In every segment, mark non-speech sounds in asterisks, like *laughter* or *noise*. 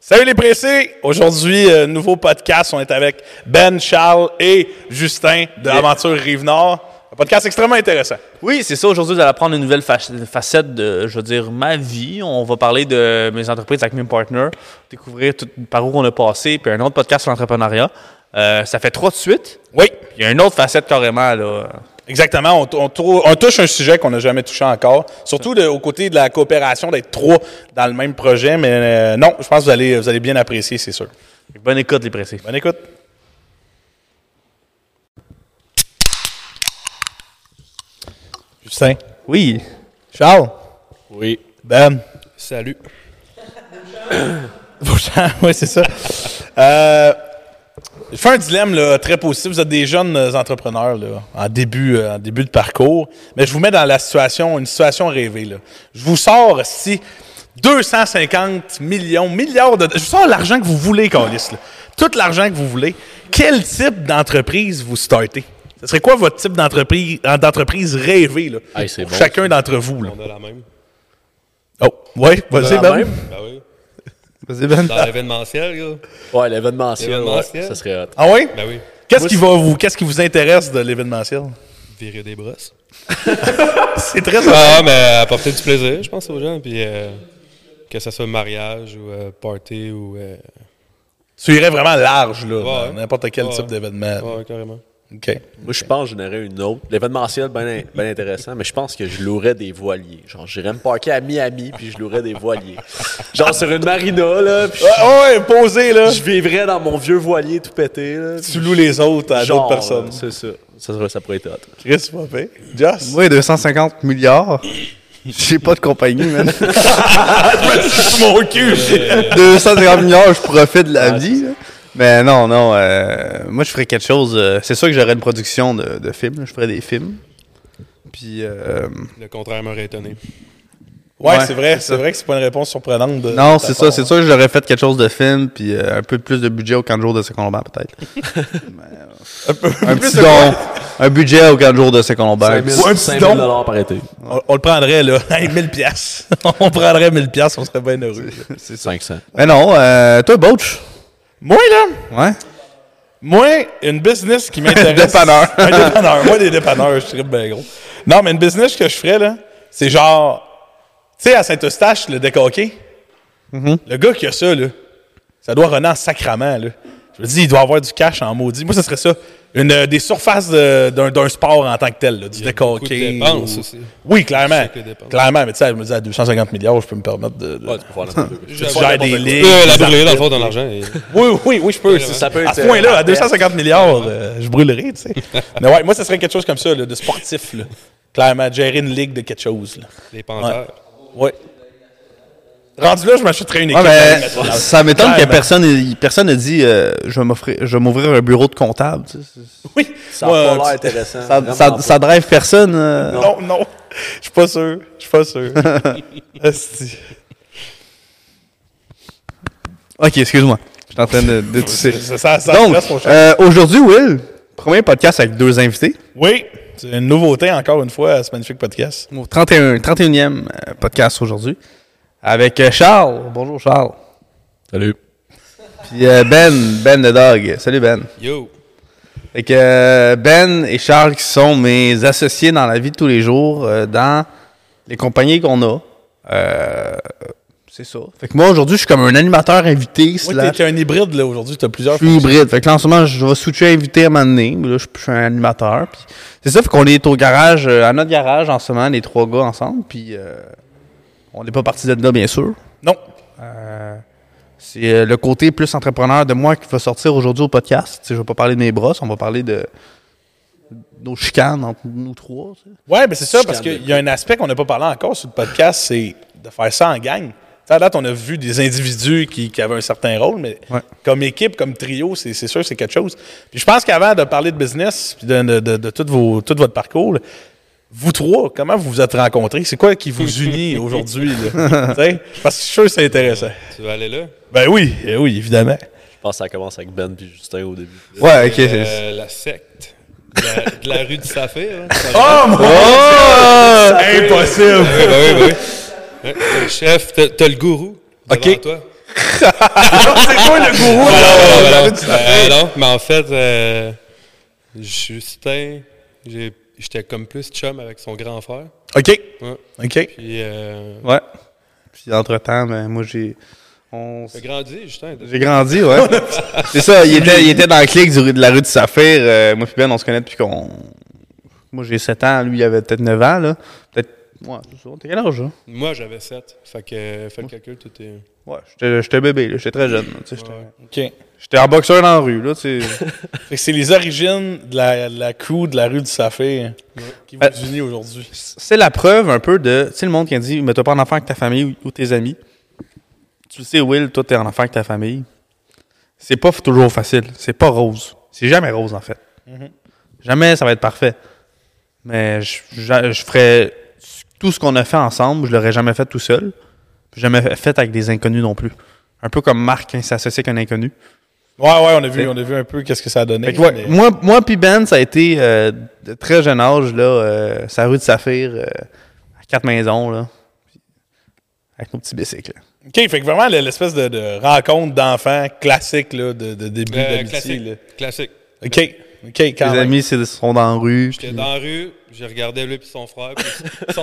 Salut les pressés! Aujourd'hui, euh, nouveau podcast. On est avec Ben, Charles et Justin de Aventure Rive-Nord. Un podcast extrêmement intéressant. Oui, c'est ça. Aujourd'hui, vous allez apprendre une nouvelle fac- facette de, je veux dire, ma vie. On va parler de mes entreprises avec mes partners, découvrir tout, par où on a passé, puis un autre podcast sur l'entrepreneuriat. Euh, ça fait trois de suite. Oui, Puis Il y a une autre facette carrément, là. exactement. On, t- on trou- on touche un sujet qu'on n'a jamais touché encore, surtout de- au côté de la coopération d'être trois dans le même projet. Mais euh, non, je pense que vous allez, vous allez bien apprécier, c'est sûr. Bonne écoute, les pressés. Bonne écoute. Justin. Oui. Charles. Oui. Ben. *coughs* Salut. Beauchamp, oui, c'est ça. Euh, je fais un dilemme là, très positif. Vous êtes des jeunes euh, entrepreneurs là, en, début, euh, en début de parcours, mais je vous mets dans la situation, une situation rêvée. Là. Je vous sors si 250 millions, milliards de. Je vous sors l'argent que vous voulez, Carlis. là. Tout l'argent que vous voulez. Quel type d'entreprise vous startez? Ce serait quoi votre type d'entreprise, euh, d'entreprise rêvée là, Hey, c'est pour bon, chacun d'entre vous? Là. On a la même. Oh, ouais, vas-y, Ben. Ben oui. Vas-y, Ben. Dans l'événementiel, gars. Ouais, l'événementiel, ouais, L'événementiel. ça serait hot. Ah ouais? Ben oui. Qu'est-ce qui, va vous, qu'est-ce qui vous intéresse de l'événementiel? Virer des brosses. C'est très Ah, mais apporter du plaisir, je pense, aux gens. Puis euh, que ce soit mariage ou euh, party ou. euh, Tu irais vraiment large, là, Ouais. dans n'importe quel Ouais. type d'événement. Ah Ouais, carrément. OK. Moi, je pense que j'en aurais une autre. L'événementiel, bien ben intéressant, mais je pense que je louerais des voiliers. Genre, j'irais me parquer à Miami, puis je louerais des voiliers. Genre, sur une marina, là, puis je- Ah ouais, posé, là. je vivrais dans mon vieux voilier tout pété, là. Tu loues les autres à d'autres Genre, personnes. là, C'est ça. Ça, serait- ça pourrait être hot. Chris, c'est pas fait. Joss? Moi, 250 milliards. J'ai pas de compagnie, man. *laughs* mon cul! Ah, 250 milliards, je profite de la vie. là. Mais non, non. euh, moi, je ferais quelque chose. euh, c'est sûr que j'aurais une production de, de films. là. Je ferais des films. Puis. euh, Le contraire m'aurait étonné. Ouais, Ouais, c'est vrai. C'est vrai que c'est pas une réponse surprenante. De, non, de ta c'est part. ça. C'est sûr que j'aurais fait quelque chose de film. Puis euh, un peu plus de budget au camp de jour de Saint-Colombin, peut-être. euh, Un, peu- un plus petit de- don. Un budget au camp de jour de Saint-Colombin. Ou un petit 5 don. 000 dollars par été. On, on le prendrait, là. *laughs* Hey, 1000 piastres. *laughs* on prendrait 1000 piastres, on serait bien heureux. là. 500. Mais non, euh, toi, Boach. Moi, là, Ouais. moi, une business qui m'intéresse... Dépanneur. un dépanneur. Moi, des dépanneurs, je serais bien gros. Non, mais une business que je ferais, là, c'est genre... Tu sais, à Saint-Eustache, le décoqué, le gars qui a ça, là, ça doit runner en sacrament, là. Je me dis, il doit avoir du cash en maudit. Moi, ce serait ça. Une, euh, des surfaces de- d'un d'un sport en tant que tel, là, du beaucoup de décoqué. dépenses aussi. Oui, clairement. Chaque dépense. Clairement, mais tu sais, je me dis, à 250 milliards, je peux me permettre de... de- Ouais, tu peux faire n'importe quoi. tu gères des ligues, Euh, des la brûler, dans le arbitres. fond, dans l'argent. *laughs* et- Oui, oui, oui, je peux. Ça C'est- peut à être, ce euh, point-là, à la peste. 250 milliards, euh, je brûlerais, tu sais. *laughs* Mais ouais, moi, ça serait quelque chose comme ça, là, de sportif, là. Clairement, gérer une ligue de quelque chose, là. Les panthères. Ouais. Rendu là, je m'achèterais une équipe. Ouais, mais de Ligue ça m'étonne que Clairement. personne ait- personne ne dit euh, je vais m'offrir- je vais m'ouvrir un bureau de comptable. tu sais, c'est- *laughs* Oui. Ça Moi, n'a pas l'air tu- intéressant. Ça, vraiment ça, pas. ça drive personne. euh, Non, non. Je suis pas sûr. Je suis pas *laughs* sûr. Asti. Ok, excuse-moi. Je suis en train de, de tousser. Ça- ça- ça Donc, reste mon cher. euh, aujourd'hui, Will, premier podcast avec deux invités. Oui. C'est une nouveauté, encore une fois, à ce magnifique podcast. Mon 31, 31e euh, podcast aujourd'hui. Avec euh, Charles. Bonjour, Charles. Salut. Puis euh, Ben, Ben the Dog. Salut, Ben. Yo! Fait que euh, Ben et Charles qui sont mes associés dans la vie de tous les jours, euh, dans les compagnies qu'on a. Euh, c'est ça. Fait que moi aujourd'hui, je suis comme un animateur invité. Oui, slash- t'es- t'es un hybride, là, aujourd'hui. T'as plusieurs. je suis hybride. Fait que là, en ce moment, je vais switcher invité à un moment donné. Mais Là, je, je suis un animateur. Puis c'est ça, fait qu'on est au garage, euh, à notre garage en ce moment, les trois gars ensemble. Puis euh, on n'est pas parti de là, bien sûr. Non. C'est euh, le côté plus entrepreneur de moi qui va sortir aujourd'hui au podcast. Tu sais, je vais pas parler de mes brosses, on va parler de nos chicanes entre nous trois. tu sais. Ouais, ben c'est ça, parce Chicaner. qu'il y a un aspect qu'on n'a pas parlé encore sur le podcast, c'est de faire ça en gang. Tu sais, à date, on a vu des individus qui, qui avaient un certain rôle, mais Ouais. comme équipe, comme trio, c'est c'est sûr, c'est quelque chose. Puis je pense qu'avant de parler de business, puis de, de- de- de tout, vos, tout votre parcours, là, vous trois, comment vous vous êtes rencontrés? C'est quoi qui *laughs* vous unit aujourd'hui? là? Tu sais? Parce que je suis sûr que c'est intéressant. Tu veux aller là? Ben oui, eh oui, évidemment. Je pense que ça commence avec Ben puis Justin au début. Ouais, ok. Euh, c'est- la secte. De la, de la rue du Saphir. hein. Oh mon Oh! Impossible! *laughs* Euh, Ben oui, ben oui. Hein, T'as le chef, t'as t'as le gourou. *laughs* Devant Ok. toi. c'est quoi le gourou? non, là? non, euh, non, mais en fait, euh, Justin, j'ai- j'étais comme plus chum avec son grand frère. OK. Ouais. OK. Puis, euh, Ouais. Puis entre-temps, ben, moi, j'ai. on s- t'as grandi, Justin. t'as- J'ai grandi, ouais. *laughs* C'est ça, il était, il était dans le clic du- de la rue du Saphir. euh, moi, puis Ben, on se connaît depuis qu'on. Moi, j'ai 7 ans, lui, il avait peut-être 9 ans, là. Peut-être. Ouais, c'est ça. T'es quel âge, là? Moi, j'avais 7. Fait que, fais le calcul, tout est. Ouais, j'étais- j'étais bébé, là. J'étais très jeune, là, tu sais, j'étais- OK. J'étais en boxeur dans la rue, là, tu sais. Fait que c'est les origines de la, de la crew de la rue du Saphir qui vous Euh, unit aujourd'hui. c'est la preuve un peu de. Tu sais, le monde qui a dit, mais t'as pas un enfant avec ta famille ou, ou tes amis. Tu le sais, Will, toi, t'es un enfant avec ta famille. C'est pas f- toujours facile. C'est pas rose. C'est jamais rose, en fait. Jamais ça va être parfait. Mais je, je, je ferais tout ce qu'on a fait ensemble, je l'aurais jamais fait tout seul. Puis Jamais fait avec des inconnus non plus. Un peu comme Marc quand il s'est associé avec un inconnu. Ouais, ouais, on a vu, on a vu un peu qu'est-ce que ça a donné. Fait que ouais, mais- Moi, moi puis Ben, ça a été euh, de très jeune âge, là, euh, sa rue de Saphir, euh, à quatre maisons, là, Puis, avec nos petits bicycles. là. OK, fait que vraiment le- l'espèce de, de rencontre d'enfants classique là, de, de début Euh, d'amitié. classique. là. Classique. OK, OK, quand Les même. amis c'est- sont dans la rue. J'étais puis- dans la rue, j'ai regardé lui et son frère. Puis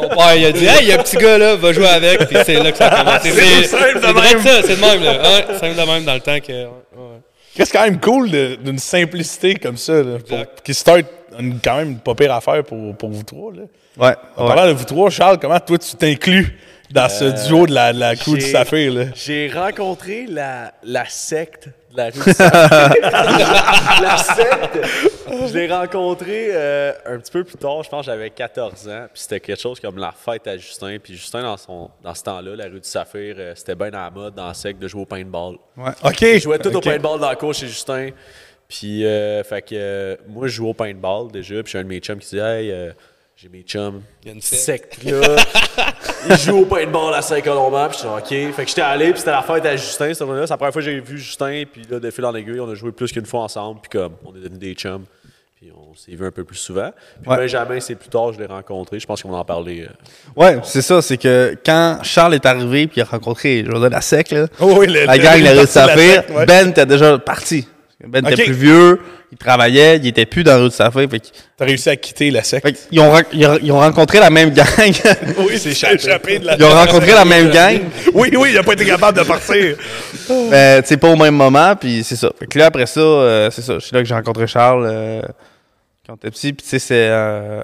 *laughs* son père, il a dit Hey, il y a un petit gars là, va jouer avec. Puis c'est là que ça a commencé. C'est simple de c'est vrai même. que ça, c'est de même là. Ouais, simple de même dans le temps que. ouais, ouais. C'est quand même cool de- d'une simplicité comme ça, là, pour, Exact. qui start une- quand même une pas pire affaire pour, pour vous trois. Là. Ouais, ouais. En parlant de vous trois, Charles, comment toi tu t'inclus dans ce duo de la, de la crew du j'ai- Saphir? Là? J'ai rencontré la, la secte de la rue du Saphir. *laughs* La secte. Je l'ai rencontré euh, un petit peu plus tard, je pense que j'avais 14 ans. Puis c'était quelque chose comme la fête à Justin. Puis Justin, dans, son, dans ce temps-là, la rue du Saphir, euh, c'était bien dans la mode, dans la secte, de jouer au paintball. Ouais. OK. Je jouais tout au OK. paintball dans la cour chez Justin. Puis, euh, fait que euh, moi, je joue au paintball déjà. Puis, j'ai un de mes chums qui dit Hey, euh, j'ai mes chums. Il y a une secte. secte là. *laughs* Ils jouent au paintball à Saint-Colomban. Puis, j'étais OK. Fait que j'étais allé. Puis, c'était la fête à Justin. cette journée-là. C'est la première fois que j'ai vu Justin. Puis, là, de fil en aiguille, on a joué plus qu'une fois ensemble. Puis, comme, on est devenus des chums. Puis, on s'est vu un peu plus souvent. Puis, Ouais. Benjamin, c'est plus tard, je l'ai rencontré. Je pense qu'on va en parler. euh, Ouais, c'est ça, c'est que quand Charles est arrivé puis il a rencontré, je veux dire, la sec, là, Oh oui, le- la le- gang de la le rue de parti de la Saphir, secte, ouais. Ben était déjà parti. Ben Ok. était plus vieux, il travaillait, il était plus dans la rue de Saphir. Fait, que- T'as réussi à quitter la secte. fait que ils ont ren- ils ont- ils ont rencontré la même gang. *laughs* Oui, *laughs* c'est échappé de la Ils ont rencontré la même gang. Oui, oui, il a pas été capable de partir. Ben, tu sais, pas au même moment, puis c'est ça. Fait que là, après ça, euh, c'est ça. C'est là que j'ai rencontré Charles euh, quand on était petit. Puis, tu sais, c'est. euh,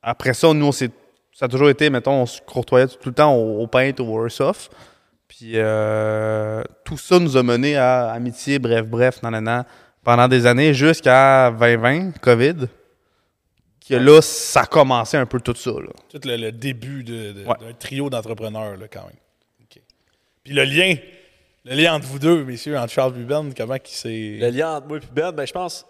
après ça, nous, on s'est. Ça a toujours été, mettons, on se courtoyait tout, tout le temps au, au paint, au airsoft. Puis, euh, tout ça nous a mené à amitié, bref, bref, nanana, pendant des années, jusqu'à 2020, COVID. Que là, ça a commencé un peu tout ça, là. *laughs* Tout le, le début de- de- d'un Ouais. trio d'entrepreneurs, là, quand même. OK. Puis le lien, le lien entre vous deux, messieurs, entre Charles Buben, comment qui s'est. Le lien entre moi et Ben, ben, je pense.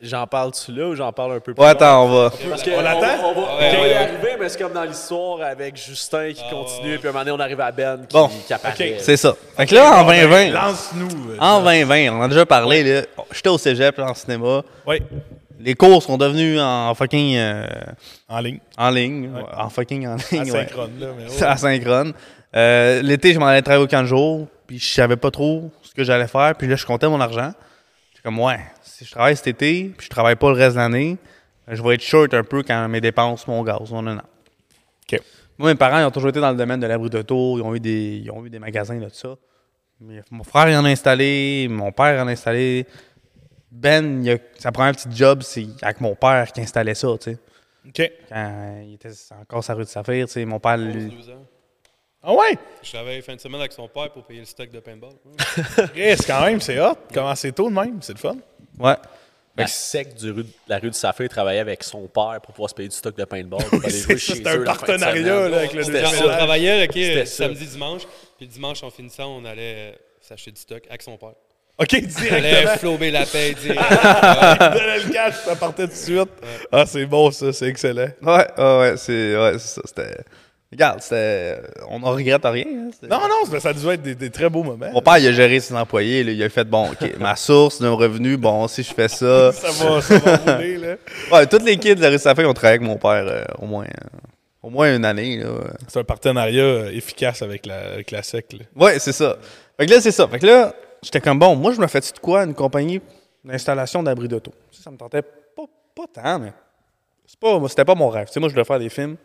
J'en parle-tu là ou j'en parle un peu plus Ouais, tard? attends, on va. Parce que On l'attend? On, on va Ouais, on va ouais, y ouais. arriver, mais c'est comme dans l'histoire avec Justin qui continue, puis à un moment donné, on arrive à Ben qui, Bon. qui apparaît. Ah. Ok. C'est ça. Fait que là, en 2020. ben, Lance-nous. euh. En 2020, on en a déjà parlé, là. J'étais au cégep, là, en cinéma. Oui, Les cours sont devenus en fucking. euh, en ligne. en ligne. ouais, En fucking en ligne. ouais. Asynchrone, là. Mais, C'est Asynchrone. Euh, L'été, je m'en allais travailler au camp de jour, puis je savais pas trop ce que j'allais faire, puis là, je comptais mon argent. J'étais comme, ouais, si je travaille cet été, puis je travaille pas le reste de l'année, je vais être short un peu quand mes dépenses, mon gaz, non, non, non. OK. Moi, mes parents, ils ont toujours été dans le domaine de l'abri d'auto. Ils ont eu des, ils ont eu des magasins là, de ça. Mais mon frère, il en a installé. Mon père en a installé. Ben, il a- sa première petite job, c'est avec mon père qui installait ça, tu sais. OK. Quand il était encore sa rue de Saphir, tu sais, mon père... lui- 12 ans. Ah ouais? Je travaillais fin de semaine avec son père pour payer le stock de paintball. Chris, quand même, c'est hot. Comment c'est tôt de même? C'est le fun. Ouais. La sec du rue, la rue du Saphir travaillait avec son père pour pouvoir se payer du stock de paintball. *laughs* Pour aller jouer C'est chez c'est un eux la fin de partenariat semaine. là, avec le C'était deuxième ça. on étage. travaillait, ok, C'était ça. samedi, dimanche. Puis le dimanche, en finissant, on allait euh, s'acheter du stock avec son *laughs* père. OK, On *laughs* allait directement. flober la paix, dire. Donnez le cash, ça partait tout de suite. Ah, c'est bon, ça. C'est excellent. Ouais, ouais, ouais, c'est ouais, c'est ça. C'était... Regarde, c'était... On n'en regrette rien. hein, c'était- Non, non, c'est- ça a dû être des, des très beaux moments. Mon père, il a géré ses employés. là. Il a fait, bon, *laughs* OK, ma source de revenus, bon, si je fais ça... Ça va, ça *laughs* va rouler, là. Ouais, toutes les kids de la rue de Saphir ont travaillé avec mon père euh, au moins... euh, au moins une année, là. C'est un partenariat euh, efficace avec la, avec la SEC. là. Ouais, c'est ça. Fait que là, c'est ça. Fait que là, j'étais comme bon, moi, je me fais de quoi une compagnie d'installation d'abri d'auto? Ça, ça me tentait pas, pas tant, mais c'est pas, c'était pas mon rêve. Tu sais, moi, je voulais faire des films.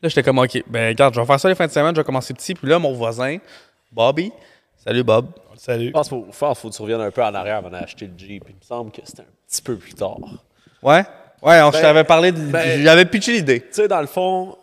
Là, j'étais comme, OK, ben regarde, je vais faire ça les fins de semaine, je vais commencer petit. Puis là, mon voisin, Bobby, salut Bob. Salut. Je pense qu'il faut, faire- faut que tu reviennes un peu en arrière avant d'acheter le Jeep. Il me semble que c'était un petit peu plus tard. Ouais? Ouais, on, je Ben, t'avais parlé, de- ben- j'avais pitché l'idée. Tu sais, dans le fond,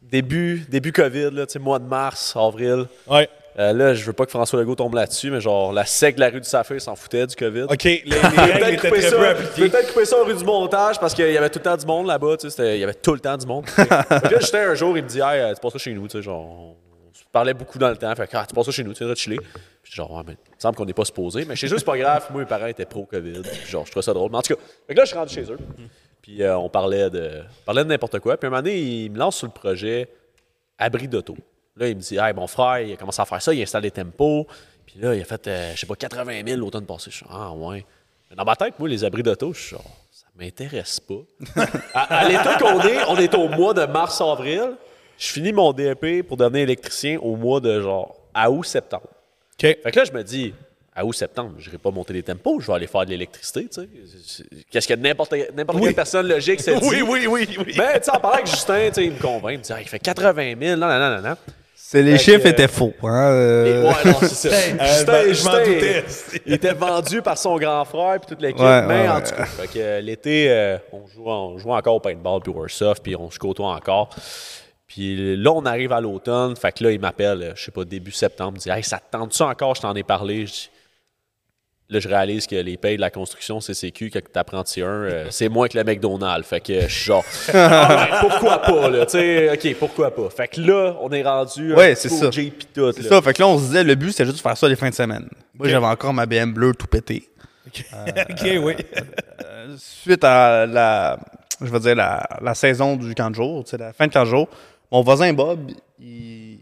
début, début COVID, là, tu sais, mois de mars, avril, Ouais. euh, là, je veux pas que François Legault tombe là-dessus, mais genre, la sec de la rue du Safir s'en foutait du COVID. OK, les, les *laughs* règles Peut-être étaient couper, très ça, peu appliquées. peut-être couper ça en rue du montage parce qu'il y avait tout le temps du monde là-bas. Tu sais, c'était- il y avait tout le temps *laughs* du monde. Fait que là, j'étais un jour, il me dit Hey, euh, tu passes ça chez nous. Tu sais, genre, on se parlait beaucoup dans le temps. Fait que, ah, tu passes ça chez nous, tu viendras te chiller. Puis genre, ouais, mais il me semble qu'on n'est pas supposé. Mais chez eux, c'est pas grave. Moi, mes parents étaient pro-COVID. Puis genre, je trouvais ça drôle. Mais en tout cas, fait que là, je suis rendu chez eux. Hmm. Puis euh, on parlait de, on parlait de n'importe quoi. Puis un moment donné, il me lance sur le projet abri d'auto. Là, il me dit, hey, mon frère, il a commencé à faire ça, il installe des tempos. Puis là, il a fait, euh, je sais pas, 80 000 l'automne passé. Je suis, ah, ouais. Mais dans ma tête, moi, les abris d'auto, je suis genre, ça *laughs* m'intéresse pas. à à l'état qu'on est, on est au mois de mars-avril. Je finis mon DEP pour devenir électricien au mois de genre, à août-septembre. OK. Fait que là, je me dis, à août-septembre, je n'irai pas monter les tempos, je vais aller faire de l'électricité, tu sais. C'est- c'est- Qu'est-ce que n'importe n'importe quelle personne logique se dit. *laughs* Oui, oui, oui, oui. Mais Ben, tu sais, en parlant avec Justin, tu sais, il me convainc, il me dit, Ah, il fait 80 000, non, non, non, non, non. C'est, les Fait chiffres que- étaient faux. Hein, Et euh, ouais, non, *laughs* c'est ça. Euh, Justin, ben, je m'en Justin, doutais. Il était vendu par son grand frère puis toute l'équipe. Ouais, mais ouais, en ouais. tout cas, fait que, euh, l'été, euh, on, joue, on joue encore au paintball puis au airsoft puis on se côtoie encore. Puis là, on arrive à l'automne. Fait que là, il m'appelle, euh, je sais pas, début septembre. Il me dit Hey, ça te tente ça encore Je t'en ai parlé. Je dis- Là, je réalise que les payes de la construction CCQ, quand t'apprends T1, euh, c'est moins que le McDonald's. Fait que euh, je suis *laughs* genre, Ah ouais, pourquoi pas, là? Tu sais, OK, pourquoi pas? Fait que là, on est rendu. un Ouais, c'est projet ça. puis tout, C'est là. ça, fait que là, on se disait, le but, c'était juste de faire ça les fins de semaine. Moi, j'avais encore ma BM bleue tout pété. OK, oui. Suite à la, je veux dire, la, la saison du camp de jour, tu sais, la fin de camp de jour, mon voisin Bob, il,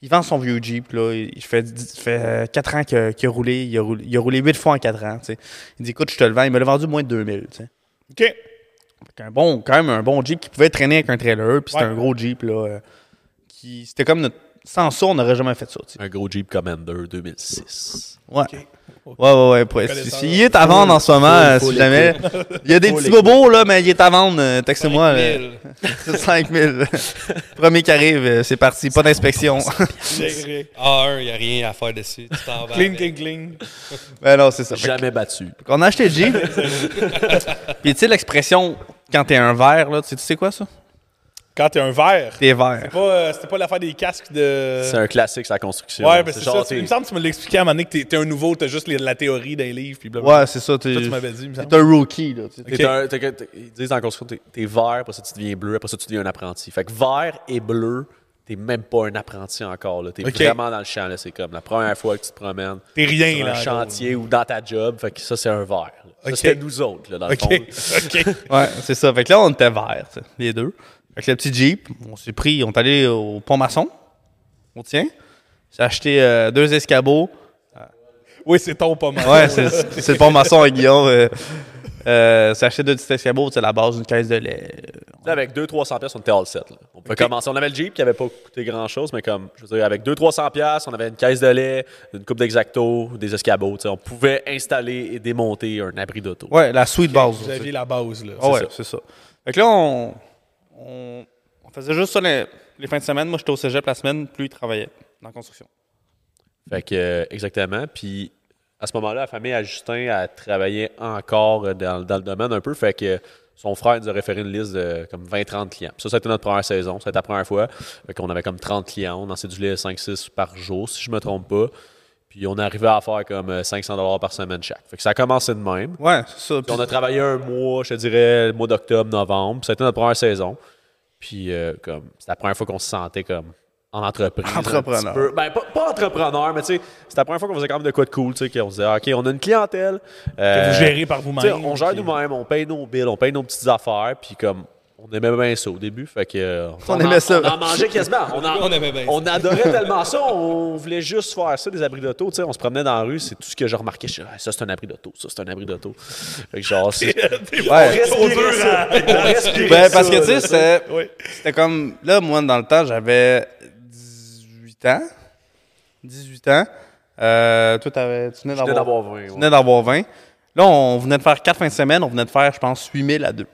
il vend son vieux Jeep, là. Il il fait, dix- il fait 4 ans qu'il a, qu'il a roulé. Il a roulé, il a roulé 8 fois en 4 ans, tu sais. Il dit, écoute, je te le vends. Il me l'a vendu moins de 2000, tu sais. OK. Fait qu'un bon, quand même un bon Jeep qui pouvait traîner avec un trailer. Puis c'était Ouais. un gros Jeep, là. euh, qui, c'était comme notre. Sans ça, on n'aurait jamais fait ça, tu sais. Un gros Jeep Commander 2006. Ouais. Ouais, ouais, ouais. pour- si- si- il est à vendre en ce moment, euh, si jamais. Il y a des petits bobos, là, mais il est à vendre. euh, Textez-moi. 1000. *laughs* 5000. Premier qui arrive, euh, c'est parti. Pas d'inspection. Géré. A1, Ah, il n'y a rien à faire dessus. Tu t'en vas. Cling, cling, avec. cling. *laughs* ben non, c'est ça. Fait Jamais battu. Euh, que- On a acheté *laughs* le Jeep. Puis tu sais, l'expression quand t'es un verre, là, tu sais, tu sais quoi ça? Quand t'es un verre, T'es vert. c'est pas, euh, c'était pas l'affaire des casques de. C'est un classique, sa construction. Ouais, mais c'est ça. genre, tu- t'es- Il me semble que tu me l'expliquais à un moment donné que t'es- t'es un nouveau, t'as juste les- la théorie d'un livre. Puis blablabla. Ouais, c'est ça. T'es Ça, tu m'avais dit, il me semble. t'es un rookie, là. tu sais. t'es un- t'es- t'es- t'es- ils disent en construction, t'es- t'es vert, après ça tu deviens bleu, après ça tu deviens un apprenti. Fait que vert et bleu, t'es même pas un apprenti encore. là. T'es Ok. vraiment dans le champ. là. C'est comme la première fois que tu te promènes T'es rien, sur là, un en gros, chantier ou dans ta job. Fait que ça, c'est un vert. là. Ça, Ok. c'était nous autres, là, dans OK. le fond. *laughs* OK. Ouais, c'est ça. Fait que là, on était verts, tu sais, les deux. Fait que le petit Jeep, on s'est pris, on est allé au Pont-Maçon. On tient. J'ai acheté euh, deux escabeaux. Oui, c'est ton pas mal. Ouais, c'est c'est le Pont-Maçon avec Guillaume. euh, euh, j'ai acheté deux petits escabeaux, c'est la base d'une caisse de lait. Là, avec 200-300 pièces, on était all set. là. On peut commencer. On avait le Jeep qui n'avait pas coûté grand-chose, mais comme, je veux dire, avec 200-300 pièces, on avait une caisse de lait, une coupe d'exacto, des escabeaux. tu sais, On pouvait installer et démonter un abri d'auto. Ouais, la sweet base. Vous aviez la base, là. Ah ouais, c'est ça. Fait que là, on, on, on faisait juste ça les, les fins de semaine. Moi, j'étais au cégep la semaine, plus il travaillait dans la construction. Fait que, euh, exactement. Puis, à ce moment-là, la famille à Justin a travaillé encore euh, dans, dans le domaine un peu. Fait que euh, son frère nous a référé une liste de comme 20-30 clients. Puis ça, ça a été notre première saison. Ça a été la première fois. Fait qu'on avait comme 30 clients. On en séduisait 5-6 par jour, si je me trompe pas. Puis on arrivait à faire comme euh, 500 dollars par semaine chaque. Fait que ça a commencé de même. Ouais, c'est ça. Puis on a travaillé un mois, je te dirais, le mois d'octobre, novembre. Puis Ça a été notre première saison. Puis euh, comme c'était la première fois qu'on se sentait comme en entreprise. un petit Entrepreneur. peu. Ben, pas, pas entrepreneur, mais tu sais, c'était la première fois qu'on faisait quand même de quoi de cool, tu sais, qu'on disait, ah, OK, on a une clientèle. Que euh, vous gérez par tu sais, vous-même. on gère nous-mêmes, on paye nos bills, on paye nos petites affaires, puis comme on aimait bien ça au début, fait que euh, On en- aimait ça. On en mangeait quasiment. On, en- *laughs* On aimait bien ça. on adorait tellement ça, on voulait juste faire ça des abris d'auto, tu sais, on se promenait dans la rue, c'est tout ce que je remarquais, je disais, Ah, ça c'est un abri d'auto, ça c'est un abri d'auto. Fait que genre c'est- Ouais. respirait ça. On respirait Ben, ça, parce que, tu là, sais, c'est- Oui. c'était comme. Là, moi, dans le temps, j'avais 18 ans. 18 ans. Euh, toi, t'avais- tu venais Je venais d'avoir d'avoir 20. tu ouais. venais d'avoir 20. Là, on venait de faire 4 fins de semaine. On venait de faire, je pense, 8000 à 2.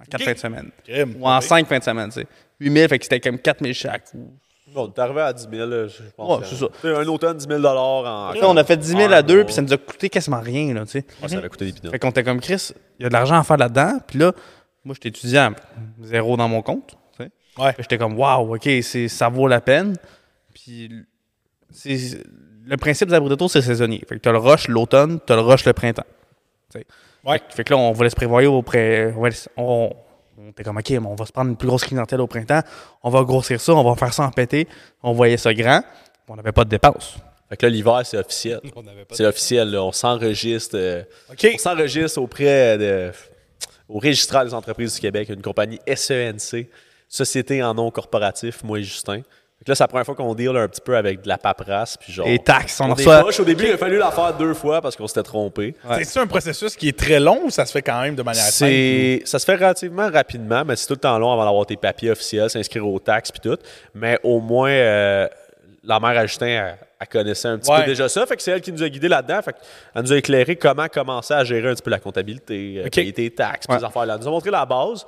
En 4 Ok. fins de semaine. Crime. Ou en 5 fins de semaine, tu sais. 8000, fait que c'était comme 4000 chaque. Ou- Bon, t'es arrivé à 10 000, là, je pense. Ouais, que- c'est ça. T'sais, Un automne, 10 000 en. Là, on a fait 10 Ah, 000 à deux 2, puis ça nous a coûté quasiment rien, là, tu sais. ça avait coûté des pinottes. Fait qu'on était comme Chris, il y a de l'argent à faire là-dedans. Puis là, moi, j'étais étudiant, zéro dans mon compte. tu sais. Ouais. Puis J'étais comme, waouh, OK, c'est- ça vaut la peine. Puis c'est- le principe des abris d'auto, c'est saisonnier. Fait que t'as le rush l'automne, t'as le rush le printemps. tu sais. Ouais. Fait, que- fait que là, on voulait se prévoir au pré- on, était on, on était comme, OK, mais on va se prendre une plus grosse clientèle au printemps. On va grossir ça, on va faire ça en pété. On voyait ça grand. puis On n'avait pas de dépenses. Fait que là, l'hiver, c'est officiel. *laughs* On n'avait pas C'est officiel, là. On s'enregistre. euh, OK. On s'enregistre auprès de. Au registrar des entreprises du Québec, une compagnie SENC, Société en non corporatif, moi et Justin. Fait que là, c'est la première fois qu'on deal un petit peu avec de la paperasse. Puis genre. Et taxes, on, on en est reçoit- poche. Au début, il a fallu la faire deux fois parce qu'on s'était trompé. C'est un processus qui est très long ou ça se fait quand même de manière simple? C'est, ça se fait relativement rapidement, mais c'est tout le temps long avant d'avoir tes papiers officiels, s'inscrire aux taxes puis tout. Mais au moins, euh, la mère à Justin, elle, elle connaissait un petit Ouais. peu déjà ça. Fait que c'est elle qui nous a guidés là-dedans. Fait que elle nous a éclairé comment commencer à gérer un petit peu la comptabilité, euh, OK. payer tes taxes, puis Ouais. les affaires là. Elle nous a montré la base.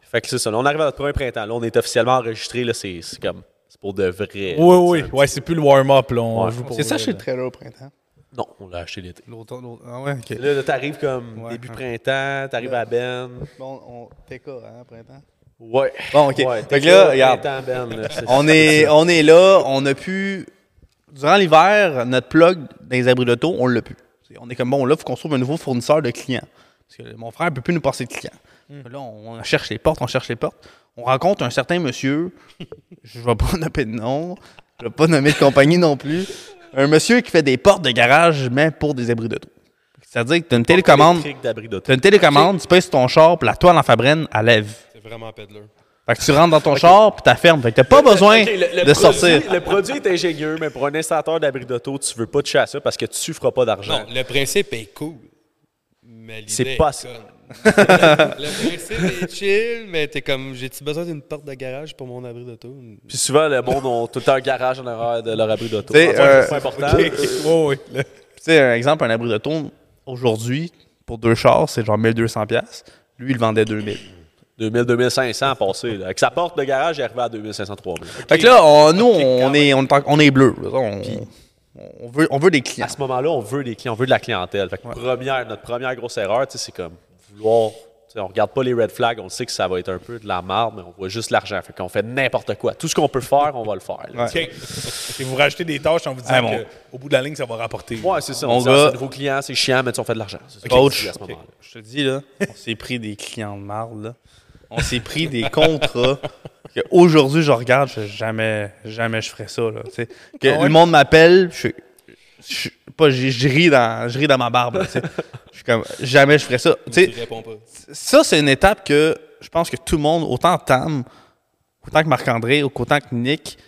Fait que c'est ça. Là, on arrive à notre premier printemps. Là, on est officiellement enregistré. Là, c'est, c'est comme, c'est pour de vrai. Oui, oui. Ouais, c'est plus le warm-up, là. On Ouais. joue pour C'est ça vrai, chez là. le trailer au printemps. Non, on l'a acheté l'été. L'automne, l'automne. Ah ouais, OK. Là, là, t'arrives comme Ouais. début printemps, t'arrives à Ben. Bon, on TK, hein, printemps. Ouais. Bon, OK. Ouais, Fait t'es que là, là, regarde. printemps, Ben, là, c'est- On est, on est là, on a pu. Durant l'hiver, notre plug dans les abris d'auto, on l'a pu. C'est- On est comme bon, là, il faut qu'on trouve un nouveau fournisseur de clients. Parce que mon frère ne peut plus nous passer de clients. Là, on, on cherche les portes, on cherche les portes. On rencontre un certain monsieur, *laughs* je ne vais pas *laughs* nommer de nom, je ne vais pas nommer de compagnie non plus. Un monsieur qui fait des portes de garage, mais pour des abris d'auto. C'est-à-dire que tu as une télécommande, Électrique d'abri d'auto. tu as une télécommande, tu pèses sur ton char, puis la toile en fabrène, elle lève. C'est vraiment peddler. Fait que tu rentres dans ton char, puis tu ferme. Fait que tu pas besoin Ok, le- le de produit- sortir. Le produit est ingénieux, mais pour un installateur d'abri d'auto, tu veux pas toucher à ça parce que tu feras pas d'argent. Non, le principe est cool. Mais l'idée C'est est pas ça. conne. *laughs* le principe est chill, mais t'es comme, j'ai-tu besoin d'une porte de garage pour mon abri d'auto? Puis souvent, le monde ont tout le temps un garage en arrière de leur abri d'auto. T'sais, Enfin, euh, c'est important. Ouais, ouais. Le- Tu sais, un exemple, un abri de tourne, aujourd'hui, pour deux chars, c'est genre 1200$. piastres. Lui, il vendait 2000. 2000, 2500 à passer. là. Avec sa porte de garage, il est arrivé à 2500, 3000. Fait que là, on- nous, on, est, on, est en- on est bleu. On, on veut, on veut des clients. À ce moment-là, on veut des clients, on veut de la clientèle. Fait que première, notre première grosse erreur, tu sais, c'est comme vouloir. tu sais, On regarde pas les red flags, on sait que ça va être un peu de la marde, mais on voit juste l'argent. Fait qu'on fait n'importe quoi. Tout ce qu'on peut faire, on va le faire. *laughs* là. OK. Et vous rajoutez des tâches en vous disant Ah, mon- qu'au bout de la ligne, ça va rapporter. Ouais, c'est ça. On Mon dit, ah, c'est gars- un nouveau client, c'est chiant, mais tu sais, on fait de l'argent. C'est ça qu'on Coach, dit à ce moment-là. je te dis, là, on s'est pris des clients de marde. là. On s'est pris des contrats. que Aujourd'hui, je regarde, je fais jamais, jamais je ferais ça. Là, tu sais. que Ah ouais? Le monde m'appelle, je, suis- je, suis pas, je, je ris dans, je ris dans ma barbe. là, tu sais. je suis comme, jamais je ferais ça. Tu sais, Tu réponds pas. ça, c'est une étape que je pense que tout le monde, autant Tam, autant que Marc-André, autant que Nick,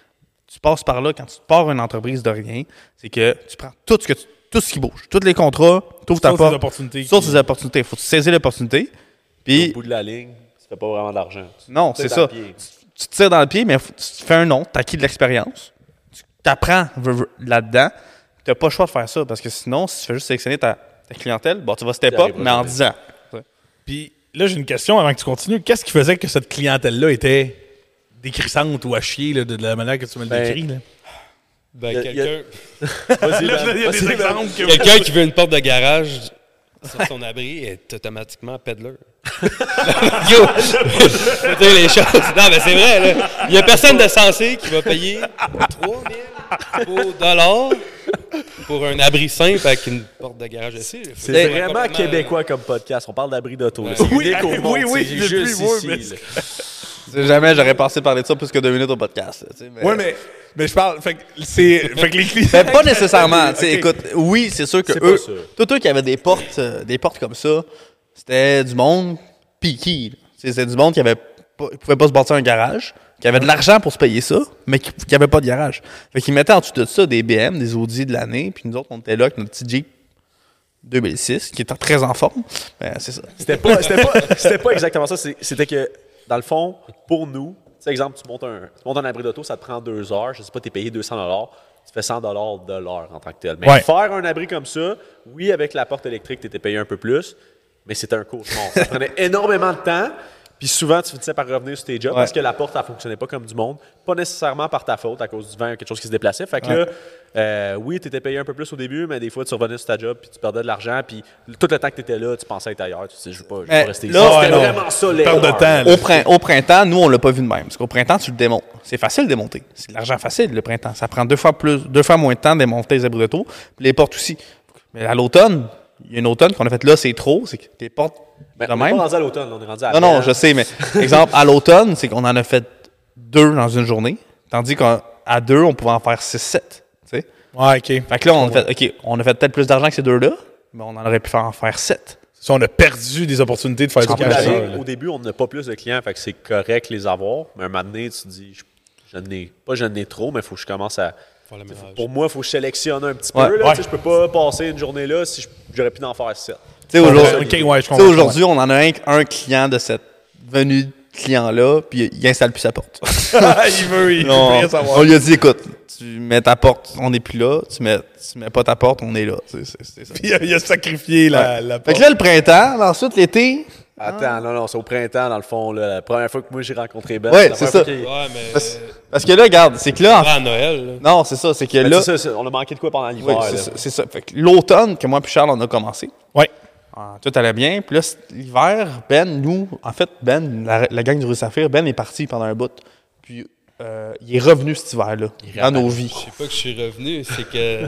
tu passes par là quand tu pars une entreprise de rien. C'est que tu prends tout ce, que tu- tout ce qui bouge, tous les contrats, tu ouvres ta Sauf porte. les opportunités Sauf qui- les opportunités. faut saisir l'opportunité. Au Puis, bout de la ligne, tu fais pas vraiment d'argent. non, Tu c'est sais, ça. dans le *laughs* pied. Tu te tires dans le pied, mais faut- tu te fais un nom, tu acquis de l'expérience. Tu apprends là-dedans. Tu n'as pas le choix de faire ça parce que sinon, si tu fais juste sélectionner ta, ta clientèle, bon, tu vas step up, arriveras mais en jamais. 10 ans. Puis là, j'ai une question avant que tu continues. Qu'est-ce qui faisait que cette clientèle-là était décrissante ou à chier là, de de la manière que tu me le Ben, décris? là? Ben, Y a- quelqu'un *laughs* Vas-y, Là, il y Ben. a des Vas-y, Ben. exemples que- quelqu'un qui veut une porte de garage sur son abri est automatiquement peddler. *laughs* Yo! Faut dire les choses. Non, mais c'est vrai, là. Il n'y a personne de sensé qui va payer 3000 dollars pour un abri simple avec une porte de garage aussi. C'est vraiment québécois comme podcast. On parle d'abri d'auto. là. C'est Oui, unique au oui, monde, oui, c'est depuis, juste oui, ici, mais- là. Jamais j'aurais pensé parler de ça plus que deux minutes au podcast. là, tu sais, mais- Ouais, mais, mais je parle. Fait que, c'est, fait que les clients. *laughs* Ben, pas nécessairement. tu sais, Ok. Écoute, oui, c'est sûr que C'est eux, pas sûr. tous eux qui avaient des portes, euh, des portes comme ça, c'était du monde piqué. là. Tu sais, C'était du monde qui avait pas, qui pouvait pas se bâtir un garage, qui avait de l'argent pour se payer ça, mais qui, qui avait pas de garage. Fait qu'ils mettaient en dessous de ça des BM, des Audi de l'année, puis nous autres, on était là avec notre petit Jeep 2006, qui était très en forme. Ben, c'est ça. C'était pas, c'était pas, c'était pas exactement ça. c'est- C'était que, dans le fond, pour nous, sais, exemple, tu montes, un, tu montes un abri d'auto, ça te prend deux heures. Je sais pas, tu es payé 200 tu fais 100 de l'heure en tant que tel. Mais Ouais. faire un abri comme ça, oui, avec la porte électrique, tu étais payé un peu plus, mais c'était un cauchemar. ça prenait *laughs* énormément de temps. Puis souvent, tu finissais par revenir sur tes jobs parce que la porte, elle fonctionnait pas comme du monde. Pas nécessairement par ta faute, à cause du vent, quelque chose qui se déplaçait. Fait que là, euh, oui, tu étais payé un peu plus au début, mais des fois, tu revenais sur ta job, puis tu perdais de l'argent. Puis tout le temps que tu étais là, tu pensais être ailleurs. Tu sais, je veux pas, je veux Mais pas rester là, ici. C'était Ah, ouais, non. vraiment ça, Perte de l'erreur. temps. là. Au, prin- au printemps, nous, on l'a pas vu de même. Parce qu'au printemps, tu le démontes. C'est facile de démonter. C'est de l'argent facile, le printemps. Ça prend deux fois plus, deux fois moins de temps de démonter les abris d'auto, puis les portes aussi. Mais à l'automne, il y a une automne qu'on a faite là, c'est trop. C'est que tes portes, Ben, de on n'est même. pas rendu à l'automne, on est rendu à Non, non, je sais, mais exemple, à l'automne, c'est qu'on en a fait deux dans une journée. Tandis qu'à à deux, on pouvait en faire six, sept. tu sais. Ouais, OK. Fait que là, on a fait, OK, on a fait peut-être plus d'argent que ces deux-là, mais on en aurait pu faire en faire sept. Ça, on a perdu des opportunités de faire du comprends cash. ça, bien. D'aller, là. au début, on n'a pas plus de clients, fait que c'est correct les avoir. Mais un moment donné, tu te dis, je, je n'ai pas je n'ai trop, mais il faut que je commence à. Faire le ménage. Pour moi, il faut que je sélectionne un petit Ouais, peu. Là, ouais. tu sais, Je peux pas passer une journée là si je- j'aurais pu en faire sept. Tu sais, aujourd'hui, Ok, ouais, je tu sais, comprends. aujourd'hui, on en a un, un client de cette venue de client-là, puis il installe plus sa porte. Ah, il veut, *laughs* il veut on, rien savoir. on lui a dit, écoute, tu mets ta porte, on n'est plus là. Tu mets, tu mets pas ta porte, on est là. Tu sais, c'est- c'est ça. Puis, il a, il a sacrifié la, la Fait porte. que là, le printemps, là, ensuite l'été, Attends, non, non, c'est au printemps, dans le fond. là, la première fois que moi j'ai rencontré Ben. Ouais, la c'est première ça. fois qu'il- Ouais, mais. parce, parce que là, regarde, c'est que là, en- Avant Noël, là. non, c'est ça, c'est que Ben, là, c'est ça, c'est- on a manqué de quoi pendant Oui, l'hiver. c'est là. ça, c'est ça. Fait que l'automne, que moi puis Charles, on a commencé, Ouais. ah, tout allait bien. Puis là, c'est- l'hiver, Ben, nous, en fait, Ben, la, la gang du Rue Saphir, Ben est parti pendant un bout. Puis euh, il est revenu cet hiver-là, dans nos vies. Je sais pas que je suis revenu, c'est que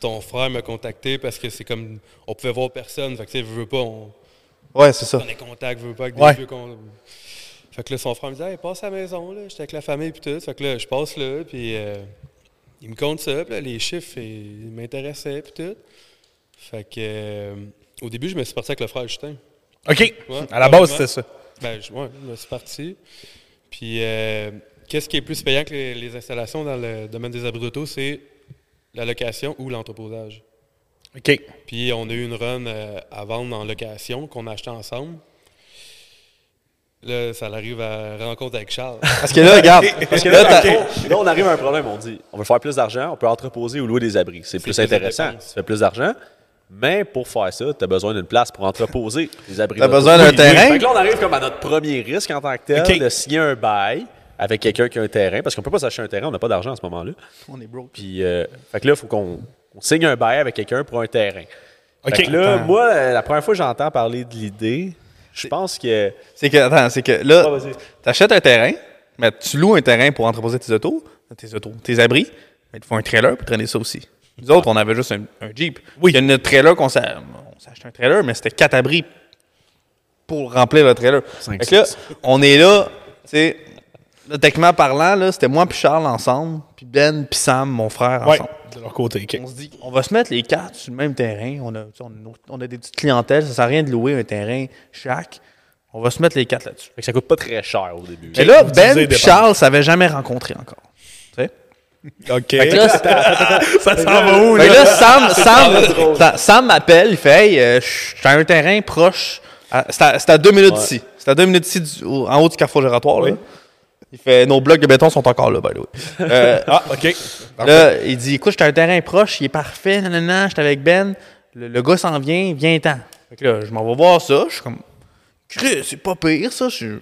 ton frère m'a contacté parce que c'est comme on pouvait voir personne, fait que tu sais, veux, veux pas, on Ouais, c'est ça. prenait contact, veux pas avec des Ouais. vieux qu'on. Fait que là, son frère me dit Hey, passe à la maison, là, j'étais avec la famille puis tout. Fait que là, je passe là, puis euh, il me compte ça, puis là, les chiffres, ils m'intéressaient puis tout. Fait que euh, au début, je me suis parti avec le frère Justin. OK. Ouais. À la base, c'était ça. Ben, je, ouais, je me suis parti. Puis, euh, qu'est-ce qui est plus payant que les, les installations dans le domaine des abris d'auto, c'est la location ou l'entreposage. OK. Puis, on a eu une run euh, à vendre en location qu'on a acheté ensemble. Là, ça arrive à rencontre avec *laughs* Charles. Parce que là, regarde, Ah, Parce que là, là, t'as- on- là, on arrive à un problème. On dit, on veut faire plus d'argent, on peut entreposer ou louer des abris. C'est plus plus de intéressant. dépenses. Tu fais plus d'argent. Mais pour faire ça, tu as besoin d'une place pour entreposer des abris. t'as d'auto. besoin d'un terrain. Fait que là, on arrive comme à notre premier risque en tant que tel OK. de signer un bail avec quelqu'un qui a un terrain, parce qu'on peut pas s'acheter un terrain, on n'a pas d'argent à ce moment-là. On est broke. Puis, euh, fait que là, il faut qu'on qu'on signe un bail avec quelqu'un pour un terrain. OK. Fait que là, Attends. moi, euh, la première fois que j'entends parler de l'idée, je pense que. C'est que, attends, c'est que là, Ouais, vas-y. t'achètes un terrain, mais tu loues un terrain pour entreposer tes autos, tes autos, tes abris, mais tu fais un trailer pour traîner ça aussi. Nous autres, on avait juste un, un Jeep. Oui. Il y a notre trailer qu'on s'est on s'est acheté un trailer, mais c'était quatre abris pour remplir le trailer. Cinq, fait que là, six. on est là, tu sais, là, techniquement parlant, là, c'était moi puis Charles ensemble, puis Ben puis Sam, mon frère, Ouais. ensemble. De leur côté. OK. On se dit, on va se mettre les quatre sur le même terrain. On a, tu sais, on a nos- on a des petites clientèles, ça sert à rien de louer un terrain chaque. On va se mettre les quatre là-dessus. Fait que ça coûte pas très cher au début. Mais là, vous Ben disiez et départ. Charles s'avaient jamais rencontré encore. OK. que *laughs* là, c'est- ça s'en va où, Fait que là? là, Sam, Sam, Sam- Sam m'appelle, il fait Hey, euh, je suis à un terrain proche. à- C'est à, c'est à deux minutes d'ici. C'est à deux minutes d'ici, du- au- en haut du carrefour giratoire. là. Il fait Nos blocs de béton sont encore là, by the way. Euh, Ah, OK. Là, il dit Écoute, j'étais à un terrain proche, il est parfait, nanana, j'étais avec Ben. Le, le gars s'en vient, viens-t'en. Fait que là, je m'en vais voir ça. Je suis comme Chris, c'est pas pire, ça. Je, je-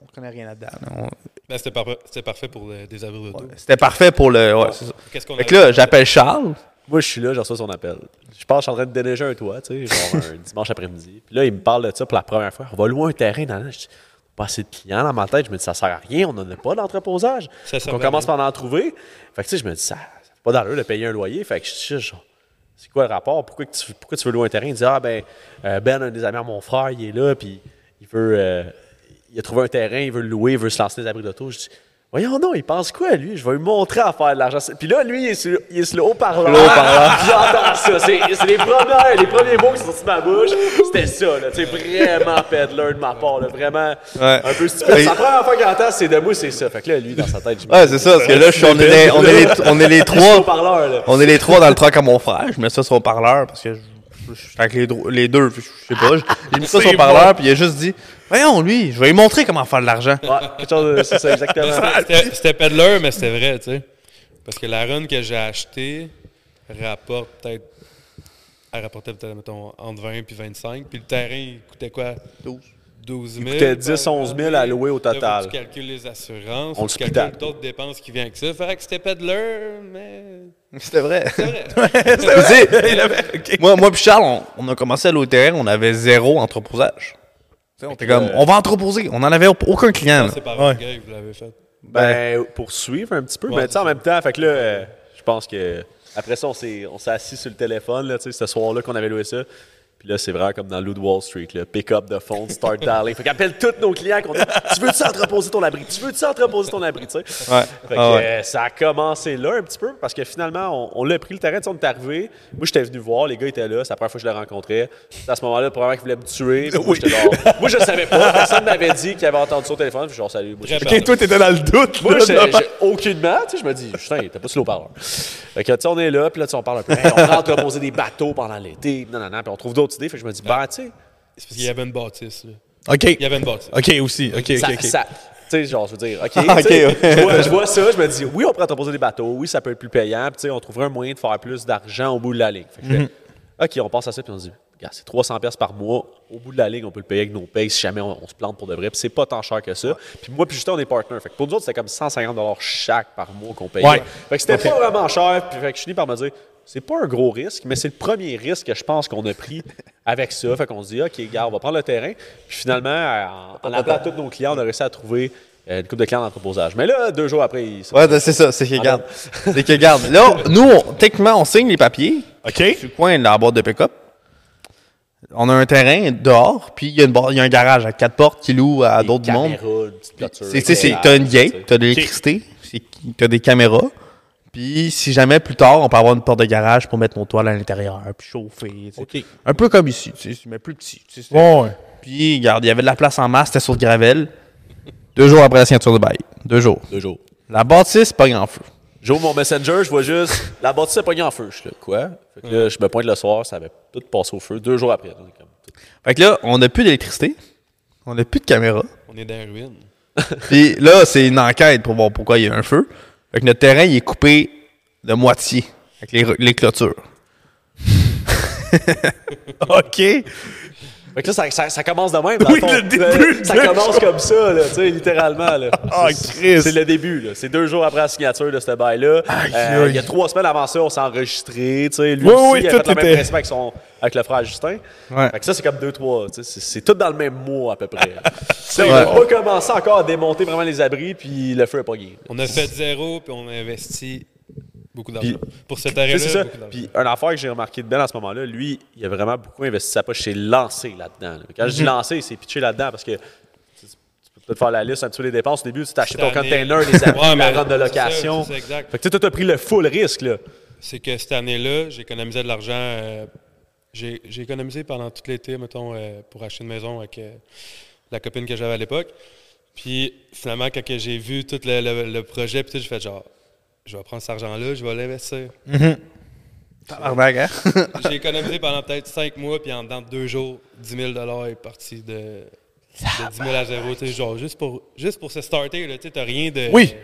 on connaît rien là-dedans. là. On- Ben, c'était, parfait, c'était parfait pour le- des abris d'auto. C'était parfait pour le. Ouais, c'est ça. Qu'est-ce qu'on Fait a que là, j'appelle Charles. Moi, je suis là, je reçois son appel. Je pense que je suis en train de déneiger un toit, tu sais, genre un *laughs* dimanche après-midi. Puis là, il me parle de ça pour la première fois. On va louer un terrain. Dans la... Je dis, pas assez de clients dans ma tête. Je me dis, ça sert à rien, on n'en a pas d'entreposage. Ça sert on à commence rien. par en trouver. Fait que tu sais, je me dis, ça ça fait pas d'allure de payer un loyer. Fait que je suis genre, c'est quoi le rapport? Pourquoi, que tu, pourquoi tu veux louer un terrain? Il dit, ah ben, euh, Ben, un des amis à mon frère, il est là, puis il veut. euh, il a trouvé un terrain, il veut le louer, il veut se lancer des abris d'auto. Je dis, voyons non, il pense quoi, lui? Je vais lui montrer à faire de l'argent. Puis là, lui, il est sur, il est sur le haut-parleur. Le haut-parleur. *laughs* Puis J'entends ça. C'est c'est les premiers, les premiers mots qui sont sortis de ma bouche. C'était ça, là. Tu sais, vraiment peddler de ma part, là. Vraiment Ouais. un peu stupide. Et- La première fois qu'il entend, c'est de moi, c'est ça. Fait que là, lui, dans sa tête, je me Ouais, c'est ça, parce que là, je suis- on, est les, *laughs* on, est les, on est les Je suis au trois. haut-parleur, là. On est les trois dans le truck à mon frère. Je mets ça sur le parleur parce que je, je suis avec les, dro- les deux, puis je sais pas. J'ai mis ça sur C'est le parleur, puis il a juste dit Voyons, lui, je vais lui montrer comment faire de l'argent. Ouais, quelque chose de- c'est ça, exactement. C'était c'était Peddler, mais c'était vrai, tu sais. Parce que la run que j'ai achetée rapporte peut-être. Elle rapportait peut-être, mettons, entre 20 et 25. Puis le terrain, il coûtait quoi 12. 000. Il coûtait 10, 11 000 à louer au Là, faut que total. Tu calcules les assurances, On faut le que tu split calcules out. d'autres dépenses qui viennent avec ça. Fait que c'était Peddler, mais. *laughs* C'était vrai. C'est *laughs* vrai. Tu sais, Moi, moi puis Charles, on, on a commencé à l'eau terrain, on avait zéro entreposage. Tu sais, On était comme, on va entreposer. On n'en avait au- aucun client. là. C'est par Ouais. votre gueule que vous l'avez fait. Ben, pour suivre un petit peu, mais tu sais, en même temps, fait que là, euh, je pense que après ça, on s'est on s'est assis sur le téléphone, là, tu sais, ce soir-là qu'on avait loué ça. Puis là, c'est vraiment comme dans Loup de Wall Street, là. Pick up de phone, *laughs* start dialing. Fait qu'appelle tous nos clients qu'on dit Tu veux-tu entreposer ton abri Tu veux-tu entreposer ton abri, tu sais Ouais. Fait que, Ah ouais. euh, ça a commencé là un petit peu parce que finalement, on, on l'a pris le terrain, tu sais, on est arrivé. Moi, j'étais venu voir, les gars étaient là, c'est la première fois que je les rencontrais. C'est À ce moment-là, probablement qu'ils voulaient me tuer. puis Moi, j'étais genre- moi, je savais pas, personne m'avait dit qu'il avait entendu ça au téléphone. Puis je suis genre, salut, moi, je- Très Ok, toi, t'étais dans le doute. moi, là, j'ai de- j'ai aucunement, tu sais, je me dis, putain, t'as pas sur l'eau-parleur. Fait que, tu sais, on est là, puis là, tu sais, on parle un peu. Hey, on va entreposer des bateaux pendant l'été, non, non, non, puis on trouve d'autres idées. Fait que je me dis, ben, tu sais, C'est parce qu'il y avait une bâtisse, là. Ok. Il y avait une bâtisse. Ok, aussi. Ok, ça, ok, ok. Ah, ça- tu sais, genre, je veux dire, OK, tu sais, Ok, je, vois, je vois ça, je me dis, oui, on pourrait entreposer des bateaux, oui, ça peut être plus payant, puis tu sais, on trouverait un moyen de faire plus d'argent au bout de la ligne. Fait que je Mhm. fais, OK, on passe à ça, puis on se dit, regarde, c'est 300$ piastres par mois, au bout de la ligne, on peut le payer avec nos payes si jamais on, on se plante pour de vrai, puis c'est pas tant cher que ça. Puis moi, puis Justin, on est partenaires. Fait que pour nous autres, c'était comme 150$ chaque par mois qu'on payait. Ouais. Fait que c'était pas vraiment cher, puis fait que je finis par me dire, c'est pas un gros risque, mais c'est le premier risque que je pense qu'on a pris avec ça. Fait qu'on se dit, OK, gars, on va prendre le terrain. Puis finalement, euh, en, en appelant tous nos clients, on a réussi à trouver euh, une coupe de clients d'entreposage. Mais là, deux jours après, ils sont. Ouais, ben, c'est ça, c'est qu'il garde. C'est qu'il garde. Là, nous, on- techniquement, on signe les papiers. Ok. sur le coin de la boîte de pick-up. On a un terrain dehors, puis il y, a une bar- il y a un garage à quatre portes qui loue à d'autres mondes. C'est, c'est, c'est, t'as une gate, t'as de l'électricité, c'est- t'as des caméras. Puis si jamais plus tard, on peut avoir une porte de garage pour mettre nos toiles à l'intérieur, puis chauffer. tu sais. Ok. Un peu comme ici, tu sais, mais plus petit. tu sais. Ouais. Puis, regarde, il y avait de la place en masse, c'était sur le gravel. Deux jours après la signature de bail. Deux jours. Deux jours. La bâtisse pas en feu. J'ouvre mon messenger, je vois juste la bâtisse s'est pognée en feu. Je suis là, quoi? Fait que là, je me pointe le soir, ça avait tout passé au feu. Deux jours après. on est comme- Fait que là, on n'a plus d'électricité, on n'a plus de caméra. On est dans la ruine. Puis là, c'est une enquête pour voir pourquoi il y a un feu. Fait que notre terrain, il est coupé de moitié avec les, les clôtures. *laughs* OK. Fait que là, ça, ça- ça commence de même. Dans Oui, le, fond. le début Ça de- commence comme ça, là, tu sais, littéralement. Là. Ah, C'est- Christ. C'est le début. là. C'est deux jours après la signature de ce bail-là. Euh, aïe. il y a trois semaines avant ça, on s'est enregistré. tu sais, Lui Oui, aussi, oui, il a tout fait le même était- principe avec, son, avec le frère Justin. Ouais. Fait que ça, c'est comme deux, trois. tu sais, C'est c'est tout dans le même mois, à *laughs* peu près. c'est Ouais. On a pas commencé encore à démonter vraiment les abris, puis le feu a pas gué. On a fait zéro, puis on a investi beaucoup d'argent. Puis- Pour cet Tu sais, C'est ça. arrêt-là, beaucoup d'argent. Puis, un affaire que j'ai remarqué de Ben à ce moment-là, lui, il a vraiment beaucoup investi sa poche. C'est lancé là-dedans. là. Quand je Mhm. dis lancé, c'est pitché là-dedans parce que tu sais, tu peux peut-être faire la liste un petit peu des dépenses. Au début, tu t'as acheté ton Cette année- euh, container, les abris, Ouais, la mais rente de c'est ça, location. c'est ça, exact. Fait que tu sais, toi, t'as pris le full risque. là. c'est que cette année-là, j'économisais de l'argent. euh, j'ai j'ai économisé pendant tout l'été, mettons, euh, pour acheter une maison avec euh, la copine que j'avais à l'époque. Puis finalement, quand que j'ai vu tout le, le- le projet, puis tout, j'ai fait genre, je vais prendre cet argent-là, je vais l'investir. j'ai économisé pendant peut-être cinq mois, puis en dedans de deux jours, 10 000 est parti de, de 10 000 à zéro. tu sais, genre, juste pour, juste pour se starter, là, tu sais, t'as rien de. Oui.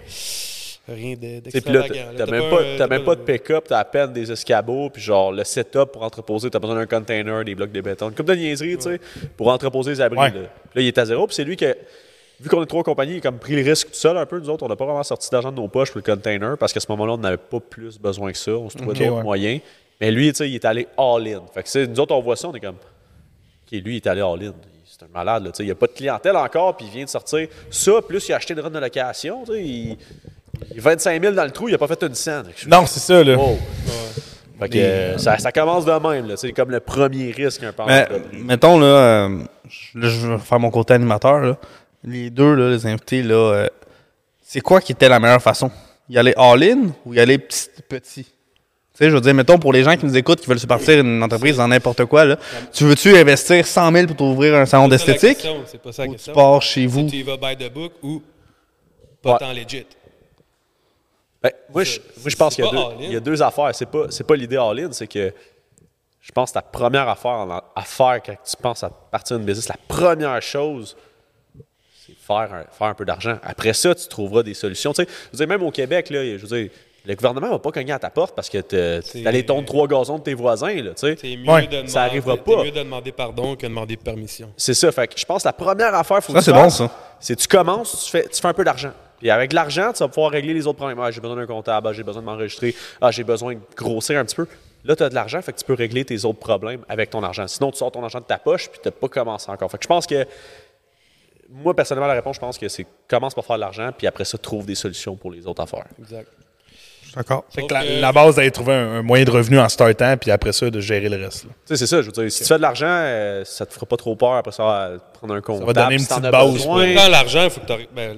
Rien de- Tu sais, Puis là, d'extravagant. t'as- hein. là. t'as T'as même un- pas, t'as même pas de de- pick-up, t'as à peine des escabeaux, puis genre le setup pour entreposer, t'as besoin d'un container, des blocs de béton, comme de niaiserie, tu sais, pour entreposer les abris. Ouais. Là. Puis là, il est à zéro, puis c'est lui que, vu qu'on est trois compagnies, il a comme pris le risque tout seul un peu. Nous autres, on n'a pas vraiment sorti d'argent de nos poches pour le container, parce qu'à ce moment-là, on n'avait pas plus besoin que ça, on se trouvait d'autres ouais. moyens. Mais lui, tu sais, il est allé all-in. Fait que, tu sais, nous autres, on voit ça, on est comme, OK, lui, il est allé all-in. C'est un malade, là, tu sais, il n'a pas de clientèle encore, puis il vient de sortir ça, plus il a acheté une run de location, tu sais, il. il est 25 000 dans le trou, il n'a pas fait une scène. Fait que je- Non, c'est ça, là. Wow. Fait que, euh, ça, ça commence de même, là. C'est comme le premier risque un peu. Mais, Ah, ben, mettons, là, euh, je- là, je vais faire mon côté animateur. là. Les deux, là, les invités, là, euh, c'est quoi qui était la meilleure façon? Y aller all-in ou y aller petit? petit? Tu sais, je veux dire, mettons, pour les gens qui nous écoutent, qui veulent se partir une entreprise dans n'importe quoi, là, tu veux-tu investir 100 000 pour t'ouvrir un salon C'est pas ça la d'esthétique? question, C'est pas ça la Ou tu question. pars chez Si vous? tu y vas by the book ou pas Ouais. tant legit. Ben, moi, je, moi, je pense c'est qu'il y, a pas deux- all-in. il y a deux affaires. C'est pas, c'est pas l'idée all-in, c'est que je pense que ta première affaire en- à faire quand tu penses à partir d'une business, la première chose, c'est faire un, faire un peu d'argent. Après ça, tu trouveras des solutions. Tu sais, je veux dire, même au Québec, là, je veux dire, le gouvernement va pas cogner à ta porte parce que C'est- tu allais tondre trois gazons de tes voisins. Là, tu sais. C'est mieux, Ouais. de demander, Ça arrivera c'est pas. mieux de demander pardon que de demander permission. C'est ça. Fait que je pense que la première affaire, faut Ça, que tu c'est bon, fasses, ça. C'est tu commences, tu fais, tu fais un peu d'argent. Puis avec l'argent, tu vas pouvoir régler les autres problèmes. Ah, j'ai besoin d'un comptable, ah, j'ai besoin de m'enregistrer, ah, j'ai besoin de grossir un petit peu. Là, tu as de l'argent, fait que tu peux régler tes autres problèmes avec ton argent. Sinon, tu sors ton argent de ta poche, puis tu n'as pas commencé encore. Fait que je pense que, moi, personnellement, la réponse, je pense que c'est commence par faire de l'argent, puis après ça, trouve des solutions pour les autres affaires. Exact. D'accord. Fait que Sauf la, que- la base d'aller trouver un, un moyen de revenu en startant, puis après ça, de gérer le reste. là. Tu sais, c'est ça, je veux dire, si tu fais de l'argent, euh, ça te fera pas trop peur après ça, euh, prendre un comptable. donner une si t'en petite as base besoin. pour- Quand l'argent, il faut que tu ben,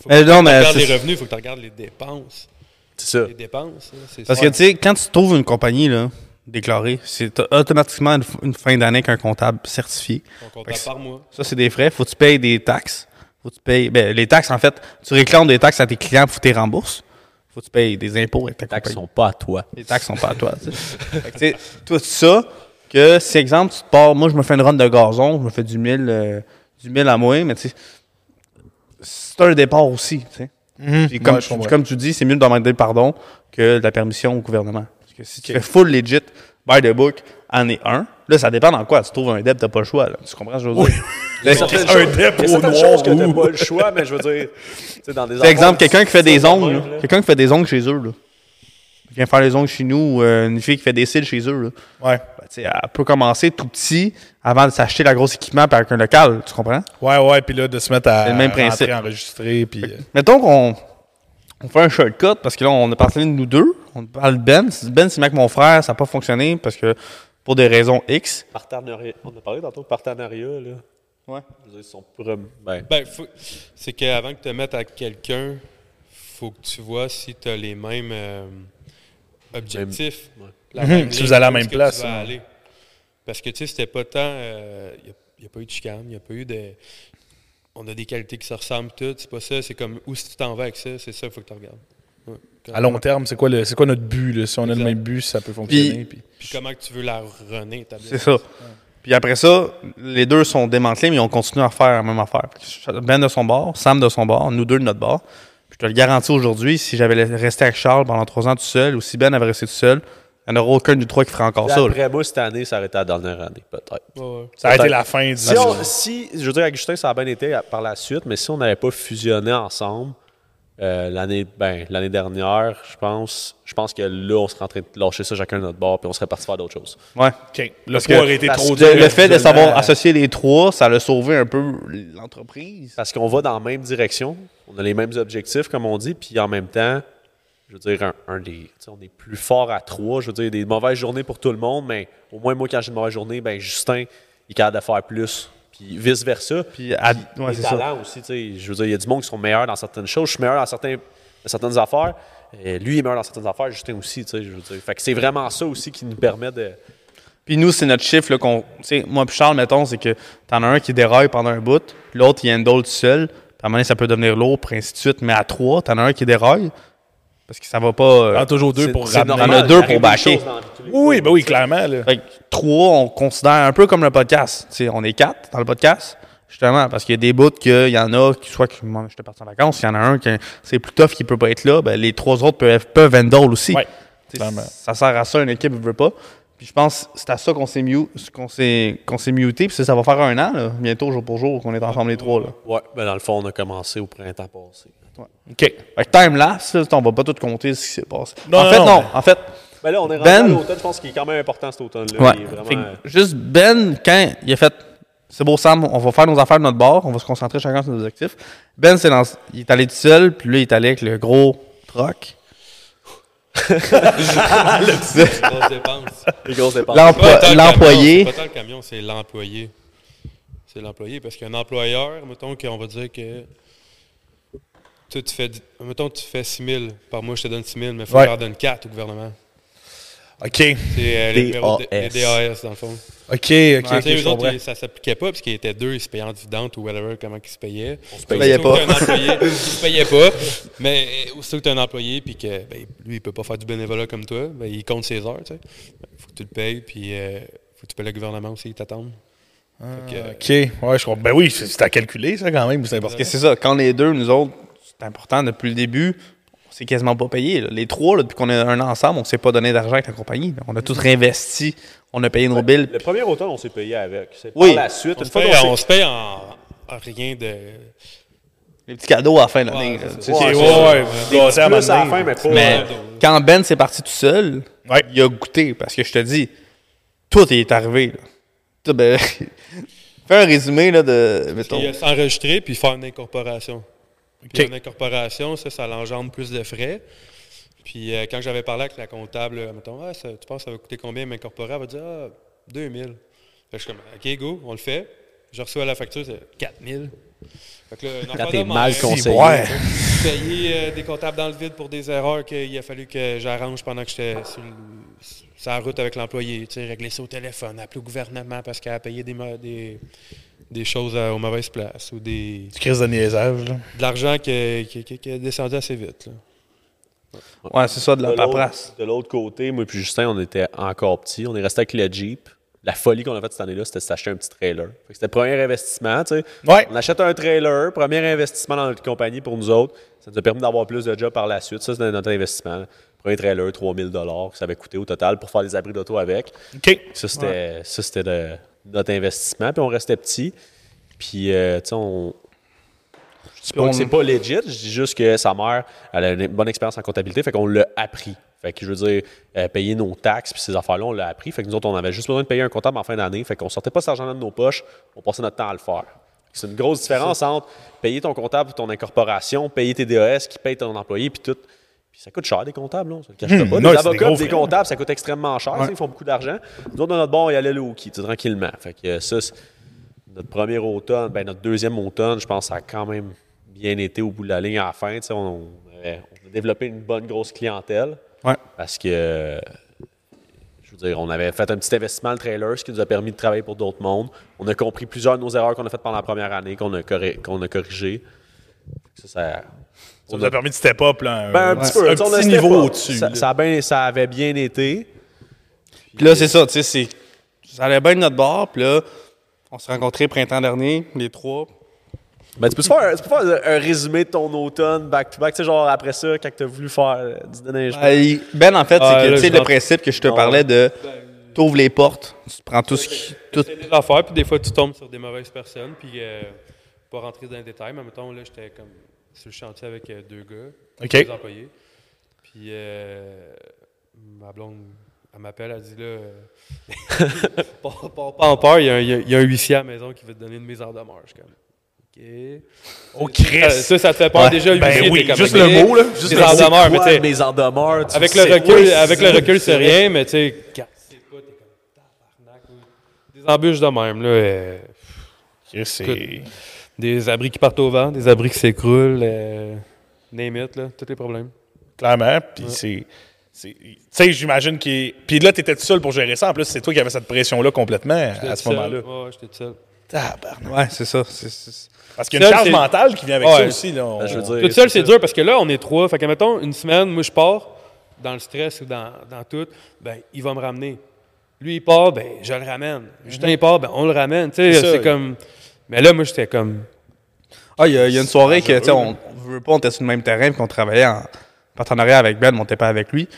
faut Mais que non, tu mais regardes c'est- les revenus, il faut que tu regardes les dépenses. C'est ça. Les dépenses, hein, c'est Parce ça. que, tu sais, quand tu trouves une compagnie, là, déclarée, c'est t'as automatiquement une, f- une fin d'année qu'un comptable certifié. Ton Fait que comptable par mois. Ça, c'est des frais. Faut que tu payes des taxes. Faut que tu payes. Ben, les taxes, en fait, tu réclames des taxes à tes clients, faut que tu les rembourses. Faut que tu payes des impôts avec ta Les taxes compagnie. sont pas à toi. Les taxes sont pas à toi. tu sais. Fait que, tu sais, tout ça, que si, exemple, tu te pars, moi, je me fais une run de gazon, je me fais du mille, euh, du mille à moi, mais tu sais, c'est un départ aussi. tu sais. Puis comme, Ouais, je tu- comprends. comme tu dis, c'est mieux de demander pardon que de la permission au gouvernement. Parce que si tu fais full legit, by the book, année 1, là, ça dépend dans quoi. Tu trouves un deb, t'as pas le choix. là. Tu comprends ce que je veux dire? Tu sais, certaines un dep choses- il y a au certaines noir choses que t'as ou- pas le choix, mais je veux dire, tu sais, dans des Par exemple, affaires, quelqu'un qui fait tu sais, des dans le ongles, même, là. là. quelqu'un qui fait des ongles chez eux, là. Qui vient faire les ongles chez nous, ou euh, une fille qui fait des cils chez eux, là. Ouais. Ben, tu sais, elle peut commencer tout petit avant de s'acheter la grosse équipement puis avec un local, tu comprends? Ouais, ouais, puis là, de se mettre à C'est le même rentrer, principe. enregistrer, puis... euh, Mettons qu'on on fait un shortcut parce que là, on a parlé de nous deux. On parle de Ben. Si Ben, c'est mec, mon frère, ça n'a pas fonctionné parce que pour des raisons X. Partenariat. On a parlé tantôt de partenariat, là. Ouais. Je veux dire, ils sont prom- ben, Ben, faut- c'est qu'avant que tu te mettes à quelqu'un, faut que tu vois si tu as les mêmes euh, objectifs. La Mhm, même si ligne, vous allez à la où même est-ce que place, tu vas hein. aller. Parce que, tu sais, c'était pas tant. Il n'y a, pas eu de chicane, il n'y a pas eu de. On a des qualités qui se ressemblent toutes, c'est pas ça. C'est comme où si tu t'en vas avec ça, c'est ça qu'il faut que tu regardes. Ouais. À long terme, c'est quoi, le- c'est quoi notre but? Là? Si on a le Exact. même but, ça peut fonctionner. puis- Puis comment que tu veux la runner, ta C'est ça. Puis après ça, les deux sont démantelés, mais on continue à faire la même affaire. Ben de son bord, Sam de son bord, nous deux de notre bord. Puis je te le garantis aujourd'hui, si j'avais resté avec Charles pendant trois ans tout seul, ou si Ben avait resté tout seul, il n'y en aura aucun du trois qui ferait encore ça. là. Après moi, cette année, ça aurait été la dernière année, peut-être. Ouais, ouais. Ça a été Peut-être. la fin du... Si, on- si- je veux dire, Augustin, ça a bien été à- par la suite, mais si on n'avait pas fusionné ensemble euh, l'année ben, l'année dernière, je pense, je pense que là, on serait en train de lâcher ça chacun de notre bord, puis on serait parti faire d'autres choses. Ouais. OK. Le Parce poids que- aurait été parce trop que Le, le dur, fait de isolant. savoir associer les trois, ça l'a sauvé un peu l'entreprise. Parce qu'on va dans la même direction, on a les mêmes objectifs, comme on dit, puis en même temps, je veux dire, un, un des, tu sais, on est plus fort à trois. Je veux dire, des mauvaises journées pour tout le monde, mais au moins, moi, quand j'ai une mauvaise journée, ben Justin, il est capable de faire plus, puis vice-versa. Puis, à- ouais, les c'est ça. talents aussi, tu sais, je veux dire, il y a du monde qui sont meilleurs dans certaines choses. Je suis meilleur dans, certains, dans certaines affaires. Et lui, il est meilleur dans certaines affaires, Justin aussi, tu sais, je veux dire. Fait que c'est vraiment ça aussi qui nous permet de... Puis nous, c'est notre chiffre là, qu'on. tu sais, Moi, puis Charles, mettons, c'est que t'en as un qui déraille pendant un bout, l'autre, il handle tout seul. Puis à un moment donné, ça peut devenir lourd, puis ainsi de suite. Mais à trois, t'en as un qui déraille parce que ça va pas. euh, Il y en a toujours deux pour c'est ramener. normal. deux il pour arrive des backer. choses dans la vie de tous les jours. Oui, ben oui, clairement. Là. Fait que trois, on considère un peu comme le podcast. Tu sais, on est quatre dans le podcast, justement, parce qu'il y a des bouts qu'il y en a qui, soit que moi, j'étais parti en vacances, il y en a un qui c'est plus tough qui peut pas être là, ben, les trois autres peuvent, peuvent handle aussi. Ouais, Tu sais, clairement. ça sert à ça, une équipe ne veut pas. Puis je pense que c'est à ça qu'on s'est mu- qu'on s'est qu'on s'est muté. Puis ça, ça va faire un an, là, bientôt, jour pour jour, qu'on est ensemble les trois. Là. Ouais, ben dans le fond, on a commencé au printemps passé. OK. Fait que time-lapse, là, on va pas tout compter ce qui s'est passé. Non, en non, fait, non, non. mais- En fait, Ben là, on est rendu Ben. à l'automne. Je pense qu'il est quand même important cet automne-là. Ouais. Il est vraiment, Fait que euh, juste Ben, quand il a fait c'est beau Sam, on va faire nos affaires de notre bord, on va se concentrer chacun sur nos objectifs. Ben, c'est dans- il est allé tout seul, puis lui, il est allé avec le gros troc. Grosse dépense. les grosses dépenses. Pas tant L'emploi- le L'employé. camion, C'est pas tant le camion, c'est l'employé. C'est l'employé parce qu'un employeur, mettons qu'on va dire que toi, tu fais, dix- mettons tu fais 6 000 par mois, je te donne 6 000, mais il faut Ouais. que tu leur donnes 4 au gouvernement. OK. C'est euh, les numéros de- les DAS. DAS, dans le fond. OK, OK, ok, Tu sais, je eux autres, comprends. ils- ça s'appliquait pas, parce qu'ils étaient deux, ils se payaient en dividende ou whatever, comment ils se payaient. On se payait pas. Un employé, ils se payaient pas. Mais euh, aussitôt que tu un employé, puis que ben, lui, il peut pas faire du bénévolat comme toi, ben, il compte ses heures, tu sais. Ben, faut que tu le payes, puis euh, faut que tu payes le gouvernement aussi, ils t'attendent. Fait que, euh, Ah, OK, ouais, je comprends. Ben oui, c'est c'est à calculer, ça, quand même. C'est important. Parce que c'est ça, quand les deux, nous autres, c'est important depuis le début, on s'est quasiment pas payé. là. Les trois, là, depuis qu'on est un an ensemble, on s'est pas donné d'argent avec la compagnie. là. On a tous réinvesti, on a payé nos billes. Le premier automne, on s'est payé avec. C'est Oui. par la suite. on, Une se fois paye, qu'on on s'est- se paye en, en rien de. Les petits cadeaux à la fin de l'année. Ouais, là, c'est tu sais, OK, ouais, c'est- Ouais, ouais, vous gâtez à un Plus à la moment fin, donné. mais pas. Mais quand Ben s'est parti tout seul, Ouais. il a goûté. Parce que je te dis, tout est arrivé. là. Tout, ben, *laughs* fais un résumé là, de. mettons, Puis, euh, s'enregistrer, puis faire une incorporation. Puis OK. une incorporation, ça, ça l'engendre plus de frais. Puis euh, quand j'avais parlé avec la comptable, euh, mettons, Ah, ça- tu penses que ça va coûter combien m'incorporer? Elle va dire, ah, 2000. Fait que je suis comme, OK, go, on le fait. Je reçois la facture, c'est 4000. Fait que là, une affaire t'es de mal même. conseillé. Ouais. Payer euh, des comptables dans le vide pour des erreurs qu'il a fallu que j'arrange pendant que j'étais sur, le- sur la route avec l'employé. Tu sais, régler ça au téléphone, appeler au gouvernement parce qu'elle a payé des, ma- des, des choses euh, aux mauvaises places ou des, Tu crises de niaisage, là. de l'argent qui, qui- qui- qui est descendu assez vite. là. Ouais, c'est ça, de la De l'autre- paperasse. De l'autre côté, moi puis Justin, on était encore petits. On est resté avec la Jeep. La folie qu'on a faite cette année-là, c'était de s'acheter un petit trailer. Fait que C'était le premier investissement, tu sais. Ouais. On achète un trailer, premier investissement dans notre compagnie pour nous autres. Ça nous a permis d'avoir plus de jobs par la suite. Ça, c'était notre investissement. Premier trailer, 3000 que ça avait coûté au total pour faire des abris d'auto avec. OK. Ça, c'était ça, c'était le- notre investissement. Puis on restait petit. Puis, euh, tu sais, on. Je dis pas on- que c'est pas legit, je dis juste que sa mère, elle a une bonne expérience en comptabilité, fait qu'on l'a appris. Fait que je veux dire, euh, payer nos taxes puis ces affaires-là, on l'a appris. Fait que nous autres, on avait juste besoin de payer un comptable en fin d'année. Fait qu'on sortait pas cet argent-là de nos poches, on passait notre temps à le faire. C'est une grosse différence entre payer ton comptable pour ton incorporation, payer tes DAS qui paye ton employé, puis tout. Puis ça coûte cher des comptables, là. on se le cachera Hmm, pas. non, des c'est des avocats, gros des frais. comptables, ça coûte extrêmement cher. tu sais, Ils font beaucoup d'argent. Nous autres, de notre bord, il allait le hockey, tu sais, tranquillement. Fait que euh, ça, c'est notre premier automne, ben, notre deuxième automne, je pense que ça a quand même bien été au bout de la ligne à la fin. tu sais, On, on avait- on a développé une bonne grosse clientèle Ouais. parce que, euh, je veux dire, on avait fait un petit investissement le trailer, ce qui nous a permis de travailler pour d'autres mondes. On a compris plusieurs de nos erreurs qu'on a faites pendant la première année, qu'on a, corri- qu'on a corrigées. Ça, ça- Ça vous a permis de step up, là. ben, un petit peu. Un Tu sais, on a petit step niveau up. au-dessus. Ça, là. ça a bien- ça avait bien été. Puis là, c'est ça, tu sais, c'est. Ça allait bien de notre bar, puis là, on s'est rencontrés printemps dernier, les trois. Ben, tu peux te faire, tu peux faire un- un résumé de ton automne back-to-back, tu sais, genre après ça, quand tu as voulu faire euh, du déneigement. Ah, il- Ben, en fait, Ah, c'est que, là, tu sais, je le pense- principe que je Ah, te Non. parlais de. T'ouvres les portes, tu prends tout ce qui. Tout... C'est des affaires, puis des fois, tu tombes sur des mauvaises personnes, puis euh, pas rentrer dans les détails, mais mettons, là, j'étais comme sur le chantier avec euh, deux gars, OK. deux employés. Puis euh, ma blonde, elle m'appelle, elle dit là, euh, *laughs* pars- pars pas en peur, il y, a un- il y a- il y a un huissier à la maison qui veut te donner une mise en demeure. Je suis comme, OK. Oh, Ça, Euh, Christ. ça, ça te fait peur Ouais. déjà, Ben huissier, oui, t'es comme, juste OK, le mot, là, juste mise le en mot. demeure, mais Quoi, tu sais, mes endemeures, tu avec le sais recul, quoi, avec le c'est- recul, c'est rien, mais tu sais, quand tu sais pas, t'es comme tabarnak. ou Des embûches de même, là. euh, Chris, c'est- des abris qui partent au vent, des abris qui s'écroulent, euh, name it, là, tous les problèmes. Clairement. Puis c'est. c'est- Tu sais, j'imagine qu'il. Puis là, t'étais tout seul pour gérer ça. En plus, c'est toi qui avais cette pression-là complètement à ce J'étais tout moment-là. seul. Ouais, ouais, j'étais tout seul. Tabarnak. Ouais, c'est ça. c'est- c'est- Parce qu'il y a une Seul, charge c'est- mentale qui vient avec Ouais. ça aussi. Là, on- Ben, je veux dire, Tout seul, c'est dur parce que là, on est trois. Fait que, mettons, une semaine, moi, je pars dans le stress ou dans, dans tout, ben, il va me ramener. Lui, il part, ben, je le ramène. Justin, il part, ben, on le ramène. Tu sais, C'est ça. c'est comme. Mais là, moi, j'étais comme. Ah, il y, a- il y a une soirée que, tu sais, on, on veut pas, on était sur le même terrain, puis on travaillait en partenariat avec Ben, mais on n'était pas avec lui.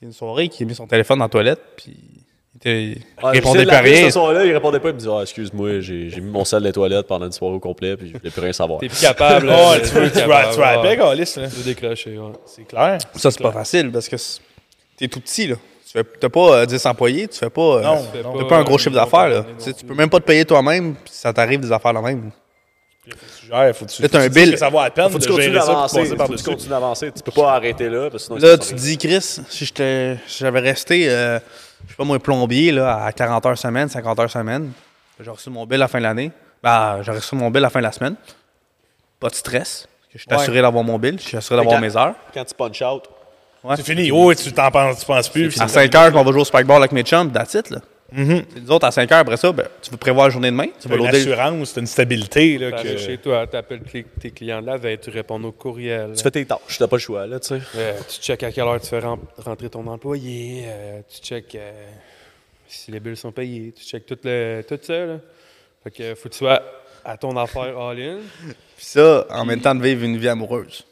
Il y a une soirée qui a mis son téléphone dans la toilette, puis il, était, il Ah, répondait j'essayais de pas à l'appeler rien. Ce soir-là, il répondait pas, il me dit ah, excuse-moi, j'ai j'ai mis mon sel des toilettes pendant une soirée au complet, puis je voulais plus rien savoir. T'es plus capable. *laughs* Ouais, tu là, t'es veux plus tu capable, ouais. rappais, Gaulis, là. Tu veux décrocher, ouais. C'est clair. Ça, c'est pas facile, parce que c'est- t'es tout petit, là. Tu fais- t'as pas euh, 10 employés, tu fais pas. euh, Non, fais non. T'as pas un gros Ouais, chiffre non, d'affaires, pas là. donné Tu sais, non tu peux même pas te payer toi-même, puis ça t'arrive des affaires là-même. tu gères, faut que tu, Là, t'as un faut que tu dises bill. que ça va à peine Faut que tu de continues gérer ça pour d'avancer, passer faut que tu par-dessus. continues d'avancer, tu peux pas arrêter là, parce que sinon... Là, c'est- tu te dis, Chris, si j'étais- si j'avais resté, euh, je sais pas moi, plombier, là, à 40 heures semaine, 50 heures semaine, j'aurais reçu mon bill à la fin de l'année. Ben, j'aurais reçu mon bill à la fin de la semaine. Pas de stress. parce que Je suis assuré d'avoir mon bill, je suis assuré d'avoir Fait que- mes heures. Quand tu punch out, Ouais. C'est fini. Oh, tu t'en penses, tu penses plus. puis À c'est- Mm-hmm. 5 heures, on va jouer au Spikeball avec mes chums, that's it, là. C'est Nous autres, à 5 heures, après ça, ben, tu veux prévoir la journée de demain, tu C'est vas une loader. assurance, c'est une stabilité. Là, T'arrives que... chez toi, t'appelles cli- tes clients de la veille, tu réponds aux courriels. Tu fais tes tâches, t'as pas le choix, là, *laughs* tu sais. Euh, tu checkes à quelle heure tu fais rem- rentrer ton employé, euh, tu checkes euh, si les billes sont payées, tu checkes tout, le, tout ça. Là. Fait que faut que tu sois à ton affaire all-in. Puis ça, en même temps de vivre une vie amoureuse.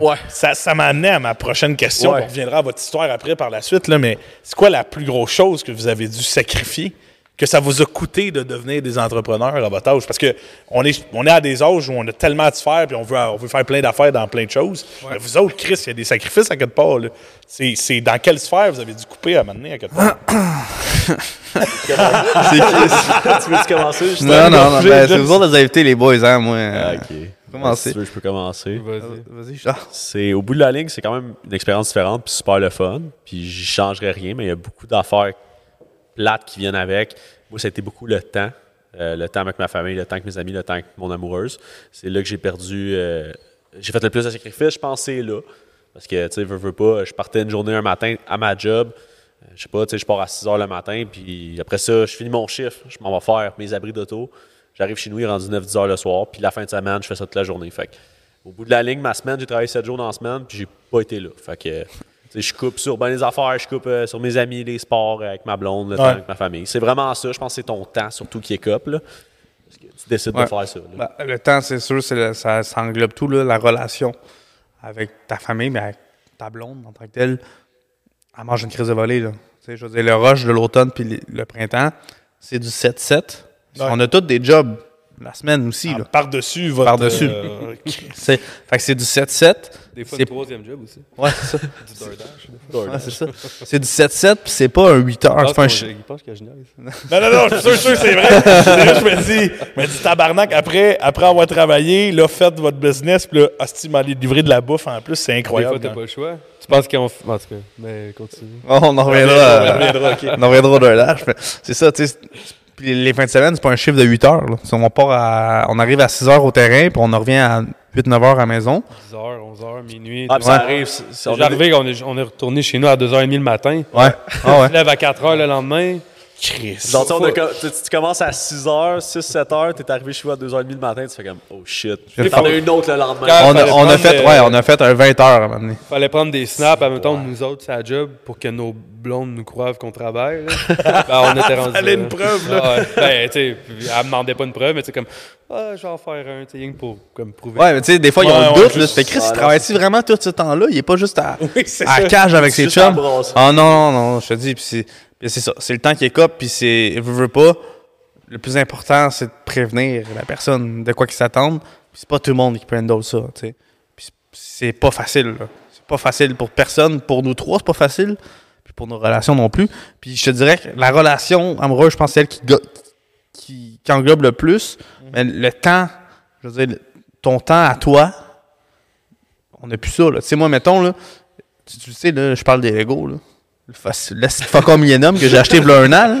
Ouais. Ça, ça m'a amené à ma prochaine question. Ouais. On reviendra à votre histoire après par la suite. Là, mais c'est quoi la plus grosse chose que vous avez dû sacrifier, que ça vous a coûté de devenir des entrepreneurs à votre âge? Parce que on est, on est à des âges où on a tellement à se faire puis on veut, on veut faire plein d'affaires dans plein de choses. Mais vous autres, Chris, il y a des sacrifices à quelque part. là. C'est c'est dans quelle sphère vous avez dû couper à m'amener à quelque part? tu veux-tu commencer, juste Non, non, non, gorgée, ben, là. c'est vous autres les invités, les boys, hein, moi. euh, Ok. Commencez. Si tu veux, je peux commencer. Vas-y. Vas-y, Charles. C'est au bout de la ligne, c'est quand même une expérience différente, puis super le fun. Puis j'y changerais rien, mais il y a beaucoup d'affaires plates qui viennent avec. Moi, ça a été beaucoup le temps. Euh, le temps avec ma famille, le temps avec mes amis, le temps avec mon amoureuse. C'est là que j'ai perdu. euh, j'ai fait le plus de sacrifices, je pensais là. Parce que, tu sais, veux, veux pas, je partais une journée un matin à ma job. Euh, Je sais pas, tu sais, je pars à 6 h le matin, puis après ça, je finis mon chiffre, je m'en vais faire mes abris d'auto. J'arrive chez nous, il est rendu 9-10 heures le soir, puis la fin de semaine, je fais ça toute la journée. Fait que, au bout de la ligne, ma semaine, j'ai travaillé 7 jours dans la semaine, puis j'ai pas été là. Fait que, euh, tu sais, je coupe sur ben, les affaires, je coupe euh, sur mes amis, les sports, euh, avec ma blonde, le temps Ouais. avec ma famille. C'est vraiment ça, je pense que c'est ton temps, surtout qui écope, là. Parce que tu décides Ouais. de faire ça. là. Ben, le temps, c'est sûr, c'est le- ça, ça englobe tout, là, la relation avec ta famille, mais avec ta blonde en tant que telle. Elle mange une crise de volée. Là. Tu sais, Je veux dire, le rush de l'automne puis le, le printemps, c'est du 7-7. Ouais. On a tous des jobs la semaine aussi. Ah, là. Par-dessus votre. Par-dessus. euh, Chris. C'est, fait que c'est du 7-7. Des fois, C'est- le troisième job aussi. Ouais, c'est ça. Du DoorDash. Ouais, c'est ça. C'est du 7-7, puis c'est pas un 8 heures. Ah, C'est pas un je chi- pense que je niaise. Non, non, non, je suis sûr, je suis sûr, c'est vrai. C'est vrai, Je me dis, je me dis, tabarnak, après, après avoir travaillé, là, faites votre business, puis là, hostie, m'aller livrer de la bouffe en plus, c'est Des fois, incroyable. t'as hein. pas le choix. Tu penses qu'on. f- En tout cas, mais continue. Oh, on en reviendra. On euh, reviendra, ok. On en reviendra au DoorDash. mais C'est ça, tu sais. c'est- Puis les fins de semaine, c'est pas un chiffre de 8 heures. là. Si On, part à- on arrive à 6 heures au terrain, puis on en revient à 8-9 heures à la maison. 10h, 11h, minuit. Ah, puis ça Ouais. arrive. c'est- c'est- on a des- J'arrivais, on est, on est retourné chez nous à 2h30 le matin. Ouais. Ah On *laughs* ouais. se lève à 4h le lendemain. Chris. Genre, tu sais, on a com- tu, tu commences à 6h, 6, 7h, t'es arrivé chez vous à 2h30 le matin, tu fais comme, oh shit. J'ai T'en fait- as une autre le lendemain. Quand- On a, fallait on a prendre fait, euh, le- ouais, on a fait un 20 heures à un moment donné. Fallait prendre des snaps, à temps de nous autres, sa job, pour que nos blondes nous croivent qu'on travaille. là. ben, on était rendus. Fallait là. une preuve, Ah ouais. Ben, tu sais, puis elle me demandait pas une preuve, mais tu sais, comme, ah, je vais en faire un, tu sais, rien que pour comme, prouver. Ouais, mais tu sais, des fois, ils ont Ouais, le ouais, doute. juste- là. Tu fais, Chris, Ouais, il non, travaille-tu vraiment tout ce temps-là? Il est pas juste à, *laughs* Oui, c'est à ça. cage avec ses juste à chums. brasser. Ah non, non, non, je te dis. Puis c'est puis c'est ça. C'est le temps qui est cop, puis c'est. Veux, veux pas. Le plus important, c'est de prévenir la personne de quoi qu'ils s'attendent. Puis c'est pas tout le monde qui peut handle ça, tu sais. Puis c'est- c'est pas facile, là. C'est pas facile pour personne. Pour nous trois, c'est pas facile. Puis pour nos relations non plus. Puis je te dirais que la relation amoureuse, je pense, c'est elle qui, go- qui, qui englobe le plus. Mais le temps, je veux dire, ton temps à toi, on n'a plus ça, là. Tu sais, moi, mettons, là, tu, tu sais, là, je parle des Lego, là. Le fac- le Facom Millennium que j'ai acheté il y a un an, là.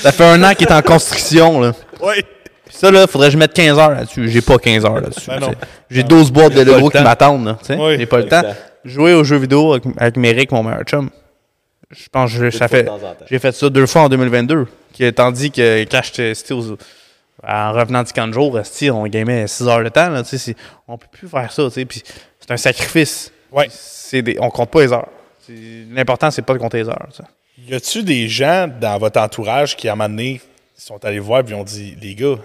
ça fait un an qu'il est en construction, là. Ouais. Puis ça, là, faudrait que je mette 15 heures là-dessus. J'ai pas 15 heures là-dessus. Ben non. tu sais. J'ai 12 boîtes de pas Lego le qui temps. m'attendent, là. tu sais. Oui. J'ai pas le temps. Jouer aux jeux vidéo avec, avec Merrick, mon meilleur chum. Je pense que je- ça fois fait. de temps en temps. J'ai fait ça deux fois en 2022. qui- Tandis que quand j'étais c'était aux- en revenant du camp de jour, esti, on gamait 6 heures de temps. Là, tu sais, c'est- on peut plus faire ça. tu sais, puis C'est un sacrifice. Ouais. C'est Des, on compte pas les heures. C'est- L'important, c'est pas de compter les heures. tu sais. Y a-tu des gens dans votre entourage qui, à un moment donné, sont allés voir puis ont dit, les gars,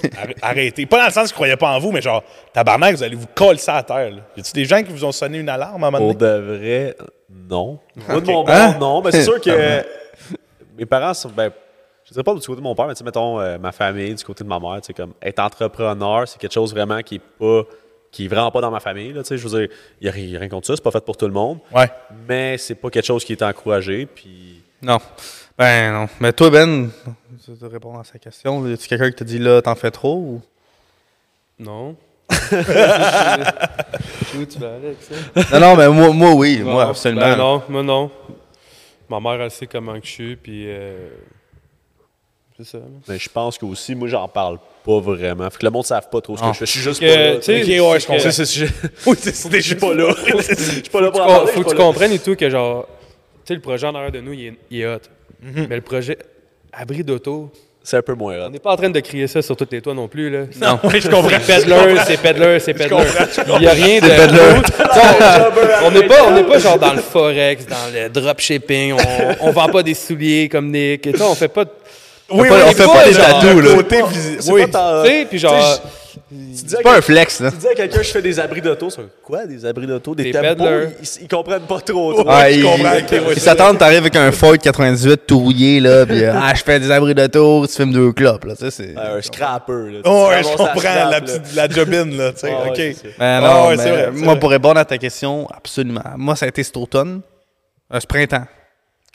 *laughs* arr- arrêtez. Pas dans le sens qu'ils croyaient pas en vous, mais genre, tabarnak, vous allez vous coller ça à terre. là. Y a-tu des gens qui vous ont sonné une alarme Ah, à un moment Pour donné? de vrai, non. Moi, de mon bord, Hein? non. Mais c'est sûr que mes parents sont. Ben, je dirais pas du côté de mon père, mais tu sais, mettons, euh, ma famille, du côté de ma mère, tu sais, comme être entrepreneur, c'est quelque chose vraiment qui est pas. qui est vraiment pas dans ma famille, là, tu sais. Je veux dire, il n'y a, rien contre ça, c'est pas fait pour tout le monde. Ouais. Mais c'est pas quelque chose qui est encouragé, puis. Non. Ben non. Mais toi, Ben, tu te répondre à sa question. Y a-tu quelqu'un qui te dit là, t'en fais trop ou. Non. Je sais où tu vas aller avec ça. *laughs* Non, non, mais moi, moi oui. Non, moi, absolument. ben non, moi non. Ma mère, elle sait comment que je suis, puis euh, C'est ça. là. Mais je pense que aussi, moi, j'en parle pas vraiment. Fait que le monde ne savent pas trop ce que je fais. Je suis juste que, pas là. tu sais, Ok, c'est ouais, je que- comprends. C'est- c'est- je- *laughs* Oui, c'est- c'est- je suis pas là. *laughs* Je suis pas là pour en Faut, parler, je faut que tu suis pas là. comprennes et tout que genre, tu sais, le projet en arrière de nous, il est, il est hot. Mais le projet abri d'auto, C'est un peu moins on hot. n'est pas en train de crier ça sur toutes les toits non plus, là. *laughs* Non, oui, je comprends. C'est peddler, c'est peddler, c'est peddler. Il n'y a rien de. on n'est pas, on n'est pas genre dans le forex, dans le dropshipping. On, on vend pas des souliers comme Nick. Et tout, on fait pas. de- Oui, on oui, fait c'est pas des genre, tatous, le là. côté visi- C'est oui. pas tant- Tu sais, puis genre, Tu dis à C'est pas un flex, là. Tu dis à quelqu'un, je fais des abris d'auto. C'est un, quoi, des abris d'auto? Des, Des tempos? peddlers. Ils, ils comprennent pas trop. trop. Ah, je ils comprends, ok, ouais, ils c'est- s'attendent, t'arrives avec un Ford 98 tout rouillé, *laughs* là, pis euh, ah, je fais des abris de tour, tu fumes deux clopes, là, tu sais, c'est... Ben Ouais, Euh, un scrapper. Là, Oh, Tu ouais, ramasses je la comprends scrap, la là. petite la jobine là, tu sais. Ah, ouais, OK. c'est ça. Ben Ah, non, ouais, mais c'est vrai, c'est moi, vrai. pour répondre à ta question, absolument. Moi, ça a été cet automne, euh, ce printemps.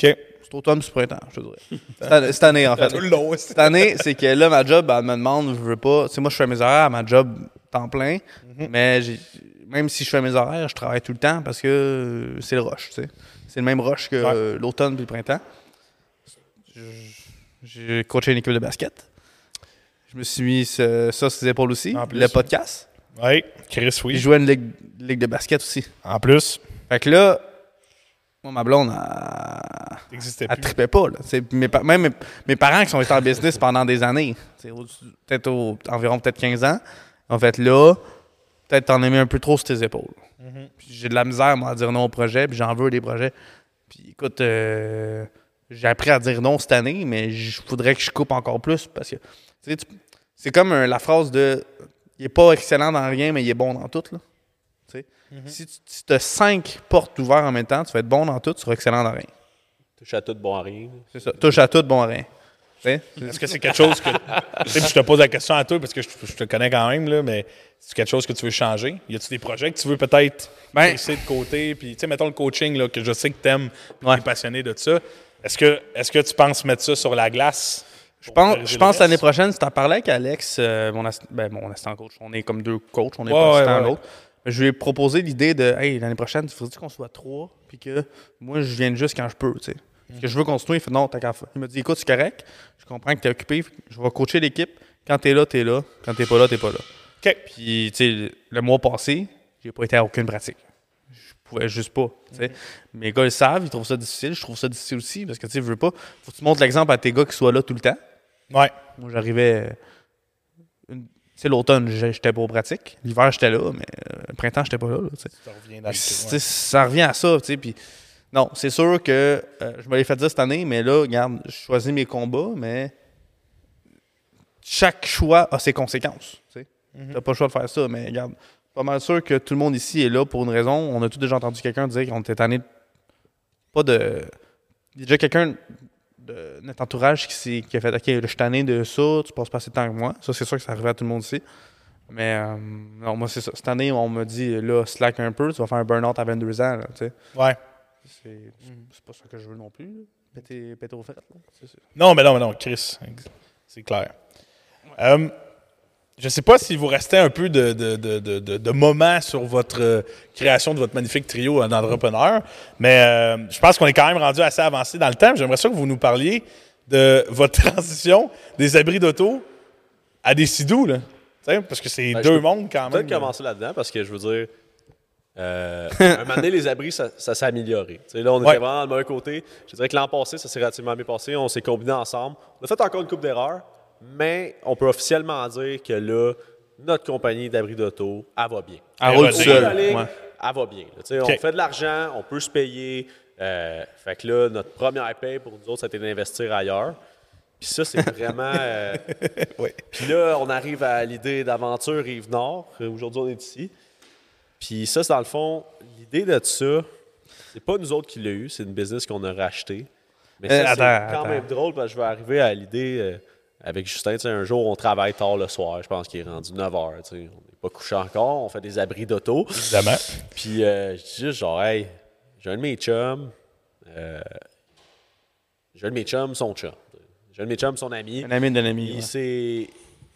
OK. Cet automne, ce printemps, je te dirais. Cette année- *laughs* Cette année, en fait. Tout le long, c'est- Cette année, c'est que là, ma job, elle me demande, je veux pas. Tu sais, moi, je fais mes horaires à ma job temps plein, Mhm. mais j'ai- même si je fais mes horaires, je travaille tout le temps parce que euh, c'est le rush, tu sais. C'est le même rush que Ouais. euh, l'automne puis le printemps. Je- J'ai coaché une équipe de basket. Je me suis mis ce- ça sur les épaules aussi. En plus. le podcast. Ouais, Chris Puis je oui. jouais à une ligue, ligue de basket aussi. En plus, Fait que là, moi, ma blonde, elle, n'existait elle plus. tripait pas. Là. T'sais, Mes, pa- même mes, mes parents qui sont restés en business pendant des années, t'sais, au- peut-être au- environ peut-être 15 ans, en fait là, peut-être t'en as mis un peu trop sur tes épaules. Puis J'ai de la misère, moi, à dire non au projet, puis j'en veux des projets. Puis écoute, euh, j'ai appris à dire non cette année, mais je voudrais que je coupe encore plus parce que t'sais, tu- c'est comme euh, la phrase de il est pas excellent dans rien, mais il est bon dans tout. Là. T'sais, Si tu si t'as cinq portes ouvertes en même temps, tu vas être bon dans tout, tu seras excellent dans rien. Touche à tout, bon à rien. C'est ça. Touche à tout, bon à rien. Tu sais? Est-ce que c'est quelque chose *laughs* que. Tu sais, puis je te pose la question à toi parce que je, je te connais quand même, là, mais c'est quelque chose que tu veux changer? Y a-tu des projets que tu veux peut-être Ben- laisser de côté? Puis, tu sais, mettons le coaching, là, que je sais que t'aimes, que Ouais. t'es passionné de ça. Est-ce que, est que tu penses mettre ça sur la glace? Je pense, je pense l'année prochaine, si t'en parlais avec Alex, euh, mon, assi- ben, mon assistant coach, on est comme deux coachs, on est Ouais, pas assistant ouais, ouais. l'autre. Je lui ai proposé l'idée de Hey, l'année prochaine, il faudrait qu'on soit trois, puis que moi, je vienne juste quand je peux. tu sais. Parce que je veux construire, il fait non, t'as qu'à faire. Il m'a dit Écoute, c'est correct, je comprends que t'es occupé, je vais coacher l'équipe. Quand t'es là, t'es là. Quand t'es pas là, t'es pas là. OK. Puis, tu sais, le- le mois passé, j'ai pas été à aucune pratique. Je pouvais juste pas. tu sais. Mes gars le savent, ils trouvent ça difficile. Je trouve ça difficile aussi parce que, tu sais, je veux pas. Faut que tu montres l'exemple à tes gars qui soient là tout le temps. Ouais. Moi, j'arrivais. euh, une- Tu sais, l'automne, j'ai- j'étais pas aux pratiques. L'hiver, j'étais là, mais euh, le printemps, j'étais pas là. là, tu sais. Ça revient dans le- Puis, tu sais, Ça revient à ça, tu sais. Puis, non, c'est sûr que euh, je me l'ai fait dire cette année, mais là, regarde, je choisis mes combats, mais chaque choix a ses conséquences. Tu n'as pas le choix de faire ça, mais regarde, pas mal sûr que tout le monde ici est là pour une raison. On a tous déjà entendu quelqu'un dire qu'on était tanné de- pas de. Il y a déjà quelqu'un de notre entourage qui, s'est- qui a fait Ok, là, je suis tanné de ça, tu passes pas assez de temps que moi. Ça, c'est sûr que ça arrivait à tout le monde ici. Mais euh, non, moi, c'est ça. Cette année, on me dit, là, slack un peu, tu vas faire un burn-out à 22 ans. là, tu sais. Ouais. C'est c'est pas ça que je veux non plus. là. Mhm. Péter, péter aux frettes, là. C'est ça. Non, mais non, mais non, Chris, c'est clair. Euh, je sais pas si vous restez un peu de, de, de- de- de- de moments sur votre euh, création de votre magnifique trio euh, d'entrepreneurs, mais euh, je pense qu'on est quand même rendu assez avancé dans le temps. J'aimerais ça que vous nous parliez de *laughs* votre transition des abris d'auto à des sidous, là. Tu sais, Parce que c'est Ben, je deux peux mondes quand même. peut-être commencer là-dedans parce que je veux dire. *laughs* euh, un moment donné, les abris, ça, ça s'est amélioré. Tu sais, là, on Ouais. était vraiment dans le mauvais côté. Je dirais que l'an passé, ça s'est relativement bien passé. On s'est combinés ensemble. On a fait encore une coupe d'erreurs, mais on peut officiellement dire que là, notre compagnie d'abris d'auto, elle va bien. Elle Elle roule va toute dire- seule. La ligue, ouais. Elle va bien. là. Tu sais, OK. On fait de l'argent, on peut se payer. Euh, fait que là, notre première paye pour nous autres, c'était d'investir ailleurs. Puis ça, c'est vraiment. *laughs* euh, Oui. Puis là, on arrive à l'idée d'aventure Rive-Nord. Euh, Aujourd'hui, on est ici. Puis ça, c'est dans le fond, l'idée de ça, c'est pas nous autres qui l'a eu, c'est une business qu'on a racheté. Mais Euh, ça, attends, c'est quand attends. même drôle parce que je vais arriver à l'idée euh, avec Justin. tu sais, un jour, on travaille tard le soir. Je pense qu'il est rendu 9 h. On n'est pas couché encore. On fait des abris d'auto. Évidemment. Puis euh, je dis juste genre, hey, j'ai un de mes chums. euh, j'ai un de mes chums, son chum. J'ai un de mes chums, son ami. Un ami d'un ami. Il ouais. s'est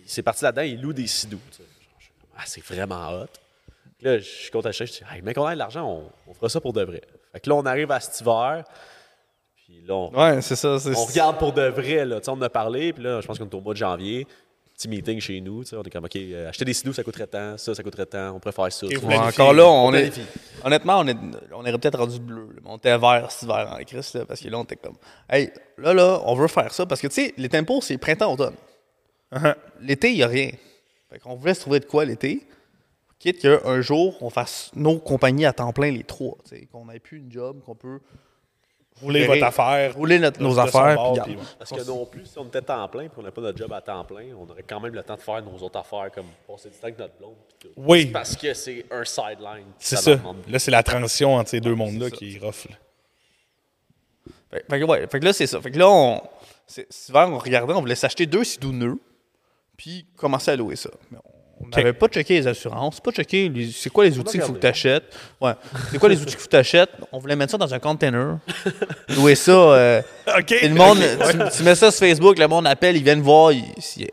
il s'est parti là-dedans, il loue des sidoux. tu sais. Genre, je suis comme, Ah, c'est vraiment hot. Puis là, je compte acheter, je dis, hey, mec, on a de l'argent, on, on fera ça pour de vrai. Fait que là, on arrive à cet hiver, puis Puis là, on, Ouais, c'est ça. c'est- on regarde pour de vrai. Là. Tu sais, On en a parlé, puis là, je pense qu'on est au mois de janvier. Petit meeting chez nous. tu sais, On est comme, OK, euh, acheter des silos, ça coûterait tant. Ça, ça coûterait tant. On pourrait faire ça. Et tu vous Ouais, sais. planifie, encore là, on on est. planifie. Honnêtement, on, est, on irait peut-être rendu bleu. là, mais on était vert, cet hiver en crise, là, parce que là, on était comme. Hey, là, là, on veut faire ça. Parce que, tu sais, les tempos, c'est printemps-automne. Uh-huh. L'été, il n'y a rien. Fait qu'on voulait se trouver de quoi l'été. Quitte qu'un jour, on fasse nos compagnies à temps plein, les trois. tu sais, Qu'on n'ait plus une job, qu'on peut Roulez votre affaire. rouler notre- de- nos de son affaires. bord, puis puis garde. Parce que non plus, si on était temps plein et qu'on n'a pas notre job à temps plein, on aurait quand même le temps de faire nos autres affaires, comme passer du temps avec notre blonde. pis tout. Oui. Parce que c'est un sideline. C'est ça. demande. Là, c'est la transition entre ces deux mondes-là qui est rough. là. Fait, fait que, ouais, fait que là, c'est ça. Fait que là, on, c'est- cet hiver, on regardait, on voulait s'acheter deux sidoux neufs, puis commencer à louer ça. Mais on n'avait pas checké les assurances, pas checké les- c'est quoi les outils qu'il faut que tu achètes. Ouais. C'est quoi les outils qu'il faut que tu achètes. On voulait mettre ça dans un container, louer ça. euh, OK. et le monde, tu, tu mets ça sur Facebook, le monde appelle, ils viennent voir, ils, ils-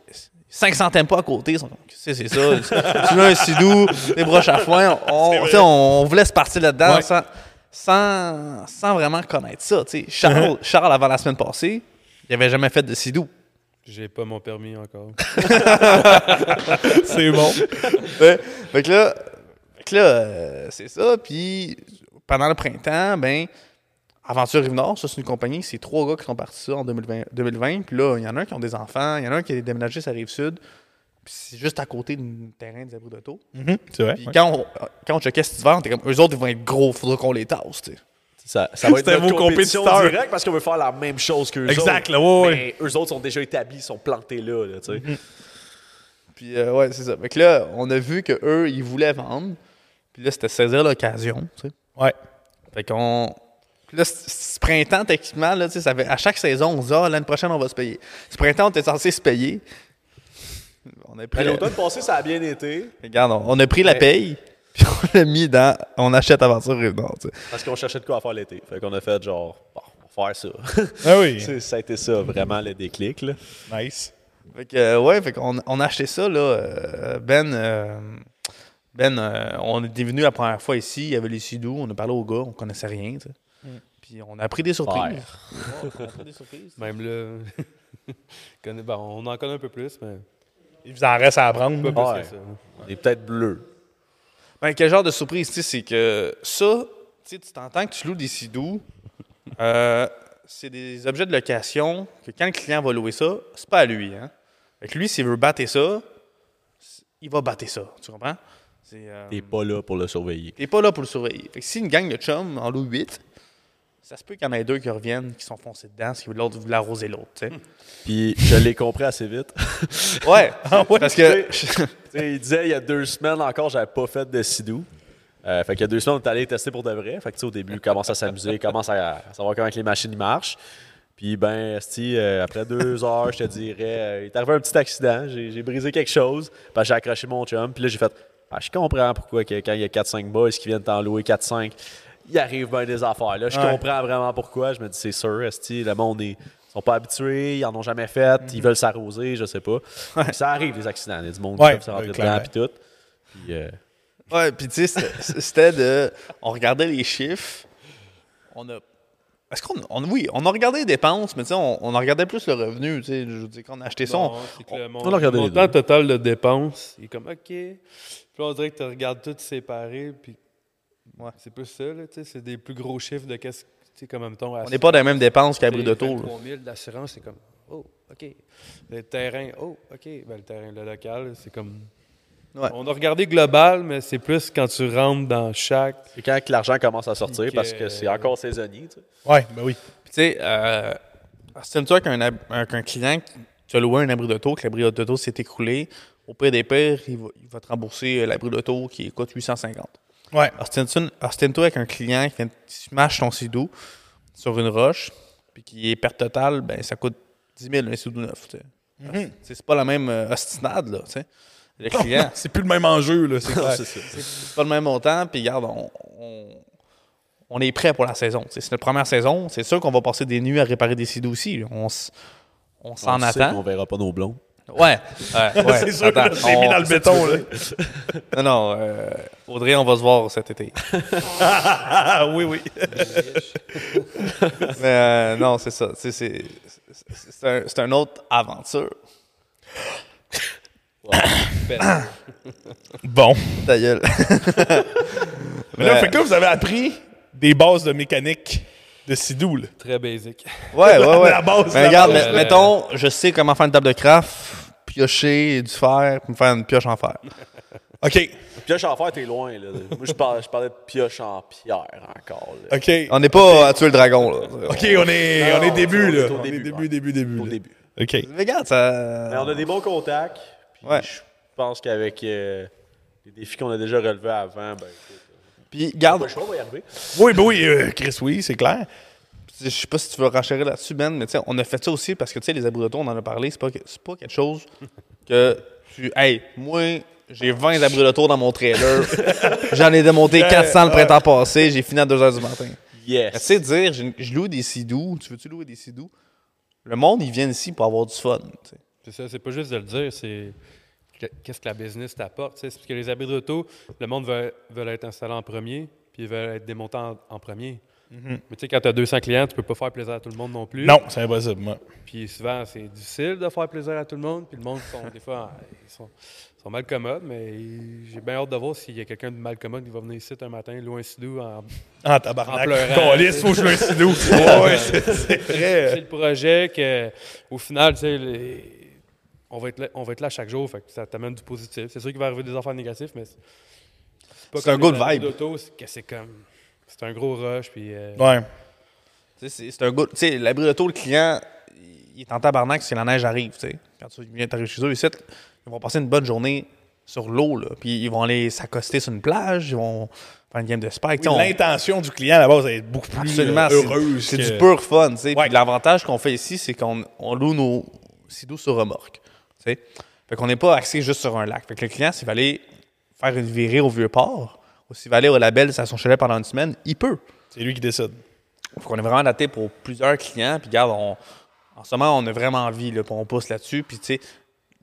500 tempos à côté, ils sont comme, Qu'est-ce que c'est ça. *laughs* tu veux un sidou, des broches à foin. *laughs* On, tu sais, on, on voulait se partir là-dedans Ouais. sans, sans, sans vraiment connaître ça. tu sais. *laughs* Charles, Charles, avant la semaine passée, il n'avait jamais fait de sidou. J'ai pas mon permis encore. C'est bon. Ouais. Fait que là, fait que là, euh, c'est ça. Puis pendant le printemps, ben, Aventure Rive-Nord, ça, c'est une compagnie. C'est trois gars qui sont partis ça en 2020. 2020. Puis là, il y en a un qui ont des enfants, il y en a un qui est déménagé sur la Rive-Sud. Puis c'est juste à côté du terrain des abris d'auto. Mhm, c'est vrai. Puis quand, on, quand on checkait cet hiver, on était comme, eux autres, ils vont être gros, faudra qu'on les tasse, tu sais. Ça, ça va être C'était notre vos compétition compétiteurs. directe parce qu'on veut faire la même chose qu'eux autres. Exact, là, ouais, ouais. Mais eux autres sont déjà établis, sont plantés là, là, tu sais. Puis euh, ouais, c'est ça. Fait que là, on a vu que eux, ils voulaient vendre. Puis là, c'était saisir l'occasion, tu sais. Ouais. Fait qu'on. Puis Là, c- c- ce printemps, techniquement, là, tu sais, ça fait, à chaque saison, on se dit, ah, l'année prochaine, on va se payer. Ce printemps, on était censé se payer. On a pris Mais la, L'automne passé, ça a bien été regarde, on, on a pris la paye, *laughs* puis on l'a mis dans. On achète Aventure Rive-Nord, tu sais. parce qu'on cherchait de quoi faire l'été. Fait qu'on a fait genre, bon, on va faire ça. Ah oui. *laughs* C'est- ça a été ça, vraiment le déclic. Là. Nice. Fait que, euh, ouais, fait qu'on on a acheté ça, là. euh, Ben, euh, Ben, euh, on était venu la première fois ici, il y avait les Sidou, on a parlé aux gars, on connaissait rien, tu sais. Puis on a pris des surprises. Ouais. Même là. *laughs* connais- ben, on en connaît un peu plus, mais. Il vous en reste à apprendre. Pas là. plus Ouais. que ça. On est peut-être bleu. Ben, quel genre de surprise, tu sais, c'est que ça, tu sais, tu t'entends que tu loues des sidoux. Euh, c'est des objets de location que quand le client va louer ça, c'est pas à lui. Hein? Fait que lui, s'il veut battre ça, c- il va battre ça. Tu comprends? C'est, euh, T'es pas là pour le surveiller. T'es pas là pour le surveiller. Fait que si une gang de chums en loue 8, ça se peut qu'il y en ait deux qui reviennent, qui sont foncés dedans, parce que l'autre voulait arroser l'autre. *laughs* tu sais. Puis je l'ai compris assez vite. Ouais, parce que. Ah *laughs* Tu sais, il disait il y a deux semaines encore, j'avais pas fait de sidou. Euh, fait qu'il y a deux semaines, on est allé tester pour de vrai. Fait que tu sais, au début, il commence à s'amuser, il commence à, à savoir comment que les machines ils marchent. Puis ben, esti, euh, après deux heures, je te dirais, euh, il est arrivé un petit accident, j'ai j'ai brisé quelque chose, parce que j'ai accroché mon chum. Puis là, j'ai fait, ah, je comprends pourquoi que quand il y a 4-5 boys qui viennent t'en louer 4-5, il arrive bien des affaires. Là, je Ouais. comprends vraiment pourquoi. Je me dis, c'est sûr, esti, le monde est... Ils sont pas habitués, ils en ont jamais fait, Mhm. ils veulent s'arroser, je sais pas. Ça arrive, les accidents. Il y a du monde Ouais, qui peuvent se rentrer ouais, dedans, clairement. puis tout. Puis, euh, Ouais, puis tu sais, c'était- c'était de. On regardait les chiffres. On a. Est-ce qu'on. on- oui, on a regardé les dépenses, mais tu sais, on, on en regardait plus le revenu. Tu sais, je veux dire, quand on a acheté ça, on- Non, c'est que le mon, on a regardé le les montant total de dépenses, il est comme OK. Puis là, on dirait que tu regardes tout séparé, puis Ouais. c'est plus ça, là, tu sais, c'est des plus gros chiffres de qu'est-ce que- tu sais, comme mettons, on n'est pas dans les mêmes dépenses qu'à Brie de tour. Tour. 000 d'assurance, c'est comme oh, OK. Le terrain, oh, OK. Ben, le terrain, le local, c'est comme. Ouais. On a regardé global, mais c'est plus quand tu rentres dans chaque. c'est quand que l'argent commence à sortir, Puis que- parce que c'est encore saisonnier. tu sais. Ouais, ben oui. Puis tu sais, euh, estime-toi qu'un ab- un- qu'un client, tu as loué un abri de tour, que l'abri de tour s'est écroulé, au pire des pires, il va, il va te rembourser euh, l'abri de tour qui coûte 850. Ouais. Ostine-toi ostine-toi avec un client qui vient de- qui smash ton sidou sur une roche, puis qui est perte totale, ben ça coûte 10 000 un sidou neuf. tu sais. Mhm. C'est c'est pas la même euh, ostinade, là, tu sais. Le client, *laughs* C'est plus le même enjeu, là. C'est clair. C'est ça. c'est pas le même montant, puis regarde, on, on- on est prêt pour la saison. tu sais. C'est notre première saison, c'est sûr qu'on va passer des nuits à réparer des sidous aussi. là. On, s- on s'en On sait attend. qu'on verra pas nos blondes. Ouais. ouais. Ouais, *laughs* C'est sûr que attends, j'ai mis on- dans le béton, là. Non, non, euh, Audrey, on va se voir cet *laughs* été. *laughs* Ah, oui, oui. Mais euh, non, c'est ça. C'est, c'est, c'est, c'est un, c'est une autre aventure. Bon. Ta gueule. Mais là, Ouais. fait que là, vous avez appris des bases de mécanique de Sidou, là. Très basic. *laughs* Ouais, ouais, *laughs* ouais. La base, Mais la regarde, base. mais- mettons, je sais comment faire une table de craft, piocher du fer, puis me faire une pioche en fer. OK. Pioche en fer, t'es loin, là. Moi, je parlais, je parlais de pioche en pierre encore, là. OK. On n'est pas à tuer le dragon, là. OK, on est, Non, on est non, début, on est là. au On est début, début, ouais. début, début. Au là. début. OK. Mais regarde, Mais ça. on a des bons contacts. Puis Ouais. Je pense qu'avec euh, les défis qu'on a déjà relevés avant, ben, écoute, Puis, garde, pas le choix, on va y arriver. Oui, ben oui, euh, Chris, oui, c'est clair. je sais pas si tu veux racheter là-dessus, Ben, mais tu sais, on a fait ça aussi parce que, tu sais, les abrulatons, on en a parlé, c'est pas, que- c'est pas quelque chose que tu. Hey, moi, j'ai 20 abrulatons dans mon trailer. J'en ai démonté 400 le printemps passé, j'ai fini à 2 h du matin. Mais Tu Yes. sais, dire, j'ai- je loue des sidoux, tu veux-tu louer des sidoux? Le monde, ils viennent ici pour avoir du fun. tu sais. C'est ça, c'est pas juste de le dire, c'est que- qu'est-ce que la business t'apporte. tu sais. C'est parce que les abris de auto, le monde veut, veulent être installé en premier, puis ils veulent être démontés en, en premier. Mais tu sais, quand tu as 200 clients, tu peux pas faire plaisir à tout le monde non plus. Non, c'est impossible, moi. Puis souvent, c'est difficile de faire plaisir à tout le monde, puis le monde, sont, des fois, ah, ils sont, ils sont mal commodes, mais j'ai bien hâte de voir s'il y a quelqu'un de mal commode qui va venir ici un matin, loin sidou, en Ah, En tabarnak. pleurant. Calisse, faut que je le Sidou. Ouais, ouais, c'est c'est c'est vrai. le projet que, au final, tu sais, les- on, va être là, on va être là chaque jour, fait que ça t'amène du positif. C'est sûr qu'il va arriver des affaires négatifs, mais c'est pas C'est un comme good les amis vibe. d'auto, c'est que c'est comme c'est un gros rush puis euh, Ouais. Tu sais, C'est c'est un goût. Tu sais, l'abri d'auto, le client, il est en tabarnak si la neige arrive. tu sais. Quand tu viens t'arriver chez eux, ici, ils vont passer une bonne journée sur l'eau, là. Puis ils vont aller s'accoster sur une plage, ils vont faire une game de spike. tu sais, on- L'intention du client, à la base, elle est beaucoup plus Absolument, euh, heureuse. c'est que- du pur fun. tu sais. Ouais. Puis L'avantage qu'on fait ici, c'est qu'on on loue nos sidoux sur remorque. tu sais. Fait qu'on n'est pas axé juste sur un lac. Fait que le client, s'il va aller faire une virée au Vieux-Port, ou s'il va aller au label à son chalet pendant une semaine, il peut. C'est lui qui décide. Fait qu'on est vraiment adapté pour plusieurs clients. Puis regarde, on- en ce moment, on a vraiment envie, là, puis on pousse là-dessus. Puis tu sais,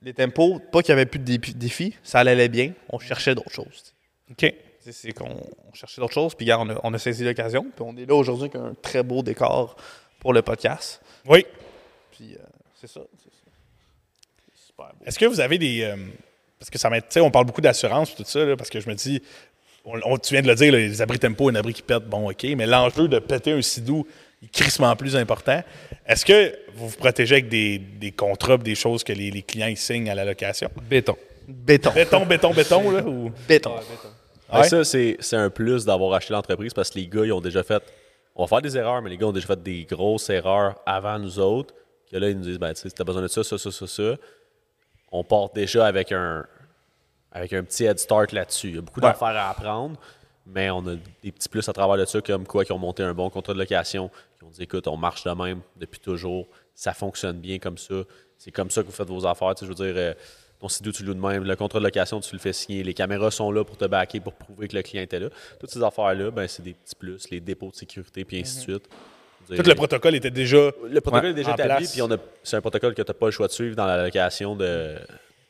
les tempos, pas qu'il n'y avait plus de dé- défis, ça allait bien. On cherchait d'autres choses. tu sais. OK. Tu sais, C'est qu'on on cherchait d'autres choses. Puis regarde, on a, on a saisi l'occasion. Puis on est là aujourd'hui avec un très beau décor pour le podcast. Oui. Puis euh, c'est ça. c'est ça. C'est super beau. Est-ce que vous avez des. euh, parce que ça m'aide. Tu sais, on parle beaucoup d'assurance et tout ça, là, parce que je me dis. On, on- tu viens de le dire, là, les abris tempo, un abri qui pète, bon, OK. Mais l'enjeu de péter un sidou est crissement plus important. Est-ce que vous vous protégez avec des, des contrats des choses que les, les clients ils signent à la location? béton. Béton. Béton, béton, béton, là? Ou... Béton. *laughs* Ben, Ouais. Ça, c'est c'est un plus d'avoir acheté l'entreprise parce que les gars, ils ont déjà fait. On va faire des erreurs, mais les gars ont déjà fait des grosses erreurs avant nous autres. Que là, ils nous disent, ben, tu sais, si t'as besoin de ça, ça, ça, ça, ça. On part déjà avec un, avec un petit head start là-dessus. Il y a beaucoup d'affaires à apprendre, mais on a des petits plus à travers de ça, comme quoi, qui ont monté un bon contrat de location, qui ont dit, écoute, on marche de même depuis toujours, ça fonctionne bien comme ça, c'est comme ça que vous faites vos affaires. Tu sais, je veux dire, euh, ton site tu le loues de même, le contrat de location, tu le fais signer, les caméras sont là pour te backer, pour prouver que le client était là. Toutes ces affaires-là, ben, c'est des petits plus, les dépôts de sécurité, puis ainsi de suite. Je Mhm. veux Tout dire, le protocole était déjà. le protocole Ouais, est déjà en établi, place. puis on a- c'est un protocole que tu n'as pas le choix de suivre dans la location de.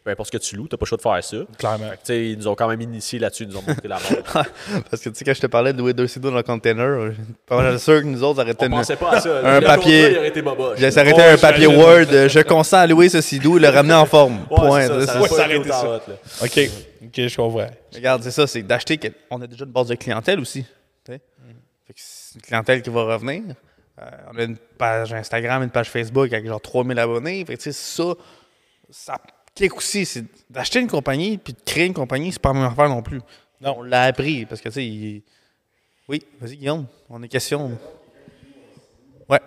Peu importe ce que tu loues, tu n'as pas le choix de faire ça. Clairement. Fait que, tu sais, ils nous ont quand même initié là-dessus, ils nous ont montré la *laughs* mort. Parce que tu sais, quand je te parlais de louer deux sidoux dans le container, j'étais pas mal sûr que nous autres arrêtait On de- pensait pas à ça. Un Le papier. contrat, il aurait été boboche. J'ai arrêté Ouais, un papier j'imagine. Word. euh, Je consens à louer ce sidou et le ramener en forme. Ouais, Point. c'est ça, ça C'est ça. aurait pas Ouais, été ça autant aurait hot, là. OK. OK, je comprends. Regarde, c'est ça, c'est d'acheter. quel- On a déjà une base de clientèle aussi. tu sais. Fait que c'est une clientèle qui va revenir. Euh, on a une page Instagram, une page Facebook avec genre 3000 abonnés. Fait que tu sais, ça, ça kick aussi. C'est d'acheter une compagnie puis de créer une compagnie, c'est pas la même affaire non plus. Non. On l'a appris parce que tu sais, il- oui, vas-y Guillaume, on a une question. Ouais.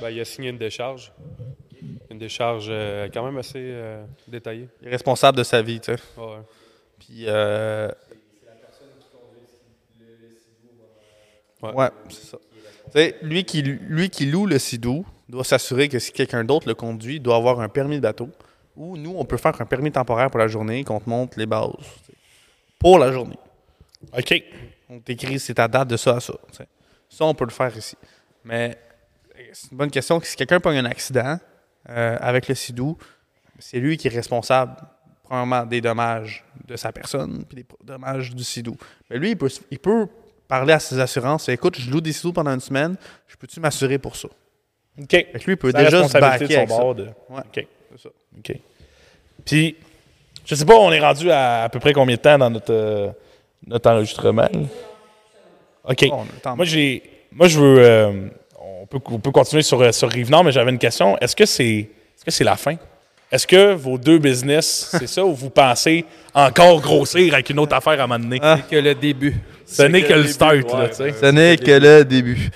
Ben, il a signé une décharge. Une décharge euh, quand même assez euh, détaillée. Il est responsable de sa vie, tu sais. Ouais, ouais. Puis. Euh... Ouais. Ouais, c'est ça. Tu sais, lui qui, lui qui loue le Sidou doit s'assurer que si quelqu'un d'autre le conduit, doit avoir un permis de bateau. Ou nous, on peut faire un permis temporaire pour la journée qu'on te montre les bases. tu sais. Pour la journée. OK. On t'écrit c'est ta date de ça à ça. tu sais. Ça, on peut le faire ici. Mais euh, c'est une bonne question. Si quelqu'un pogne un accident euh, avec le Sidou, c'est lui qui est responsable, premièrement, des dommages de sa personne, puis des pro- dommages du Sidou. Mais lui, il peut, s- il peut parler à ses assurances. Écoute, je loue des Sidous pendant une semaine, je peux-tu m'assurer pour ça? OK. Fait que lui, il peut C'est la déjà se responsabilité backer avec de son ça. bord de- Ouais. OK. C'est ça. OK. Puis, je sais pas, on est rendu à à peu près combien de temps dans notre, euh, notre enregistrement? là? OK. Bon, on a le temps. Moi, j'ai, moi, je veux. euh, on, peut, on peut continuer sur, euh, sur Rive-Nord, mais j'avais une question. Est-ce que c'est, est-ce que c'est la fin? Est-ce que vos deux business, *laughs* c'est ça, ou vous pensez encore grossir avec une autre affaire à un moment donné? Ah, que le début. Ce n'est que le début, start, ouais, là, tu sais. Ce n'est que le début. Tu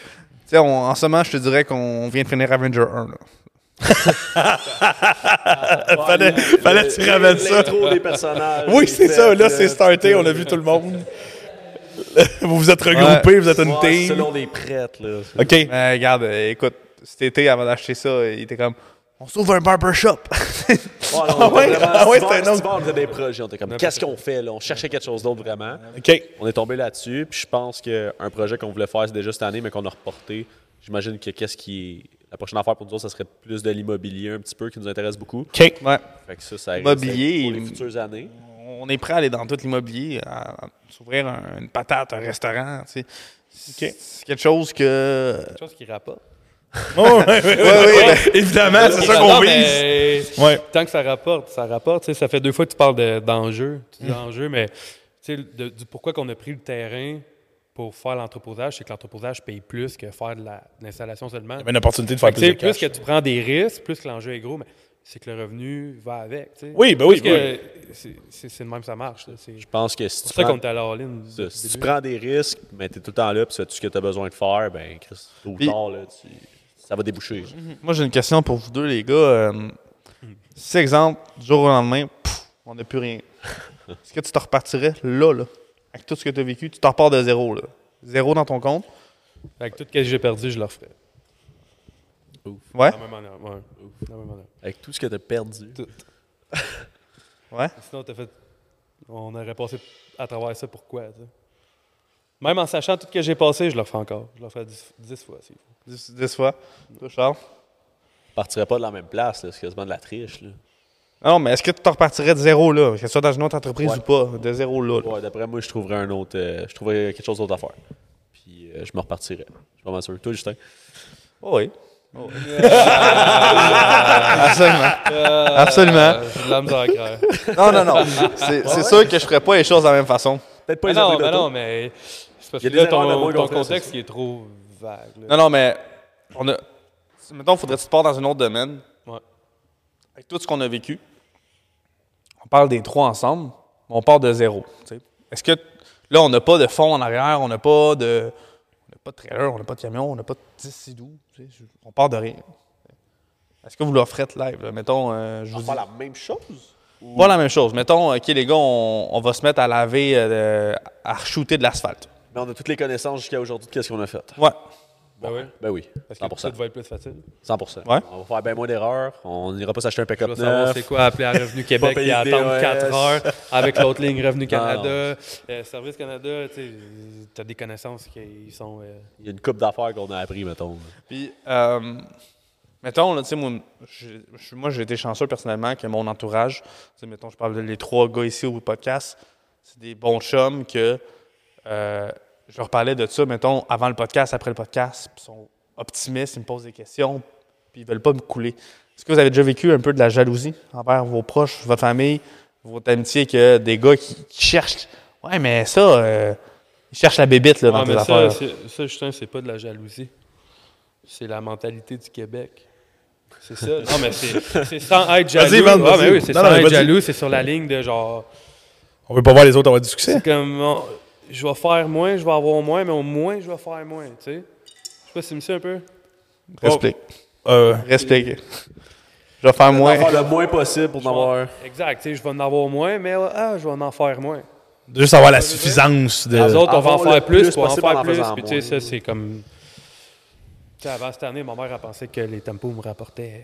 sais, on- en ce moment, je te dirais qu'on vient de finir Avenger 1. Là. Fallait, fallait que tu ramènes ça. L'intro des personnages. Oui, les c'est ça. sets, Là, euh, c'est starté. On a vu tout le monde. *laughs* vous vous êtes regroupés, vous êtes une ouais, team. Selon les prêtres, là. OK. Mais regarde, euh, écoute, cet été, avant d'acheter ça, il était comme on s'ouvre un barbershop. Ah Oh, non, on était ouais? vraiment- Ah ouais, Steve c'est un Steve autre. Ball faisait des projets. On était comme, qu'est-ce qu'on fait, là? On cherchait quelque chose d'autre, vraiment. OK. On est tombé là-dessus, puis je pense qu'un projet qu'on voulait faire, c'est déjà cette année, mais qu'on a reporté. J'imagine que qu'est-ce qui est... La prochaine affaire pour nous autres, ça serait plus de l'immobilier un petit peu, qui nous intéresse beaucoup. OK. *laughs* ouais. Fait que ça, ça risque Immobilier, d'être pour les il- futures années. On est prêt à aller dans tout l'immobilier, à, à s'ouvrir un- une patate, un restaurant. tu sais. C'est c'est quelque chose que. chose qui rapporte. Oh, *laughs* ouais, ouais, ouais, ouais. Évidemment, c'est ça qu'on Non, vise. mais Ouais. Tant que ça rapporte, ça rapporte. tu sais, Ça fait deux fois que tu parles de- d'enjeux. Tu dis enjeux, mais tu sais, de- du pourquoi qu'on a pris le terrain pour faire l'entreposage, c'est que l'entreposage paye plus que faire de la- de l'installation seulement. Une opportunité de Fait faire que, tu sais, plus de plus cash. que tu prends des risques, plus que l'enjeu est gros, mais c'est que le revenu va avec. tu sais. Oui, ben oui, Parce que c'est- C'est c'est de même que ça marche. là. C'est Je pense que si c'est tu, pour ça prends, qu'on est allé en ligne. ça, si tu prends des risques, mais t'es tout le temps là, puis tu fais tout ce que t'as besoin de faire, ben, Chris, tôt ou Puis- tard, là, tu- ça va déboucher. Mhm. Moi, j'ai une question pour vous deux, les gars. Euh, si, exemple, du jour au lendemain, pff, on n'a plus *laughs* rien, est-ce que tu te repartirais là, là, avec tout ce que tu as vécu, tu t'en repars de zéro, là? Zéro dans ton compte? Avec tout ce que j'ai perdu, je le referais. Ouais? De la même manière, ouais. De la même manière. Avec tout ce que t'as perdu. Ouais? Sinon, t'as fait. On aurait passé à travers ça pourquoi, tu sais. Même en sachant tout ce que j'ai passé, je le refais encore. Je le refais dix, dix fois, s'il faut. Dix, dix fois? Toi, Charles? partirais pas de la même place, là, c'est quasiment de la triche. Là. Non, mais est-ce que tu te repartirais de zéro, là? Que ce soit dans une autre entreprise Ouais. ou pas, de zéro, là. là. Ouais, d'après moi, je trouverais un autre. euh, je trouverais quelque chose d'autre à faire. Puis euh, je me repartirais. Je suis pas mal sûr. Toi, Justin. Oh oui. Absolument. Absolument. Euh, j'ai de la misère *laughs* à croire. Non, non, non. C'est c'est sûr que je ferais pas les choses de la même façon. Peut-être Mais Ben non, mais non, mais. C'est parce Il y que a des là, erreurs de ton, moins qu'on ton fait, c'est contexte, ça. il est trop vague. là. Non, non, mais on a. Mettons, faudrait-tu te pars dans un autre domaine? Ouais. Avec tout ce qu'on a vécu, on parle des trois ensemble, mais on part de zéro. tu sais. Est-ce que. Là, on n'a pas de fond en arrière, on n'a pas de. On n'a pas de trailer, on n'a pas de camion, on n'a pas de 10 sidous. tu sais, je- On part de rien. Est-ce que vous leur ferez live? là? Mettons, euh, je vous dis- Pas la même chose. Pas la même chose. Mettons, OK, les gars, on, on va se mettre à laver, euh, à shooter de l'asphalte. Mais on a toutes les connaissances jusqu'à aujourd'hui de qu'est-ce qu'on a fait. Ouais. Ben oui. Ben oui, Parce que ça 100%. devait être plus facile. 100%. Ouais. On va faire bien moins d'erreurs. On n'ira pas s'acheter un Je pick-up veux neuf. savoir c'est quoi appeler *laughs* à Revenu Québec payer et des attendre DAS. 4 heures avec l'autre ligne Revenu *laughs* Non, non. Canada, euh, Service Canada, tu sais, t'as des connaissances qui sont. euh, Il y a une coupe d'affaires qu'on a appris, mettons. Puis, euh, mettons, là, tu sais, moi, j'ai- je- moi, j'ai été chanceux personnellement que mon entourage, tu sais, mettons, je parle des trois gars ici au podcast, c'est des bons chums que euh, je leur parlais de ça, mettons, avant le podcast, après le podcast, puis ils sont optimistes, ils me posent des questions, puis ils veulent pas me couler. Est-ce que vous avez déjà vécu un peu de la jalousie envers vos proches, votre famille, votre amitié, que des gars qui, qui cherchent, ouais, mais ça, euh, ils cherchent la bébite, là, dans Ah, tes mais ça, affaires. c'est- ça, Justin, c'est pas de la jalousie. C'est la mentalité du Québec. C'est ça. Non, mais c'est c'est sans être jaloux. Vas-y, Van, Ah, vas-y. mais oui, c'est Non, sans non, mais être vas-y. jaloux. C'est sur la ligne de genre, On veut pas voir les autres avoir du succès. comme, on- je vais faire moins, je vais avoir moins, mais au moins, je vais faire moins, tu sais. Je sais pas si tu me suis un peu. Respect. Euh, Respect. Je vais faire On moins. va faire Ah, le moins possible pour en avoir. Exact, tu sais, je vais en avoir moins, mais euh, ah, je vais en faire moins. de juste avoir la suffisance de. Les autres, on va en Avant Euh, le faire plus, plus pour en possible en faire en plus. faisant Puis, tu sais, moins. ça, c'est comme. Tu sais, avant cette année, ma mère, elle pensait que les tempos me rapportaient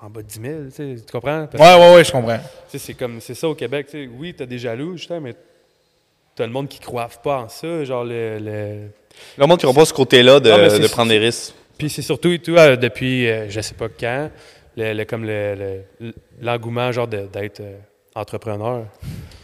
euh, en bas de 10 000. Tu sais, tu Ah, comprends? Parce que, Ouais, ouais, ouais, je comprends. tu sais, c'est comme. C'est ça au Québec. tu sais, Oui, t'as des jaloux, justement, mais t'as le monde qui croit pas en ça, genre le- le, Le monde qui prend pas ce côté-là de, Non, mais c'est- de prendre des risques. Puis c'est surtout et tout, euh, depuis euh, je sais pas quand, le, le- comme le- le- l'engouement genre de- d'être euh, entrepreneur.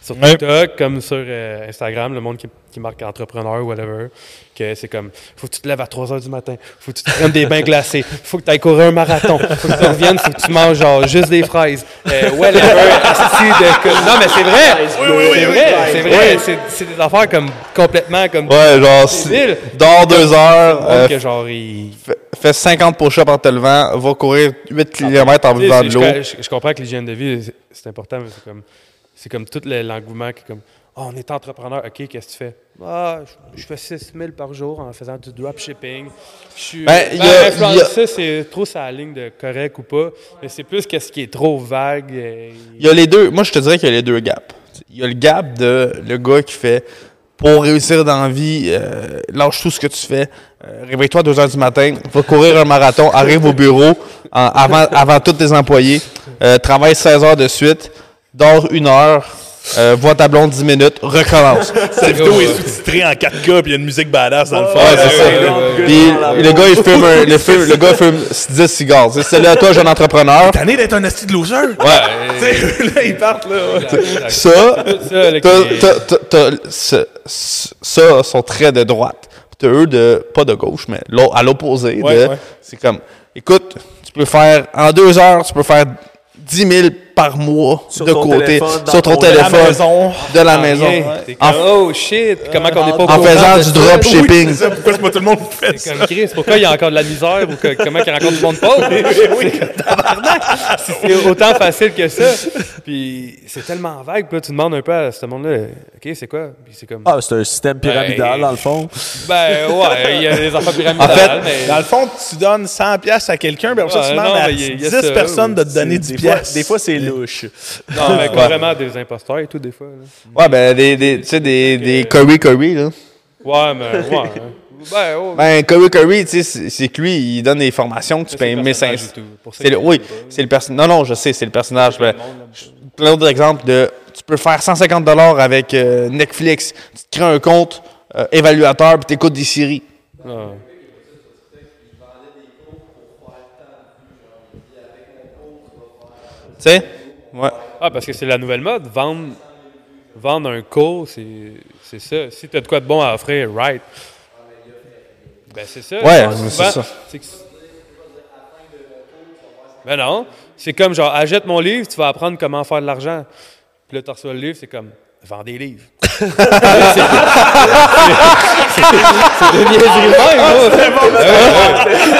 Sur Ouais. TikTok, comme sur euh, Instagram, le monde qui, qui marque entrepreneur, whatever, que c'est comme faut que tu te lèves à 3 heures du matin, faut que tu te prennes des bains glacés, faut que tu ailles courir un marathon, faut que tu reviennes, faut que tu manges genre juste des fraises. Euh, *laughs* whatever, asti de co- Non, mais c'est vrai! c'est vrai, c'est vrai, c'est- c'est des affaires comme complètement comme. *laughs* Ouais, genre, C'est si- débile. dors deux heures, euh, que genre, ils- fais- fais 50 push-ups en te levant, va courir 8 km en Tu sais, buvant de je- l'eau. Je, je comprends que l'hygiène de vie, c'est- c'est important, mais c'est comme, c'est comme tout le- l'engouement qui est comme, oh, on est entrepreneur, OK, qu'est-ce que tu fais? Ah, je, je fais 6 000 par jour en faisant du dropshipping. Je suis ben, Ben, il y a- influencer, il y a- ça, c'est trop sa ligne de correct ou pas, mais c'est plus qu'est-ce qui est trop vague. euh, et- Il y a les deux. Moi, je te dirais qu'il y a les deux gaps. Il y a le gap de le gars qui fait pour réussir dans la vie, euh, lâche tout ce que tu fais, euh, réveille-toi à 2 h du matin, va courir un marathon, arrive au bureau en- avant, avant tous tes employés, euh, travaille 16 heures de suite, dors une heure, euh, vois ta blonde 10 minutes, recommence. Cette vidéo est sous-titrée en 4K, puis il y a une musique badass dans le fond. Ouais, c'est ça. Puis le gars, il fume, un- le, fume- le *laughs* gars fume 10 cigares. C'est c'est là, toi, jeune entrepreneur. T'as né d'être un asti de loser? Ouais. *laughs* Tu sais, là, ils partent, là. ouais. Ça, Ça, là, qui T'as- est- t'as- t'as- t'as- ce- ce- ça sont très de droite. Puis T'as eux de, pas de gauche, mais l'au- à l'opposé. Ouais, de- ouais. C'est comme, écoute, tu peux faire, en deux heures, tu peux faire 10 000 par mois Sur de ton côté, téléphone, dans sur ton ton- à la téléphone, maison. de la Ah, maison, rien. T'es comme, en, Ah, oh shit, comment qu'on n'est pas au en courant de faisant du ça? dropshipping. C'est ça, pourquoi c'est pas tout le monde qui fait ça? C'est comme Chris, pourquoi il y a encore de la misère ou que- comment qu'il rencontre du monde *laughs* pauvre? C'est comme, tabarnak! Si *laughs* c'est autant facile que ça. Puis c'est tellement vague. Puis là, tu demandes un peu à ce monde-là, OK, c'est quoi? Puis c'est comme, Ah, c'est un système pyramidal, Ben, dans le fond. ben ouais, il y a des *laughs* enfants pyramidales. En fait, mais- Dans le fond, tu donnes 100$ piastres à quelqu'un, puis après ça, Ouais, tu demandes non, à mais il y a- il y 10 a ça, personnes de te C'est- donner 10$. des fois, piastres. des fois, c'est louche. non, mais *laughs* Ouais. vraiment des imposteurs et tout, des fois. là. Ouais, ben, des, des, tu sais, des, des curry curry, là. Ouais, mais ouais. *laughs* hein. Ben, oh, Ben, curry curry, tu sais, c'est- c'est que lui, il donne des formations que tu payes 1500. C'est le, oui, c'est le personnage. Non, non, je sais, c'est le personnage. mais- plein d'autres exemples de tu peux faire 150 dollars avec euh, Netflix, tu te crées un compte euh, évaluateur puis t'écoutes des séries. Ah. Tu sais? Ouais. Ah, parce que c'est la nouvelle mode. Vendre, vendre un cours, c'est c'est ça. Si tu as de quoi de bon à offrir, right. Ben, c'est ça. Ouais, Je pense mais souvent, c'est ça. c'est que- Ben non. C'est comme genre, achète mon livre, tu vas apprendre comment faire de l'argent. Puis là, tu reçois le livre, c'est comme, vends des livres. C'est c'est- c'est- c'est des niaiseries de même, gros. Ben ouais, ouais. Ouais,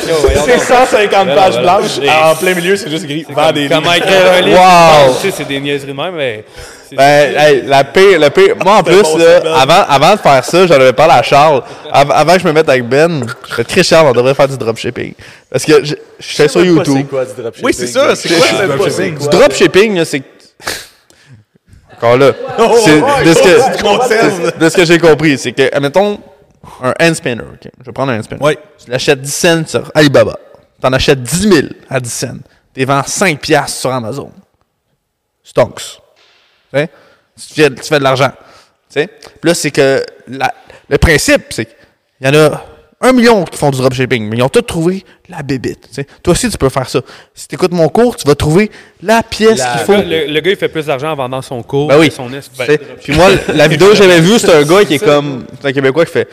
tiens, voyons C'est donc. 150 pages non, blanches. non. En plein milieu, c'est juste gris. Vends des livres. Comment écrire un livre? Wow. Tu sais, c'est des niaiseries de même, mais. c'est- Ben, hey, la pire, le pire. Moi, en plus, bon, là, c'est bon. avant, avant de faire ça, j'en avais parlé à Charles. Av- avant que je me mette avec Ben, je fais très Charles, on devrait faire du dropshipping. Parce que je- j'étais sur même pas YouTube. C'est quoi du dropshipping? Oui, c'est ça. C'est Je- quoi je- le je- dropshipping? Du dropshipping, là, c'est. que- Encore là. Oh, C'est de ce que- Tu te conserves. de ce que j'ai compris, c'est que, admettons, un hand spinner, ok, je vais prendre un hand spinner. Ouais. Tu l'achètes 10 cents sur Alibaba. T'en achètes 10 000 à 10 cents. Tu vends 5 piastres sur Amazon. Stonks. Tu sais? Tu fais, tu fais de l'argent. Tu sais? Puis là, c'est que la- le principe, c'est qu'il y en a un million qui font du dropshipping, mais ils ont tous trouvé la bébite. tu sais. Toi aussi, tu peux faire ça. Si tu écoutes mon cours, tu vas trouver la pièce Le qu'il faut. gars- Le, le gars, il fait plus d'argent en vendant son cours Ben oui. que son est. Tu sais, Puis moi, la vidéo que j'avais vue, c'est un gars qui est comme. C'est un Québécois qui fait.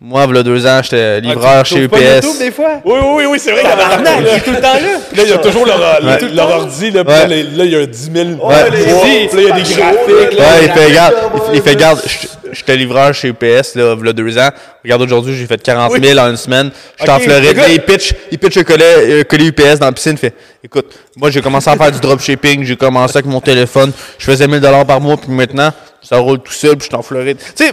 Moi, voilà deux ans, j'étais livreur chez UPS. fois? Oui, oui, oui, oui, c'est vrai qu'il y en a il est tout le temps là. Puis Là, il y a toujours leur, leur- Ouais. leur ordi. Là, puis Ouais. là, les- là, il y a un 10 000. Ouais. Puis là, il y a des graphiques. là. Ouais, il fait, regarde, il- il fait, regarde, je- j'étais livreur chez UPS, là, voilà deux ans. Regarde, aujourd'hui, j'ai fait 40 000 en une semaine. J'étais en Ok, Floride. le gars- Là, il pitch, il pitch un collet, euh, collet UPS dans la piscine. Fait, écoute, moi, j'ai commencé à faire du dropshipping, j'ai commencé avec mon téléphone. Je faisais 1000 par mois, puis maintenant, ça roule tout seul, puis je suis en Floride. Tu sais,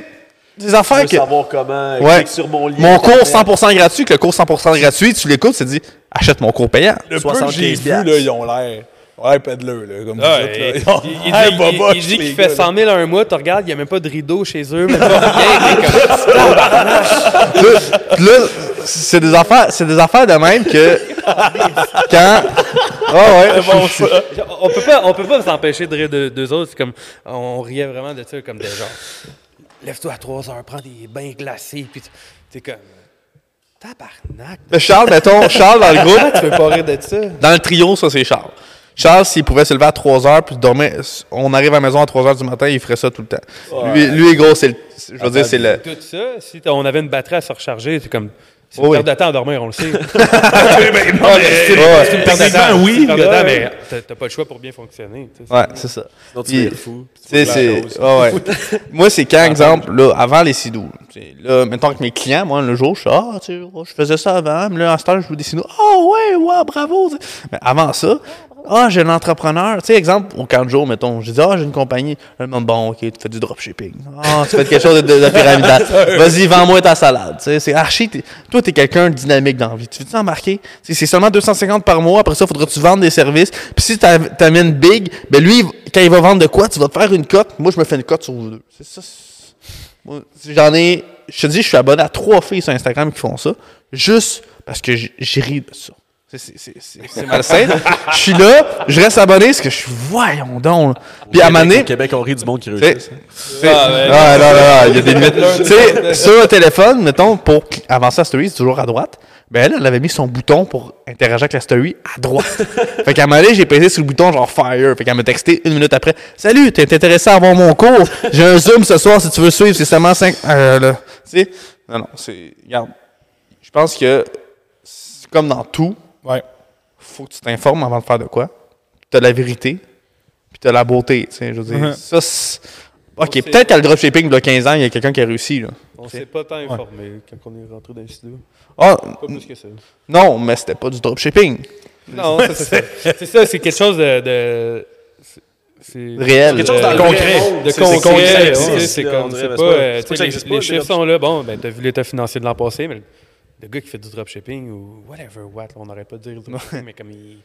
des Je affaires veux que. savoir comment. Ouais. Clique sur mon lien. cours 100% gratuit, que le cours 100% gratuit, tu l'écoutes, tu te dis, achète mon cours payant. Le peu que j'ai 75 vu, là, ils ont l'air. Ouais, peddler, là, comme Ah, vous il, dites, il- là. Ils ont il l'air dit- il- boboche, il dit les qu'il gars, fait là. 100 000 un mois, tu regardes, il n'y a même pas de rideau chez eux, même pas rien. t'es comme- là, *laughs* là, c'est des affaires, c'est des affaires de même que quand, Ah ouais. bon, ça. On peut pas, on peut pas s'empêcher de rire de deux autres. C'est comme, on riait vraiment de ça, comme des gens. Lève-toi à 3 heures, prends des bains glacés, puis tu- t'es comme. Tabarnak. Mais Charles, mettons, Charles dans le *laughs* groupe. Tu peux pas rire de ça. Dans le trio, ça, c'est Charles. Charles, s'il pouvait se lever à 3 heures puis dormir, on arrive à la maison à 3 heures du matin, il ferait ça tout le temps. Lui, lui, gros, c'est le. Je veux dire, c'est le. Tout ça, si t- on avait une batterie à se recharger, c'est comme. C'est Oui. une perte de temps à dormir, on le sait. Ouais, Ah, C'est une perte de temps. oui, C'est une perte de là. temps, mais t'as- t'as pas le choix pour bien fonctionner. tu sais. ouais, c'est ça. Sinon, tu Il- deviens fou. Tu sais, c'est. ah ouais. moi, c'est quand, exemple, là, avant les sidoux. tu sais, Là, mettons que mes clients, moi, le jour, je suis Ah, tu sais, oh, je faisais ça avant, mais là, en ce temps, je joue des sidoux. Ah, ouais, ouais, bravo. tu sais. Mais avant ça, ah, j'ai un entrepreneur. Tu sais, exemple, au camp de jour, mettons, je dis Ah, j'ai une compagnie. Là, il me dit, Bon, ok, tu fais du dropshipping. Ah, tu fais quelque chose de, de- de pyramidal. Vas-y, vends-moi ta salade. Tu sais, c'est archi. t'es- Toi, t'es quelqu'un de dynamique dans la vie. Tu veux t'embarquer? Tu sais, c'est seulement 250 par mois. Après ça, faudra que tu vendes des services. Puis si t'a- t'amènes big, ben lui, il va- quand il va vendre de quoi, tu vas te faire une cote. Moi, je me fais une cote sur vous deux. C'est ça. c'est- Moi, si j'en ai. Je te dis, je suis abonné à trois filles sur Instagram qui font ça. Juste parce que j- j'ai ri de ça. C'est- c'est- C'est c'est- c'est malsain. Je suis là, je reste abonné parce que je suis voyons donc. là. Puis à un moment donné- Au Québec, on rit du monde qui tu réussit. sais, Ah, non, non, non, il y a des limites. Tu sais, sur le téléphone, mettons, pour cl- avancer la story, c'est toujours à droite. Ben elle, elle avait mis son bouton pour interagir avec la story à droite. fait qu'à un moment donné, j'ai pesé sur le bouton genre fire. Fait qu'elle m'a texté une minute après. Salut, t'es intéressé à avoir mon cours? J'ai un zoom ce soir si tu veux suivre, c'est seulement 5. là. Tu sais, non, non, c'est. Regarde. Je pense que c'est comme dans tout, Ouais. faut que tu t'informes avant de faire de quoi. T'as la vérité, puis t'as la beauté, tu sais, je veux dire. Mhm. Uh-huh. Ça, c'est- OK, peut-être qu'à le dropshipping, il y a 15 ans, il y a quelqu'un qui a réussi, là. On s'est pas tant informé quand on est rentré dans les studios. Ah, Pas plus que ça. non, mais c'était pas du dropshipping. Non, ça, c'est ça. C'est ça, c'est quelque chose de. de- c'est- c'est- Réel. Quelque chose dans le Euh, vrai concret. monde. de Oh, C'est- c'est- concret, c'est- ouais, c'est- tu sais, c'est- c'est on comme, dirait, c'est mais pas, euh, c'est pas tu que ça sais, existe les, les pas, chiffres le- sont là, bon, ben, t'as vu l'état financier de l'an passé, mais le, le gars qui fait du dropshipping ou whatever, what, là, on n'arrête pas de dire le dropshipping, mais comme il...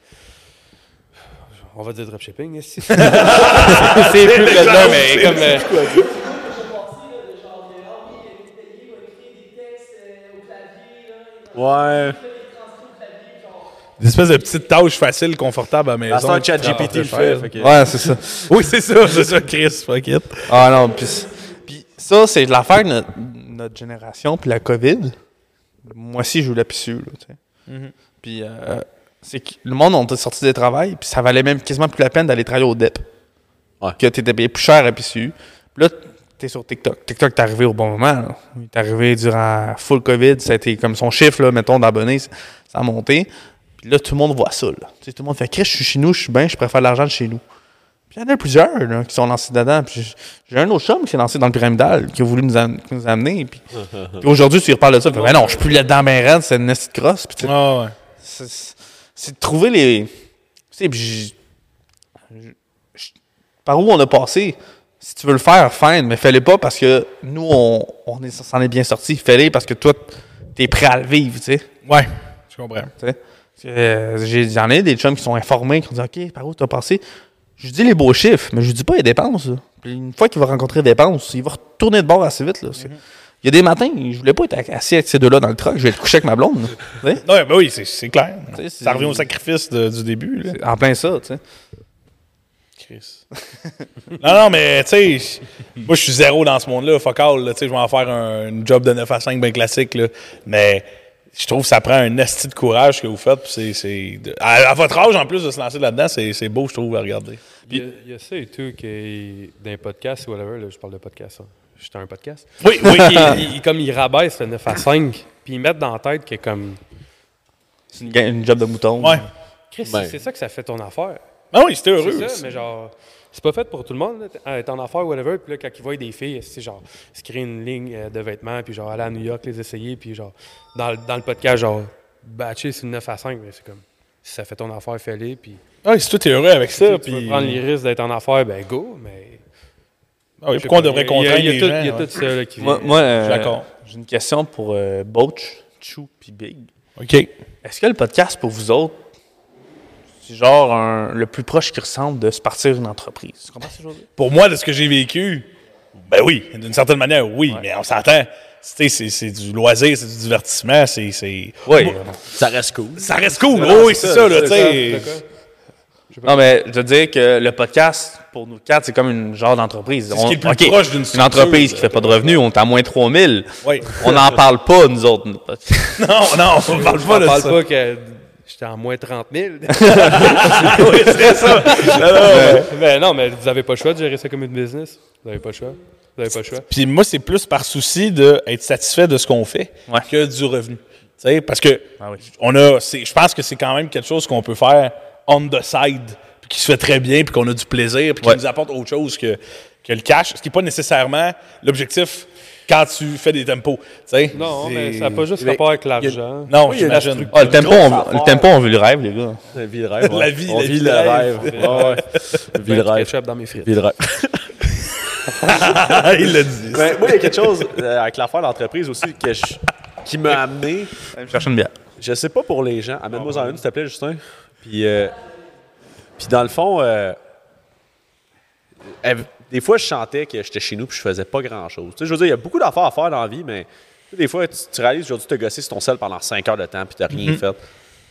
On va dire dropshipping, ici. c'est plus là, mais comme... euh, Ouais. *laughs* Des espèces de petites tâches faciles, confortables à la maison. À ce temps, ChatGPT Ah, le fait. fait que- Ouais, c'est ça. Oui, c'est ça, c'est ça, Chris. Fuck it. Ah non, puis c- puis ça, c'est l'affaire de notre, notre génération, puis la COVID. Moi aussi, je joue la pissue, là, tu sais. Puis euh, c'est que le monde, on était sorti des travail, puis ça valait même quasiment plus la peine d'aller travailler au DEP. Ouais. Que t'étais payé plus cher à PCU. Puis là, t'es sur TikTok. TikTok, t'es arrivé au bon moment. là. Il est arrivé durant full COVID. Ça a été comme son chiffre, là, mettons, d'abonnés, ça a monté. Puis là, tout le monde voit ça. Là. Tu sais, tout le monde fait Chris, je suis chez nous, je suis bien, je préfère l'argent de chez nous. Puis il y en a plusieurs là, qui sont lancés dedans. Puis j'ai- j'ai un autre chum qui s'est lancé dans le pyramidal, qui a voulu nous, am- nous amener. Puis, puis aujourd'hui, tu lui reparles de ça. Puis, ben non, je suis plus là-dedans, ben raide, c'est une petite crosse. Puis tu sais, Ah ouais. c'est c'est de trouver les. Tu sais, puis j'ai- j'ai- j'ai- par où on a passé. Si tu veux le faire, fine, mais fais-le pas parce que nous, on, on est, s'en est bien sorti. Fais-le parce que toi, t'es prêt à le vivre, tu sais. Ouais, je comprends. Tu sais. Euh, j'ai- J'en ai des chums qui sont informés, qui ont dit OK, par où t'as passé Je lui dis les beaux chiffres, mais je lui dis pas les dépenses. là. Puis une fois qu'il va rencontrer des dépenses, il va retourner de bord assez vite. Là, Parce que Mm-hmm. Il y a des matins, je voulais pas être assis avec ces deux-là dans le truck, je vais être couché avec ma blonde. là. Tu sais. Ouais, ben oui, c'est- c'est clair. Tu sais, c'est- Ça revient au sacrifice de- du début. Là. C'est En plein ça, tu sais. Chris. non, non, mais tu sais, moi je suis zéro dans ce monde-là, fuck all. là, Tu sais, je vais en faire un, une job de 9 à 5 bien classique. Là, mais je trouve que ça prend un esti de courage que vous faites. puis c'est- c'est de- à, à votre âge, en plus de se lancer là-dedans, c'est c'est beau, je trouve, à regarder. Il y, a, il y a ça et tout, qui d'un podcast ou whatever, là, je parle de podcast, hein. j'étais un podcast. Oui, oui. *laughs* Ah. Puis il- il- comme ils rabaissent le 9 à 5, puis ils mettent dans la tête que comme... C'est une, ga- une job de mouton. ouais. Chris, Ben. c'est ça que ça fait ton affaire. Ben oui, c'était heureux. C'est ça, mais genre, c'est pas fait pour tout le monde, là, t- euh, être en affaires, whatever. Puis là, quand ils voient des filles, c'est genre, se créer une ligne euh, de vêtements, puis genre, aller à New York, les essayer, puis genre, dans, le- dans le podcast, genre, batcher, c'est une 9 à 5, mais c'est comme, si ça fait ton affaire, fais-le, puis Ouais, si toi t'es heureux avec si ça, tu veux puis. prendre les risques d'être en affaires, ben go, mais. Ah oui, pourquoi on Je sais devrait pas, il y a- contraindre Il y a, les tout- gens? il y a ouais. tout ça, là, qui Moi, vient. moi, euh, Je suis d'accord. j'ai une question pour euh, Boach, Chou puis Big. hein? OK. Est-ce que le podcast pour vous autres, c'est genre un- le plus proche qui ressemble de se partir une entreprise? Tu comprends ce que je veux dire? Pour moi, de ce que j'ai vécu, ben oui, d'une certaine manière, oui, mais on s'entend. Tu sais, C'est c'est du loisir, c'est du divertissement, c'est. c'est- Oui. Moi, Ça reste cool. Ça reste cool, oui, c'est ça, là, tu sais. Non, mais je veux dire que le podcast, pour nous quatre, c'est comme une genre d'entreprise. ce On- qui est le plus ok, proche d'une Une structure, entreprise là. qui fait pas de revenus, on est à moins 3000. Oui. On n'en parle pas, nous autres. notre podcast. *laughs* Non, non, on parle pas On de parle ça. pas que j'étais en moins 30 000. *laughs* mais non, mais vous avez pas le choix de gérer ça comme une business. Vous avez pas le choix. Vous avez pas le choix. Puis moi, c'est plus par souci d'être satisfait de ce qu'on fait Ouais. que du revenu. Tu sais, parce que Ah oui. on a, c'est- je pense que c'est quand même quelque chose qu'on peut faire on the side, puis qui se fait très bien, puis qu'on a du plaisir, puis qui Ouais. nous apporte autre chose que, que le cash, ce qui n'est pas nécessairement l'objectif quand tu fais des tempos. Tu sais, Non, c'est- mais ça n'a pas juste Mais- rapport avec il y a- l'argent. Ben, Non, Oui, il y a de la j'imagine. Ah, le, tempo, grosse on, le affaire. tempo, on veut le rêve, les gars. La vie, le *laughs* rêve. ouais. La vie, On la vit vie, le le rêve. Ouais, ouais. *laughs* Vie, le Ben, du rêve. ketchup dans mes frites. Vie, le rêve. Il l'a dit. Ben, moi, il y a quelque chose euh, avec l'affaire d'entreprise aussi que je- qui m'a amené. Allez me chercher une bière. Je sais pas pour les gens. Amène-moi en une, s'il te plaît, Justin. Puis, euh, puis dans le fond, euh, euh, des fois, je chantais que j'étais chez nous puis je faisais pas grand-chose. Tu sais, je veux dire, il y a beaucoup d'affaires à faire dans la vie, mais tu sais, des fois, tu, tu réalises aujourd'hui, tu as gossé sur ton sel pendant 5 heures de temps puis tu rien fait.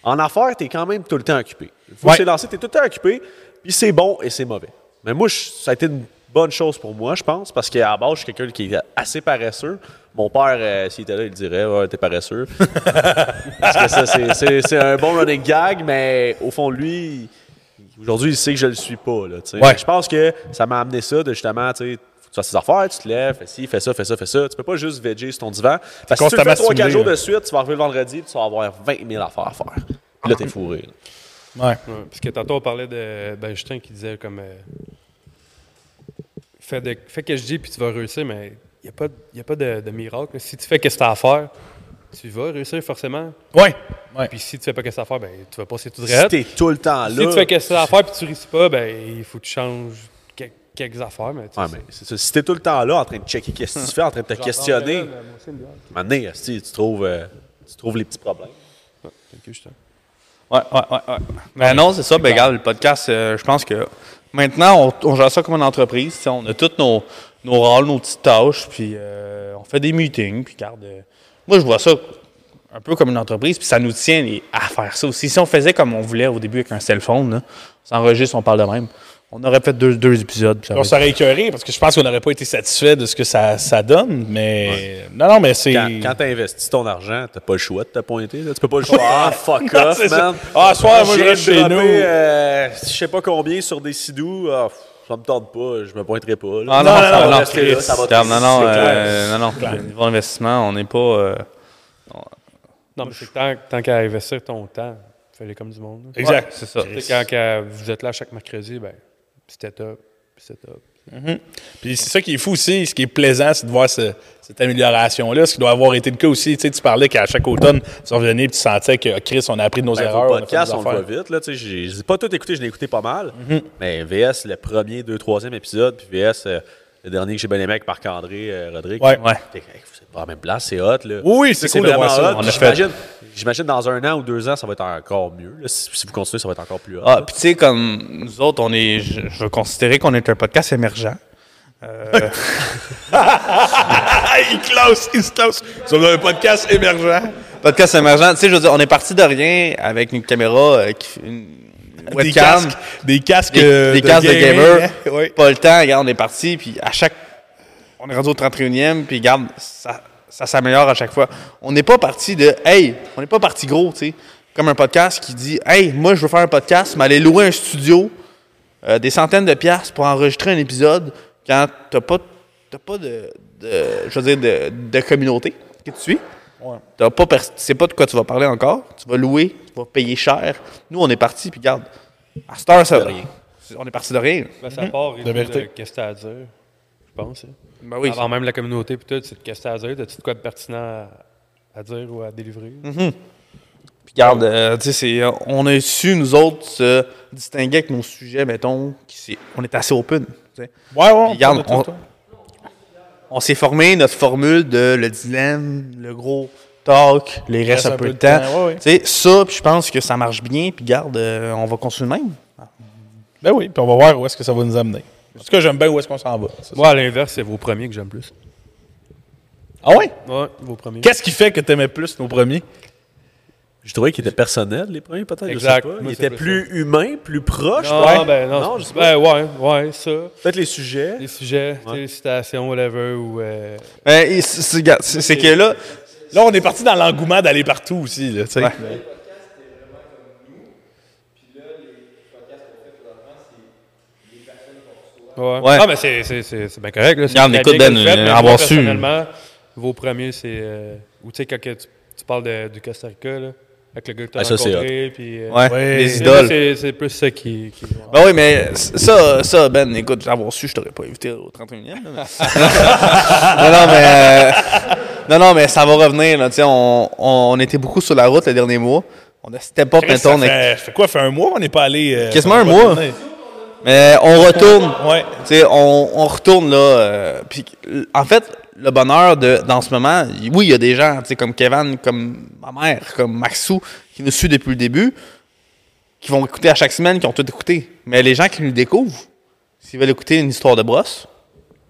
En affaires, tu es quand même tout le temps occupé. Une fois Ouais. que c'est lancé, tu es tout le temps occupé, puis c'est bon et c'est mauvais. Mais moi, je- ça a été une bonne chose pour moi, je pense, parce qu'à la base, je suis quelqu'un qui est assez paresseux. Mon père, euh, s'il était là, il dirait Ouais, t'es paresseux. Parce que ça, c'est- c'est- c'est un bon running gag, mais au fond, lui, aujourd'hui, il sait que je le suis pas. Là, tu sais. Ouais. Je pense que ça m'a amené ça de justement, tu sais, faut que tu fasses tes affaires, tu te lèves, fais ci, fais ça, fais ça, fais ça. Tu peux pas juste veger sur ton divan. Parce que si tu le constamment fais 3-4 stimulé, jours là. hein. de suite, tu vas arriver le vendredi et tu vas avoir 20 000 affaires à faire. Puis Là, t'es fourré. là. Ouais. Ouais, parce que tantôt, on parlait de ben, Justin qui disait comme. euh, fais, de, fais que je dis, puis tu vas réussir, mais il n'y a pas, de- y a pas de, de miracle. Si tu fais que ce que tu as à faire, tu vas réussir forcément. Ouais. Ouais. Puis si tu fais pas que ça à faire, ben, tu vas passer tout Si droit. t'es tout le temps là. Si tu fais que ça à faire, puis tu réussis pas, ben, il faut que tu changes quel- quelques affaires. Mais, tu sais, Ouais, mais c'est ça. Si t'es tout le temps là en train de checker qu'est-ce que tu fais, en train de te questionner, mais moi aussi, une bière. à un moment donné, esti, tu trouves, euh, tu trouves les petits problèmes. Thank you, Justin. Ouais, ouais, ouais, ouais. Mais non, c'est ça. Ben, regarde, le podcast, euh, je pense que maintenant, on, on gère ça comme une entreprise. tu sais, On a tous nos, nos rôles, nos petites tâches, puis euh, on fait des meetings, puis garde. moi, je vois ça un peu comme une entreprise, puis ça nous tient les- à faire ça aussi. Si on faisait comme on voulait au début avec un cell phone, là, on s'enregistre, on parle de même. On aurait fait deux, deux épisodes. puis ça On aurait- s'aurait écœuré parce que je pense qu'on n'aurait pas été satisfait de ce que ça, ça donne, mais. Non, non, mais c'est. Quand, quand t'as investi ton argent, t'as pas le choix de te pointer. là. Tu peux pas le choix. Ah, *laughs* fuck Non, off, c'est ça. man. Ah, ce soir, moi, je J'ai reste chez droppé, nous. euh, je sais pas combien sur des sidoux. Ah, pff, ça me tente pas. Je me pointerai pas. là. Ah non, Non, non, non, non, non, non, restez là, ça va Regarde, non, non, c'est clair. euh, non, non, niveau investissement, on n'est pas. euh, Non, mais c'est que tant, tant qu'à investir ton temps, fais-le comme du monde. là. Exact. c'est ça. Tu sais, Quand, qu'à- vous êtes là chaque mercredi, ben, c'était top, c'était top. Puis c'est ça qui est fou aussi, ce qui est plaisant, c'est de voir ce- cette amélioration-là, ce qui doit avoir été le cas aussi. Tu, sais, tu parlais qu'à chaque automne, tu revenais et tu sentais que ah, Chris, on a appris de nos Ben, erreurs. vos on a fait podcasts, nos on, le voit affaires. vite. Là, tu sais, j'ai, j'ai pas tout écouté, je l'ai écouté pas mal. Mais VS, le premier, deux, troisième épisode, puis VS, euh, le dernier que j'ai bien aimé avec Marc-André euh, Rodrigue. Ouais. Ouais. T'es- hey, Vous êtes pas à la même place, c'est hot. Là. Oui, oui, c'est C'est cool de vraiment voir ça. hot. On puis a fait. J'imagine, j'imagine dans un an ou deux ans, ça va être encore mieux. là. Si, si vous continuez, ça va être encore plus hot. Ah, là. puis tu sais, comme nous autres, on est, je, je veux considérer qu'on est un podcast émergent. Ah, il classe, il se classe sur un podcast émergent. Podcast émergent, tu sais, je veux dire, on est parti de rien avec une caméra, euh, qui- une une des webcam, casques, des casques, des, euh, des casques de, gaming, gamer. *laughs* hein. Oui. Pas le temps, regarde, on est parti, puis à chaque. On est rendu au 31e, puis regarde, ça, ça s'améliore à chaque fois. On n'est pas parti de. Hey, on n'est pas parti gros, tu sais. Comme un podcast qui dit Hey, moi, je veux faire un podcast, mais aller louer un studio, euh, des centaines de piastres pour enregistrer un épisode quand t'as pas, t'as pas de, de- Je veux dire, de, de communauté qui te suit. T'as pas pers- tu sais pas de quoi tu vas parler encore. Tu vas louer, tu vas payer cher. Nous, on est parti, puis regarde, à cette heure, ça va. On est parti de rien. Ben, ça part et tout vérité. de qu'est-ce que t'as à dire, je pense. hein. Ben oui. Avant même la communauté, puis tout, c'est de qu'est-ce que t'as à dire, t'as-tu de quoi de pertinent à, à dire ou à délivrer? Puis garde, euh, tu sais, c'est- euh, on a su, nous autres, se distinguer avec nos sujets, mettons, qui, c'est- on est assez open. tu sais. Ouais, ouais. Puis garde, on- on, on s'est formé notre formule de le dilemme, le gros talk, les restes un, peu, de temps. ouais, ouais. Tu sais, ça, puis je pense que ça marche bien, puis garde, euh, on va continuer de même. Ben oui, puis on va voir où est-ce que ça va nous amener. En tout cas, j'aime bien où est-ce qu'on s'en va. c'est ça. Moi, à l'inverse, c'est vos premiers que j'aime plus. Ah ouais? Ouais, vos premiers. Qu'est-ce qui fait que t'aimais plus nos premiers? Je trouvais qu'ils étaient personnels, les premiers, peut-être. je Exact. sais pas. Ils Moi, c'est étaient plus plus humains, plus proches. Non, peut-être. ben non. je sais pas. ben ouais, ouais, ça. Peut-être les sujets. Les sujets, tu sais, les citations, whatever, ou... euh, Ben, il- c'est- c'est regarde, c'est- c'est que là, Là, on est parti dans l'engouement d'aller partout aussi. Là, tu sais. Ouais. Ouais. Non, mais c'est- c'est c'est- c'est bien correct. Là. C'est Regarde, bien écoute, bien que Ben, vous faites, euh, mais avoir moi, su. Personnellement, vos premiers, c'est. euh, ou tu sais, quand que tu, tu parles de- du Costa Rica, là, avec le gars que tu as Ah, ça, c'est rencontré. Puis, euh, ouais, Ouais. les c'est- idoles. C'est c'est plus ça qui. qui- Ben oui, mais ça, ça, Ben, écoute, l'avoir su, je t'aurais pas invité au 31e. là, mais- *laughs* non, non, mais. euh, non, non, mais ça va revenir. Là, tu sais, on, on, on était beaucoup sur la route le dernier mois. On a step up, Chris, mettons. ça on a- fait, ça fait quoi? Ça fait un mois qu'on n'est pas allé. euh, Quasiment un on va mois. tourner. Mais on retourne. Ouais. Tu sais, on, on retourne là. euh, puis, l- en fait, le bonheur de, dans ce moment, y- oui, il y a des gens, tu sais, comme Kevin, comme ma mère, comme Maxou, qui nous suit depuis le début, qui vont écouter à chaque semaine, qui ont tout écouté. Mais les gens qui nous découvrent, s'ils veulent écouter une histoire de brosse,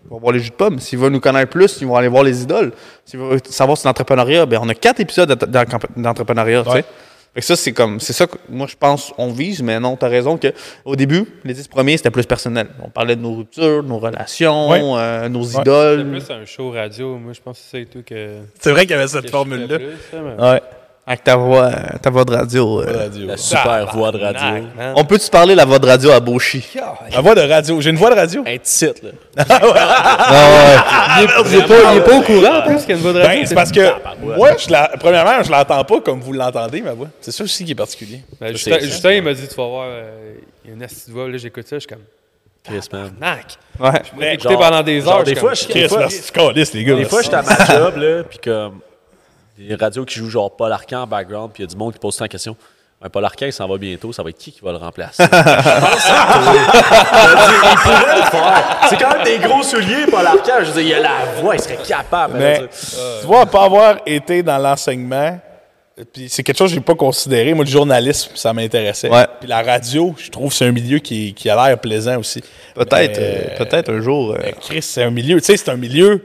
ils vont voir les jus de pommes. S'ils veulent nous connaître plus, ils vont aller voir les idoles. S'ils veulent savoir sur l'entrepreneuriat, ben on a quatre épisodes d'ent- d'en- d'entrepreneuriat, tu sais. Fait que ça, c'est comme, c'est ça que moi, je pense, on vise, mais non, t'as raison que au début, les 10 premiers, c'était plus personnel. On parlait de nos ruptures, de nos relations, Ouais. euh, nos Ouais. Mm. C'est idoles. plus un show radio, moi, je pense que c'est ça et tout que. C'est vrai qu'il y avait cette que formule-là. je fais plus, ça, mais- Ouais. Avec ta voix, euh, ta voix de radio. euh. Pas de radio. La super voix de radio. Tabarnak, man. On peut-tu parler la voix de radio à Beauchy? La voix de radio. J'ai une voix de radio. Un titre, là. Il est- il est pas- il est pas au courant, en plus, qu'il y a une voix de radio. Ben, c'est parce que moi, je la, premièrement, je l'entends pas comme vous l'entendez, ma voix. C'est ça aussi qui est particulier. Ben, c'est Justin, ça. Justin, il m'a dit, tu vas voir, euh, il y a une astuce de voix, là, j'écoute ça, je suis comme. Chris, man. Nac! Ouais. J'ai écouté pendant des genre, heures. des fois, je des Chris, fois, merci, c'est caliste, les gars. Des fois, j'étais à ma job, là, puis comme des radios qui jouent genre Paul Arcan en background, puis il y a du monde qui pose ça en question. Ben, Paul Arcan, il s'en va bientôt, ça va être qui qui va le remplacer? Je pense à toi. Je veux dire, il pourrait le faire. C'est quand même des gros souliers, Paul Arcan. Je veux dire, il a la voix, il serait capable. Mais je veux dire. tu vois, pas avoir été dans l'enseignement, euh, puis c'est quelque chose que j'ai pas considéré. Moi, le journalisme, ça m'intéressait. Ouais. Puis la radio, je trouve que c'est un milieu qui, qui a l'air plaisant aussi. Peut-être, Mais, euh, peut-être un jour. euh, mais Chris, c'est un milieu, tu sais, c'est un milieu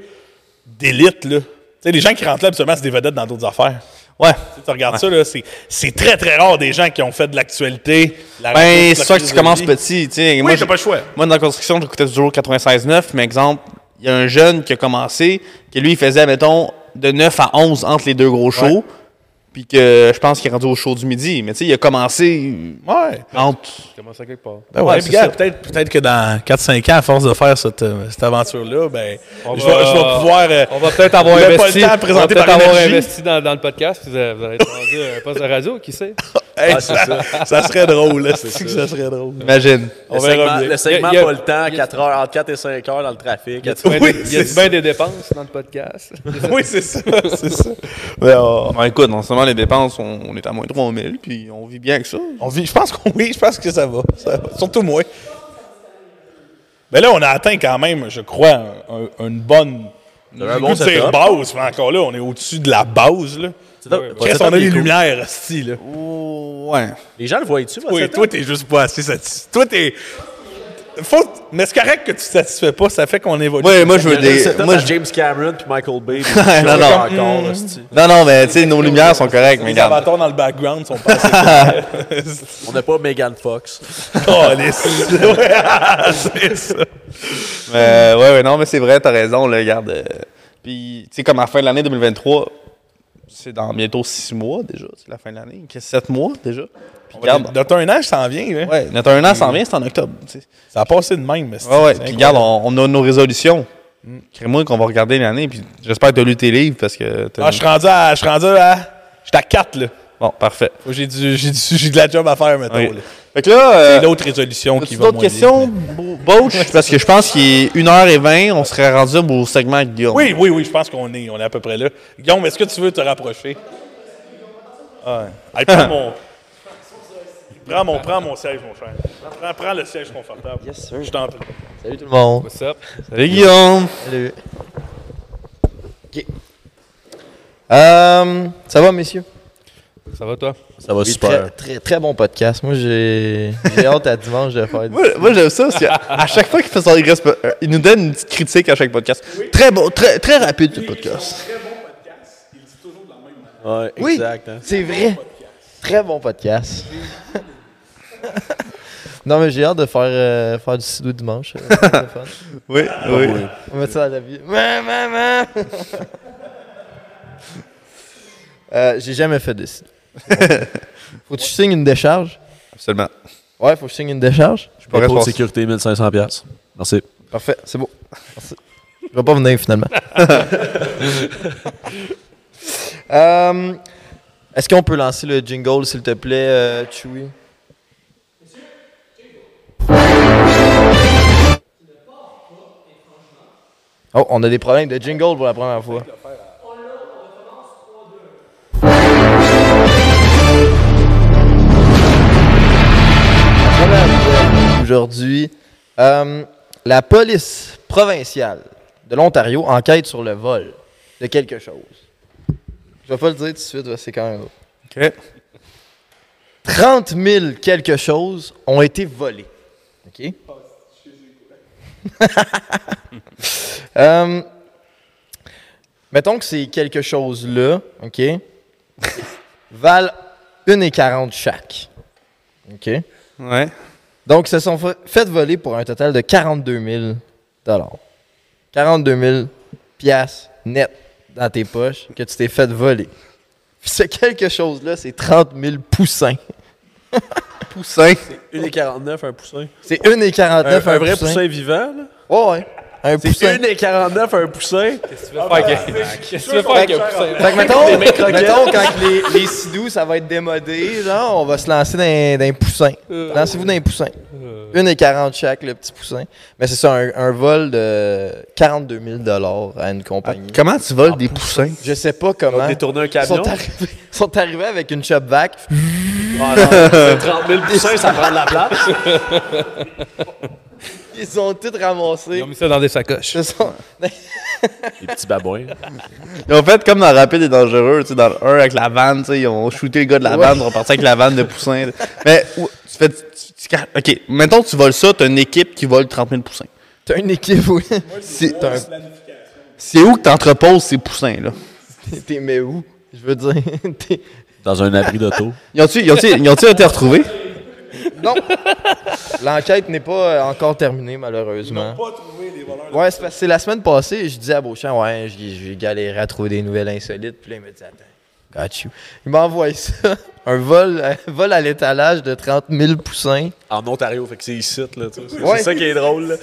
d'élite, là. Tu sais, les gens qui rentrent là, absolument, c'est des vedettes dans d'autres affaires. ouais. Tu sais, tu regardes ça, là, c'est- c'est très, très rare des gens qui ont fait de l'actualité. de la radio, Ben, de c'est la sûr que tu philosophie. commences petit. tu sais. moi, t'as j'ai- pas le choix. Moi, dans la construction, j'écoutais toujours 96.9, mais exemple, il y a un jeune qui a commencé, que lui, il faisait, mettons, de 9 à 11 entre les deux gros shows, puis que euh, je pense qu'il est rendu au show du midi. Mais tu sais, il a commencé euh, Ouais. entre. je commence à quelque part. Ben Ouais, ouais, puis c'est gars, ça. peut-être peut-être que dans 4-5 ans, à force de faire cette, euh, cette aventure-là, ben, On je, va- vais, je vais pouvoir. euh, On va peut-être avoir on n'a investi, pas le temps à on va présenter peut-être par avoir énergie. investi dans, dans le podcast, puis vous allez vous allez être rendu à un poste de radio, qui sait? Hey, *laughs* ça, ça serait drôle. là, c'est que ça serait drôle. Imagine. On le verra segment, bien. le segment Il y a- pas le temps, 4 heures, entre 4 et 5 heures dans le trafic. Il y a Oui, du- il y a du c'est- bien des dépenses dans le podcast. Oui, c'est ça. *laughs* C'est ça. Ben, on, Bon, écoute, en ce moment, les dépenses, on, on est à moins 3000, puis on vit bien avec ça. on vit, je pense qu'on *laughs* oui, je pense que ça va. ça va. Surtout moi. Mais là, on a atteint quand même, je crois, un- un- une bonne. un j'ai bon goût de dire setup. base, mais encore là, on est au-dessus de la base. Là. Qu'est-ce qu'on a les lumières, hostie, là. ouais. Les gens le voient-tu, votre Oui, setup? toi, t'es juste pas assez satisfait. Toi, t'es. Faut... Mais c'est correct que tu te satisfais pas, ça fait qu'on évolue. Ouais, moi, je veux Il y a le des. setup Moi, à je- James Cameron puis Michael Bay. puis- non, non. Encore, là, c'est- Non, non, mais tu sais, nos lumières sont correctes, mais Les regarde. avatars dans le background sont *laughs* pas assez. On n'a pas Megan Fox. câlisses. Ouais, c'est ça. Euh, ouais, ouais, non, mais c'est vrai, t'as raison, là, regarde. euh, Puis, tu sais, comme à la fin de l'année 2023, c'est dans bientôt six mois déjà, c'est la fin de l'année, qu'est-ce, sept mois déjà. Puis, regarde, Dans ton âge, ça en vient. Hein? ouais, notre un an s'en vient, c'est en octobre, tu sais. Ça a passé de même. mais c'est- Ah Ouais, ouais, c'est puis regarde, incroyable. on, on a nos résolutions. Mm. Crée-moi qu'on va regarder l'année, puis j'espère que t'as lu tes livres parce que. t'as- Ah, je suis rendu à. Je suis rendu à. Je suis à 4, là. Bon, parfait. Moi, J'ai du, j'ai du, j'ai de la job à faire, mettons. Ouais. là. Fait que là. euh, C'est l'autre résolution qui As-tu va. d'autres moins questions, vite, Bo- Boach? Parce que je pense qu'il est 1h20, on serait rendu au segment avec Guillaume. mais- Oui, oui, oui, je pense qu'on est, on est à peu près là. Guillaume, est-ce que tu veux te rapprocher? Ouais. Allez, prends mon. Prends mon, prends mon siège, mon cher. Prends, prends le siège confortable. Yes, sir. Je t'en prie. Bon. What's up? Salut Guillaume. Salut. Euh, ça va, messieurs? Ça va, toi? Ça va Oui, Très, très, très bon podcast. Moi, j'ai j'ai hâte à dimanche de faire. Moi, moi, j'aime ça *laughs* parce qu'à chaque fois qu'il fait son regresse, euh, il nous donne une petite critique à chaque podcast. Très bon, très, très rapide ce podcast. Ouais, Oui, exact. hein. *laughs* c'est vrai. Très bon podcast. *laughs* non, mais j'ai hâte de faire, euh, faire du sidou *laughs* dimanche. euh, c'est le fun. Oui, oui. On va mettre ça à la vie. Maman, maman! *laughs* Euh, J'ai jamais fait de *laughs* sidou. Faut que tu signes une décharge. Absolument. Ouais, faut que je signe une décharge. Je Pour pourrais te passer. sécurité, 1500$. piastres. Merci. Parfait, c'est beau. Merci. Je vais pas venir finalement. *laughs* Euh, Est-ce qu'on peut lancer le jingle, s'il te plaît, euh, Chewy? Oh, on a des problèmes de jingle pour la première fois. Voilà, Aujourd'hui, euh, la police provinciale de l'Ontario enquête sur le vol de quelque chose. Je vais pas le dire tout de suite, parce que c'est quand même. Ok. 30 000 quelque chose ont été volés. OK? *laughs* Euh, mettons que ces quelque chose-là, OK, valent 1,40 chaque. OK? Ouais. Donc, ils se sont fa- fait voler pour un total de 42 000 dollars. 42 000 piastres net dans tes poches que tu t'es fait voler. Puis Ce quelque chose-là, c'est 30 000 poussins. Poussin. 1,49 un poussin. C'est 1,49 Un, un vrai poussin, poussin. vivant, là. Ouais, ouais. Un poussin. 1,49 un poussin. Ah, Qu'est-ce que tu veux faire avec un poussin? Fait que mettons, mettons quand les, les sidous, ça va être démodé, genre, on va se lancer dans, dans les poussins. Lancez-vous dans les poussins. Une et 40 chaque, le petit poussin. Mais c'est ça, un, un vol de 42 000 à une compagnie. Comment tu voles des poussins? Je sais pas comment. Détourner un Ils camion. sont arrivés, ils sont arrivés avec une chop vac. Ah non, c'est 30 000 poussins, ça prend de la place. Ils ont tout Ils ramassé. ont mis ça dans des sacoches. Ils sont- Les petits babouins. Ils ont fait comme dans Rapide et Dangereux, tu sais, dans le 1 avec la vanne, tu sais, ils ont shooté le gars de la vanne, ils sont partis avec la vanne de poussin. Mais, ou- tu fais. tu- tu car- ok, mettons que tu voles ça, t'as une équipe qui vole 30 000 poussins. T'as une équipe, oui. C'est T'as c'est où que t'entreposes ces poussins-là? un- T'es mais où? Je veux dire. *laughs* t'es- Dans un abri d'auto. Ils ont-tu ils ont-tu- ils ont-tu été retrouvés? Non. L'enquête n'est pas euh, encore terminée, malheureusement. Pas trouver les voleurs. Ouais, c'est parce que c'est la semaine passée, je disais à Beauchamp, ouais, j'ai j'ai galéré à trouver des nouvelles insolites. Puis là, il me dit, attends, got you. Il m'envoie ça. *laughs* Un vol, un vol à l'étalage de 30 000 poussins. En Ontario, fait que c'est ici, là. tu vois. C'est Ouais. c'est ça qui est drôle, là.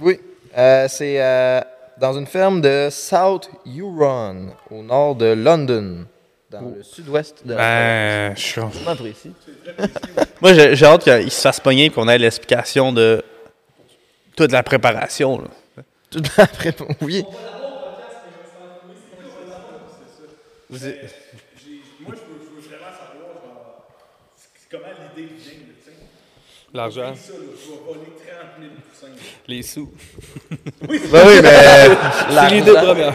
Oui. Euh, c'est euh, dans une ferme de South Huron, au nord de London, dans le sud-ouest de la Ben, je suis Pas précis. Moi, j'ai j'ai hâte qu'ils se fassent pogner et qu'on ait l'explication de toute la préparation. là. Tout après, oui. Moi, je veux, je veux vraiment savoir genre, c'est- comment l'idée vient. là, tu sais. L'argent, Ça, là, je vais voler 30 000 poussins. les sous. Ben oui, *laughs* mais C'est l'idée première.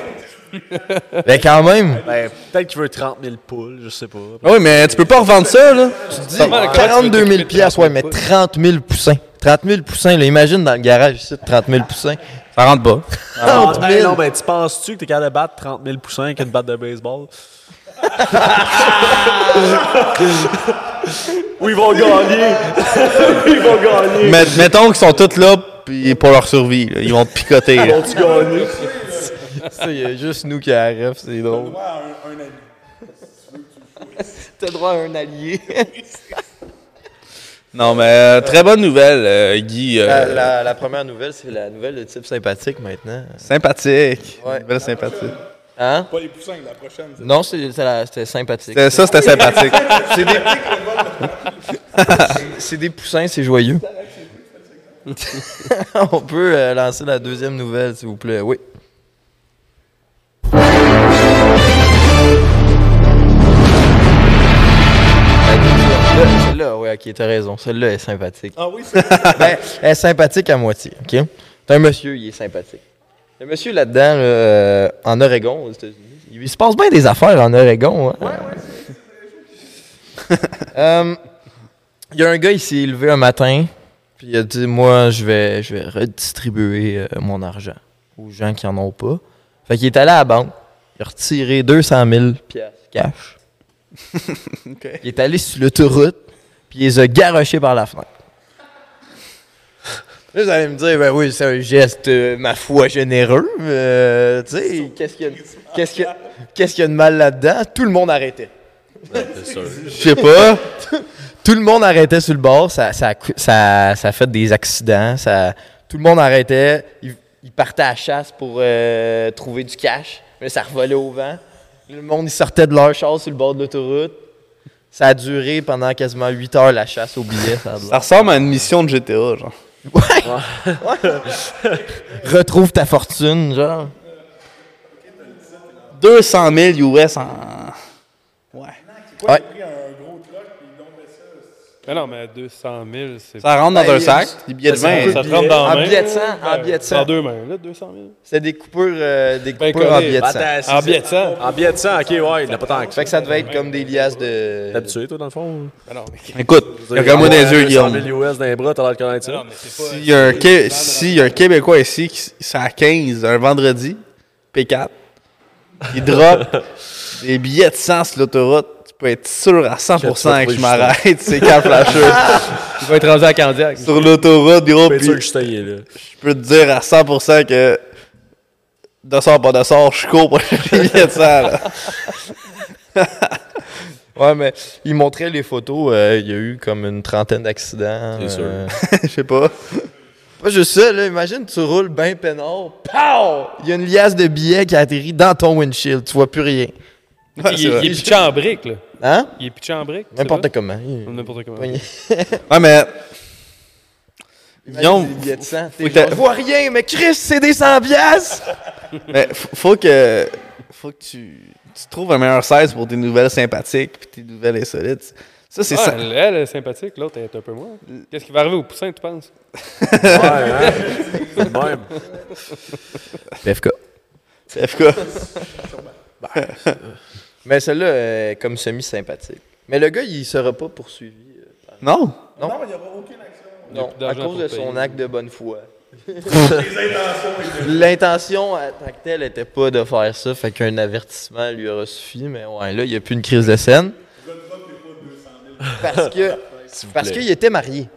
Mais quand même, Ben, peut-être qu'il veut 30 000 poules, je sais pas. ben oui, mais tu peux pas revendre ça, là. Tu te dis. dis, 42 000 piastres, ouais, mais 30 000 poussins. 30 000 poussins, là, imagine dans le garage ici, 30 000 poussins. Ça rentre pas. Ah, 30 hey, 000. non, ben, tu penses-tu que t'es capable de battre 30 000 poussins avec une batte de *laughs* baseball? Ou ils vont gagner! ils vont gagner! Mais, mettons qu'ils sont tous là pis pour leur survie. là. Ils vont te picoter. là. Vont-tu gagner? Ça, il y a juste nous qui arrive, c'est drôle. Ouais, un, un ami. *laughs* T'as droit à un allié. Non, mais euh, très bonne nouvelle, euh, Guy. euh, La, la- la première nouvelle, c'est la nouvelle de type sympathique maintenant. Sympathique. Ouais. Nouvelle sympathique. Hein? Pas les poussins, la prochaine. c'est- Non, c'est- c'est la- c'était sympathique. Euh, Ça, c'était sympathique. C'est des... c'est des poussins, c'est joyeux. *laughs* On peut euh, lancer la deuxième nouvelle, s'il vous plaît. Oui. Celle-là, celle-là, oui, ok, t'as raison. Celle-là est sympathique. Ah oui, c'est Ben, elle est sympathique à moitié, OK? T'as un monsieur, il est sympathique. Le monsieur là-dedans, là, euh, en Oregon, aux États-Unis, il, il se passe bien des affaires en Oregon. hein. *laughs* Euh, Il y a un gars, il s'est levé un matin, puis il a dit Moi, je vais, je vais redistribuer euh, mon argent aux gens qui en *laughs* ont pas. Fait qu'il est allé à la banque, il a retiré 200 000 piastres cash. Il est allé sur l'autoroute, puis il les a garochés par la fenêtre. Là, vous allez me dire, ben oui, c'est un geste, euh, ma foi, généreux. euh, tu sais, qu'est-ce qu'il y, a- *laughs* qu'est-ce qu'il y a- qu'est-ce qu'il y a de mal là-dedans? Tout le monde arrêtait. Je sais pas. *laughs* Tout le monde arrêtait sur le bord, ça, ça, cou- ça, ça a fait des accidents, ça, tout le monde arrêtait, ils il partaient à la chasse pour euh, trouver du cash, mais ça revolait au vent. Le monde, il sortait de leur char sur le bord de l'autoroute. Ça a duré pendant quasiment 8 heures la chasse au billet. Ça a Ça ressemble à une mission de GTA, genre. Retrouve ta fortune, genre. 200 000 US en. Ouais. Mais Ben non, mais 200 000, c'est. Ça rentre dans Ben, un sac, des billets de ça vin. Ça te rentre dans la En main, billet de cent, là. en billet de cent. En deux mains, là, 200 000. C'était des coupures, euh, des Ben coupures en collé. billet de sang. Attends, En c'est- billet de cent. En billet de sang, ok, ouais, il n'a pas tant que ça. Fait que ça devait être comme des liasses de. T'es habitué, toi, dans le fond? Écoute, regarde-moi dans les yeux, 200 Guillaume. 000 US dans les bras, t'as l'air de connaître ça. S'il y, a un Qué- s'il y a un Québécois ici qui s- c'est à 15, un vendredi, P4, *laughs* il drop des billets de 100 sur l'autoroute, tu peux être sûr à 100% que je m'arrête, c'est *laughs* qu'un flasheur. Tu vas être rendu à cardiaque. sur l'autoroute, gros, Mais puis sûr que Justin il est là. je peux te dire à 100% que de sort, pas de sort, je cours pour *laughs* les billets de 100. là. *laughs* Ouais, mais ils montraient les photos. euh, Il y a eu comme une trentaine d'accidents. C'est euh, *laughs* Je sais pas. Pas juste ça, là. Imagine, tu roules bien peinard. Pow! Il y a une liasse de billets qui atterrit dans ton windshield. Tu vois plus rien. Ouais, Il c'est vrai. il est pitché en brique, là. Hein? Il est pitché en brique. c'est N'importe vrai? comment. *laughs* N'importe comment. Oui. Ouais, mais Imagine Guillaume, des billets de sang. faut T'es que t'a- genre, Je vois rien, mais Chris, c'est des 100 piastres! Mais f- faut que, faut que tu, tu trouves un meilleur 16 pour tes nouvelles sympathiques puis tes nouvelles insolites. Ça, c'est Ah, ça. elle, elle est sympathique, l'autre elle est un peu moins. Qu'est-ce qui va arriver au poussin, tu penses? Ouais, hein? C'est le même. PFK. FK. Mais celle-là, euh, comme semi-sympathique. Mais le gars, il sera pas poursuivi. euh, Non. Non, plus à d'argent cause pour de son payer. acte de bonne foi. L'intention en tant que telle n'était pas de faire ça, fait qu'un avertissement lui aura suffi, mais ouais, là, il n'y a plus une crise de scène. *laughs* Parce que parce qu'il était marié.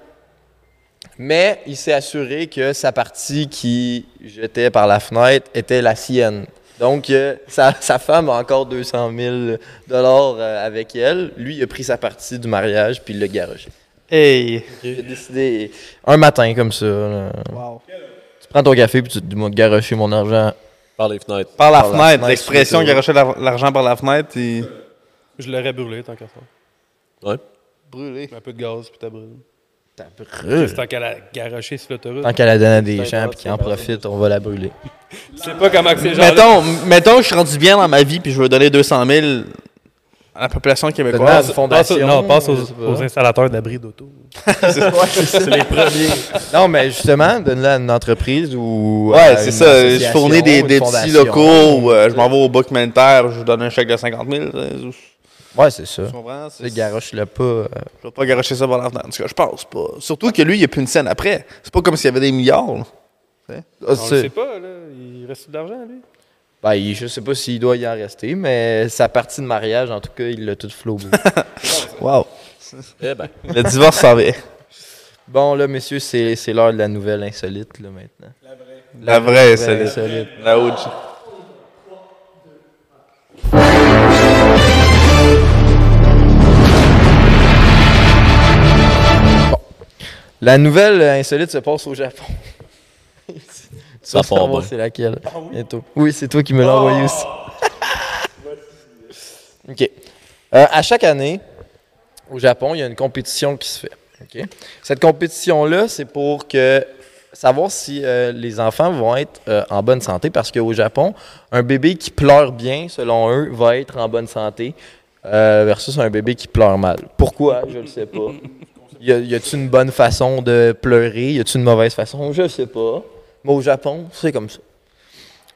Mais il s'est assuré que sa partie qui jetait par la fenêtre était la sienne. Donc, euh, sa, sa femme a encore 200 000 euh, avec elle. Lui, il a pris sa partie du mariage puis il l'a garagé. Hey. J'ai décidé un matin comme ça. là. Wow. Tu prends ton café puis tu te dis, moi, garocher mon argent. Par les fenêtres. Par la Par la fenêtre. fenêtre, L'expression c'est qui arrachait la- l'argent par la fenêtre et. Je l'aurais brûlé tant qu'à ça. Ouais. Brûlé. Un peu de gaz, puis t'as brûlé. T'as C'est tant qu'elle a garoché sur l'autoroute. Tant qu'elle la donne à des C'est un gens gars, puis qu'ils en profitent, on va la brûler. Tu sais pas comment que ces gens-là. Mettons, mettons que je suis rendu bien dans ma vie puis je veux donner 200 000 à la population Donne-la à québécoise. une Passe fondation. au- non, passe je sais aux, pas. aux installateurs d'abris d'auto. c'est les premiers. Non, mais justement, donne-la à une entreprise ou. à Ouais, c'est une ça. Je association, fournis des, une des petits fondation. locaux ou euh, je m'en vais au book humanitaire, je vous donne un chèque de 50 000. euh, Ouais, c'est ça. Tu comprends? C'est- Tu garoche-le pas. euh, Je vais pas garocher ça par la fenêtre. En tout cas, je pense pas. Surtout que lui, il a plus une scène après. C'est pas comme s'il y avait des milliards. là. ah, On c'est- le sait pas, là. Il reste de l'argent, lui. Ben, il- je sais pas s'il doit y en rester, mais sa partie de mariage, en tout cas, il l'a tout flobé. Wow. Eh ben. *laughs* Le divorce s'en vient. bon, là, messieurs, c'est c'est l'heure de la nouvelle insolite, là, maintenant. La vraie, Nouvelle c'est insolite. la OG. La nouvelle euh, insolite se passe au Japon. tu vas part savoir bien. c'est laquelle bientôt. Oui, c'est toi qui me l'as envoyé aussi. *laughs* OK. Euh, à chaque année, au Japon, il y a une compétition qui se fait. OK? Cette compétition-là, c'est pour que savoir si euh, les enfants vont être euh, en bonne santé parce qu'au Japon, un bébé qui pleure bien, selon eux, va être en bonne santé euh, versus un bébé qui pleure mal. Pourquoi? Je ne sais pas. Y a- y a-tu une bonne façon de pleurer? Y a-tu une mauvaise façon? Je sais pas. Mais au Japon, c'est comme ça.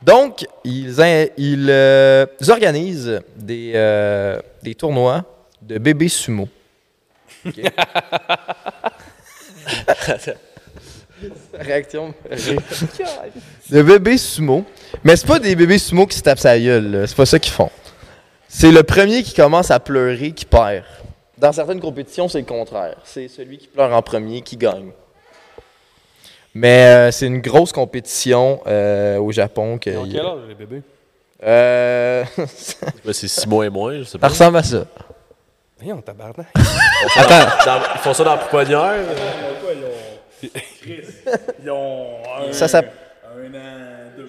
Donc, ils, in- ils, euh, ils organisent des, euh, des tournois de bébés sumo. Ok. *laughs* Réaction. *laughs* de bébés sumo. Mais c'est pas des bébés sumo qui se tapent sa gueule. là. C'est pas ça qu'ils font. C'est le premier qui commence à pleurer qui perd. Dans certaines compétitions, c'est le contraire. C'est celui qui pleure en premier qui gagne. Mais euh, c'est une grosse compétition euh, au Japon. Que Dans quel âge, les bébés? Euh, *laughs* Mais c'est 6 mois et moins, je sais ça pas. ressemble à ça. Voyons, tabarnak. Attends, Dans- ils font ça dans la pouponnière. Ils ont un, Ça s'appelle- un an, deux. là.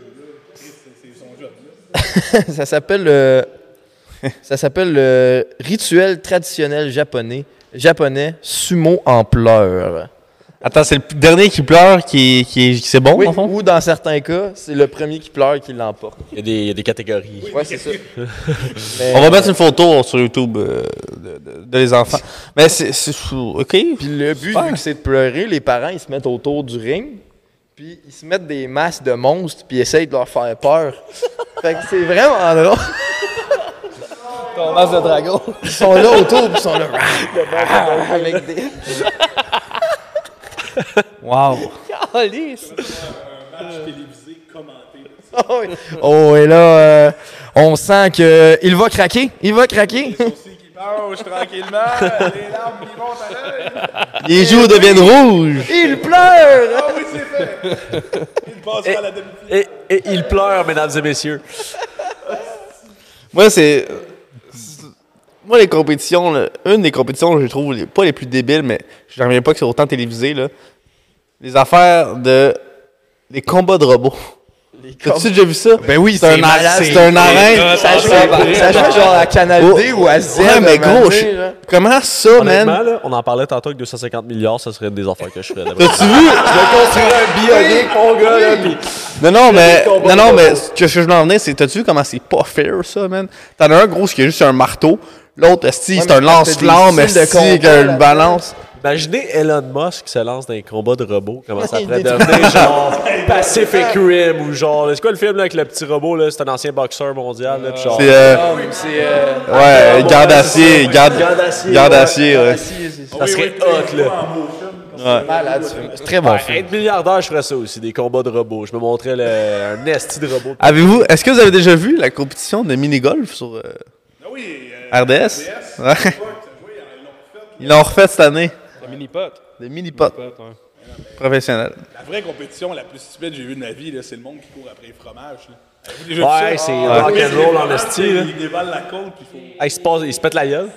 Chris, c'est- C'est son job. là. ça *laughs* s'appelle le ça s'appelle le rituel traditionnel japonais japonais sumo en pleurs. Attends, c'est le dernier qui pleure qui, qui, c'est bon, Oui, Oh, en fond? ou dans certains cas, c'est le premier qui pleure qui l'emporte. Il y, a des, il y a des catégories. Ouais, *laughs* c'est ça. Mais, On va euh, mettre une photo sur YouTube euh, de, de- de les enfants. Mais c'est. c'est- OK. Puis le but, vu que c'est de pleurer, les parents, ils se mettent autour du ring, puis ils se mettent des masses de monstres, puis ils essayent de leur faire *laughs* peur. fait que c'est vraiment drôle. Ton masque de dragon. Ils sont là autour, puis ils *laughs* sont là. avec *laughs* des... Wow. oh, oui. Oh, et là, euh, on sent que il va craquer. Il va craquer. Aussi qui marche tranquillement, les larmes qui montent à l'œil. Les joues deviennent rouges. il pleure. Ah oui, c'est fait! Il passera à la demi-finale. Et, et ils pleurent, mesdames et messieurs. Moi, c'est. c'est- Moi, les compétitions, là, une des compétitions, je trouve les- pas les plus débiles, mais je n'en reviens pas que c'est autant télévisé, là. Les affaires de. Les combats de robots. T'as-tu déjà vu ça? Ben oui, c'est un ar- c'est un arène. Ça joue, ça joue genre à Canal D ou à Z. Oh. Ouais, mais gros, je- là. comment ça, Honnêtement, Oh, man? là, on en parlait tantôt que 250 milliards, ça serait des affaires que je ferais. *laughs* là-bas. T'as-tu vu? Ah, bionique, mon gars, là, puis- Non, non, mais, non, non, mais ce que je veux en venir, c'est, t'as-tu vu comment c'est pas fair, ça, man? T'en as un gros qui a juste un marteau, l'autre, esti, Ouais, c'est un mais quand t'as lance-flamme, des styles de esti, combat, avec une là-dedans. balance. Imaginez Elon Musk qui se lance dans les combats de robots. Comment ça Il pourrait détruit- devenir genre Pacific Rim ou genre. C'est quoi le film là, avec le petit robot là? C'est un ancien boxeur mondial. Là, pis genre, C'est, euh, Ah, ouais, garde acier, garde, Garde acier, garde ouais. acier, Ah, ouais. ça serait hot là. Malade, ce film. C'est très bon film. Être milliardaire, je ferais ça aussi, des combats de robots. Je me montrais le- un esti de robot. Avez-vous, est-ce que vous avez déjà vu la compétition de mini-golf sur euh, Ah oui, euh, RDS? RDS. Ouais. oui, ils l'ont fait. Ils l'ont refait cette année. Le mini-pot. Des mini-potes hein. professionnels. La vraie compétition la plus stupide que j'ai vue de ma vie, là, c'est le monde qui court après les fromages. là. Avez-vous déjà vu ça? Ouais, c'est Ah, oui, c'est rock'n'roll en vraiment, esti. là. Ils déballent la côte, puis il faut. Ah, il, se passe- il se pète la gueule.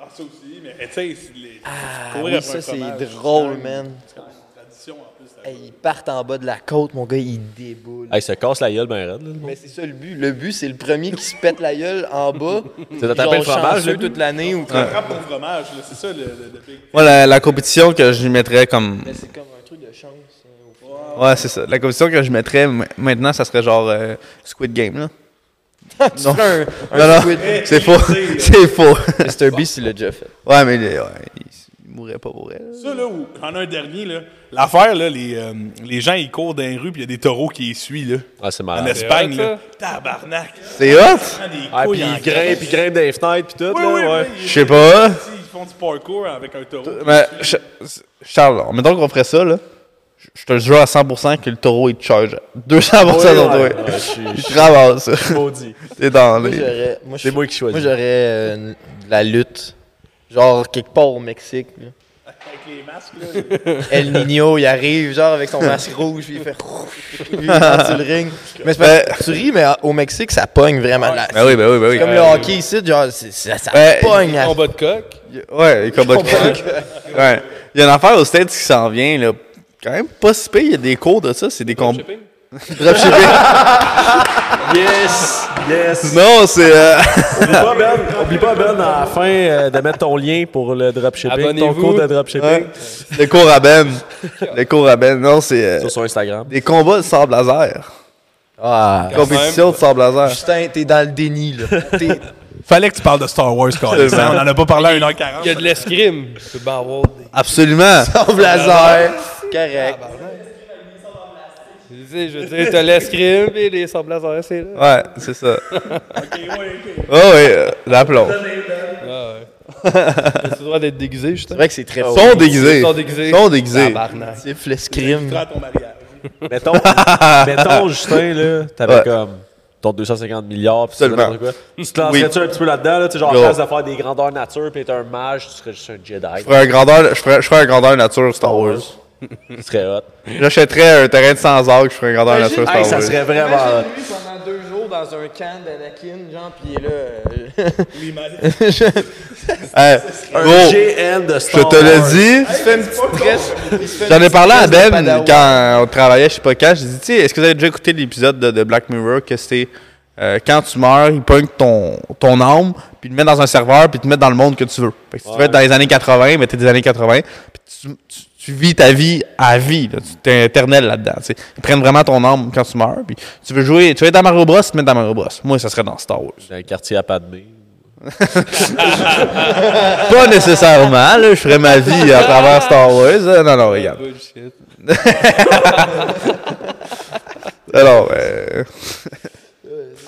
Ah, ça aussi, mais eh, tu sais, c'est les. Ah courir oui, après ça, un c'est fromage, drôle, man. c'est une tradition en plus. ça. Hey, ils partent en bas de la côte, mon gars, ils déboulent. Ah, il se casse la gueule, ben raide. là. Mais c'est ça le but. Le but, c'est le premier qui se pète la gueule en bas. C'est d'attraper le fromage, le but. toute l'année ou quoi. Frappe ton fromage, là, c'est ça le, le, le big. Moi, la, la compétition que je mettrais comme. C'est comme un truc de chance. hein, Ouais, c'est ça. La compétition que je mettrais m- maintenant, ça serait genre euh, Squid Game, *laughs* là. non. Un, Non, non, un squid. c'est faux. *laughs* C'est faux. Mr. Beast, il l'a déjà fait. Ouais, mais euh, ouais, il, s- il mourrait pas pour elle. Ça, là, où. J'en ai un dernier, là. L'affaire, là, les, euh, les gens, ils courent dans les rues, puis il y a des taureaux qui les suivent, là. Ah, c'est En malade. Espagne, hot, là. Tabarnak! C'est hot? Ah, des Ah, couilles puis en il grimpe, puis il grimpe dans les fenêtres, puis tout. Oui, là, oui, ouais. oui, Je sais hein? pas. Ils ils font du parkour avec un taureau. Mais, Ch- Charles, mettons qu'on ferait ça, là. Je- Je te jure à 100% que le taureau, il te charge. 200% Ouais, sur ouais, toi. ouais, je suis- je Il suis te ramasse. maudit. T'es dans Moi, les. j'aurais. Moi, C'est je- moi qui moi, choisis. j'aurais euh, une- de la lutte. Genre, quelque part au Mexique. là. Avec les masques, là. *laughs* El Nino, il arrive genre avec son masque rouge, puis il *laughs* fait lui, il rentre sur le ring. Mais c'est parce que tu ris, mais au Mexique, ça pogne vraiment là. Ben oui, ben oui, ben oui. Comme le hockey ici, genre, c'est- ça, ça Ben, pogne. à- Combat de coq. Ouais, les combats de coq. Ouais. Il y a une affaire aux States qui s'en vient, là. Quand même pas si pire, il y a des cours de ça, c'est des combats. Shipping. Dropshipping. *laughs* Yes! Yes! non, c'est. euh, Oublie pas, Ben, oublie pas, Ben, à la fin, euh, de mettre ton lien pour le dropshipping, ton Abonnez-vous. cours de dropshipping. Ouais. Le cours à Ben. Le cours à Ben. Non, c'est euh, Ça, sur Instagram. des combats de sable laser. Ah. Compétition de sable laser. Justin, t'es dans le déni, là. *laughs* T'es- Fallait que tu parles de Star Wars, quand C'est vrai. On en a pas parlé à 1h40. Il y a de l'escrime. Tu peux bien avoir des- Absolument. ton blazer. Correct. Tu sais, Je veux dire, t'as l'escrime et les sables laser, c'est là. *laughs* Ouais, c'est ça. Oh, oui, euh, l'aplomb. Ah, *laughs* T'as le droit d'être déguisé, C'est justement. vrai que c'est Ah, très Sont déguisés. Sont déguisés. Sont déguisés. Tabarnak. Positif, l'escrime. à ton mariage. *laughs* Mettons, mettons Justin, là, t'avais Ouais. comme ton 250 milliards, puis tu Absolument. sais quoi. Tu te lancerais-tu un petit peu là-dedans, là, tu sais, genre, en Yo. place de faire des grandeurs nature, puis être un mage, tu serais juste un Jedi. Je ferais un grandeur, je ferais, je ferais un grandeur nature Star Wars. Tu serais hot. J'achèterais un terrain de 100 acres, je ferais un grandeur nature Star Hey, Wars. ça serait vraiment hot. Imagine lui pendant deux jours dans un camp d'Anakin, genre, pis il est là. Euh... Hey, Oh, gros, GN de je Star te Wars. le dis. J'en ai parlé à Ben Padawan. quand on travaillait, je sais pas quand. J'ai dit, tu sais, est-ce que vous avez déjà écouté l'épisode de, de Black Mirror que c'est euh, quand tu meurs, ils pognent ton, ton âme, puis ils te mettent dans un serveur, puis ils te mettent dans le monde que tu veux. Fait que si tu veux être dans les années 80, mais t'es des années 80, puis tu, tu- tu vis ta vie à vie, là. tu t'es éternel là-dedans. tu sais. Ils prennent vraiment ton âme quand tu meurs, puis tu veux jouer, tu veux être dans Mario Bros, ils te mettent dans Mario Bros. Moi, ça serait dans Star Wars. J'ai un quartier à Padmé. Pas nécessairement, là, je ferais ma vie à travers Star Wars. Euh, Non, non, regarde. Bullshit. *laughs* Alors, euh,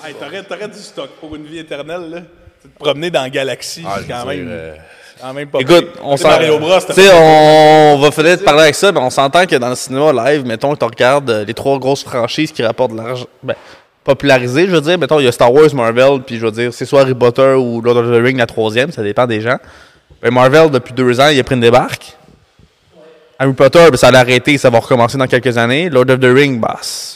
Hey, t'aurais, t'aurais du stock pour une vie éternelle, là. Tu te promener dans la galaxie, Ah, c'est quand même. euh, Quand même pas Écoute, pire. on Tu sais, s'en. Mario Bros, Tu t'as sais, on va finir de parler avec ça, mais on s'entend que dans le cinéma live, mettons que tu regardes euh, les trois grosses franchises qui rapportent de l'argent. Ben, popularisées, je veux dire. Mettons, il y a Star Wars, Marvel, puis je veux dire, c'est soit Harry Potter ou Lord of the Rings, la troisième, ça dépend des gens. Ben, Marvel, depuis deux ans, il a pris une débarque. Harry Potter, ben, ça l'a arrêté, ça va recommencer dans quelques années. Lord of the Rings, ben, c'est-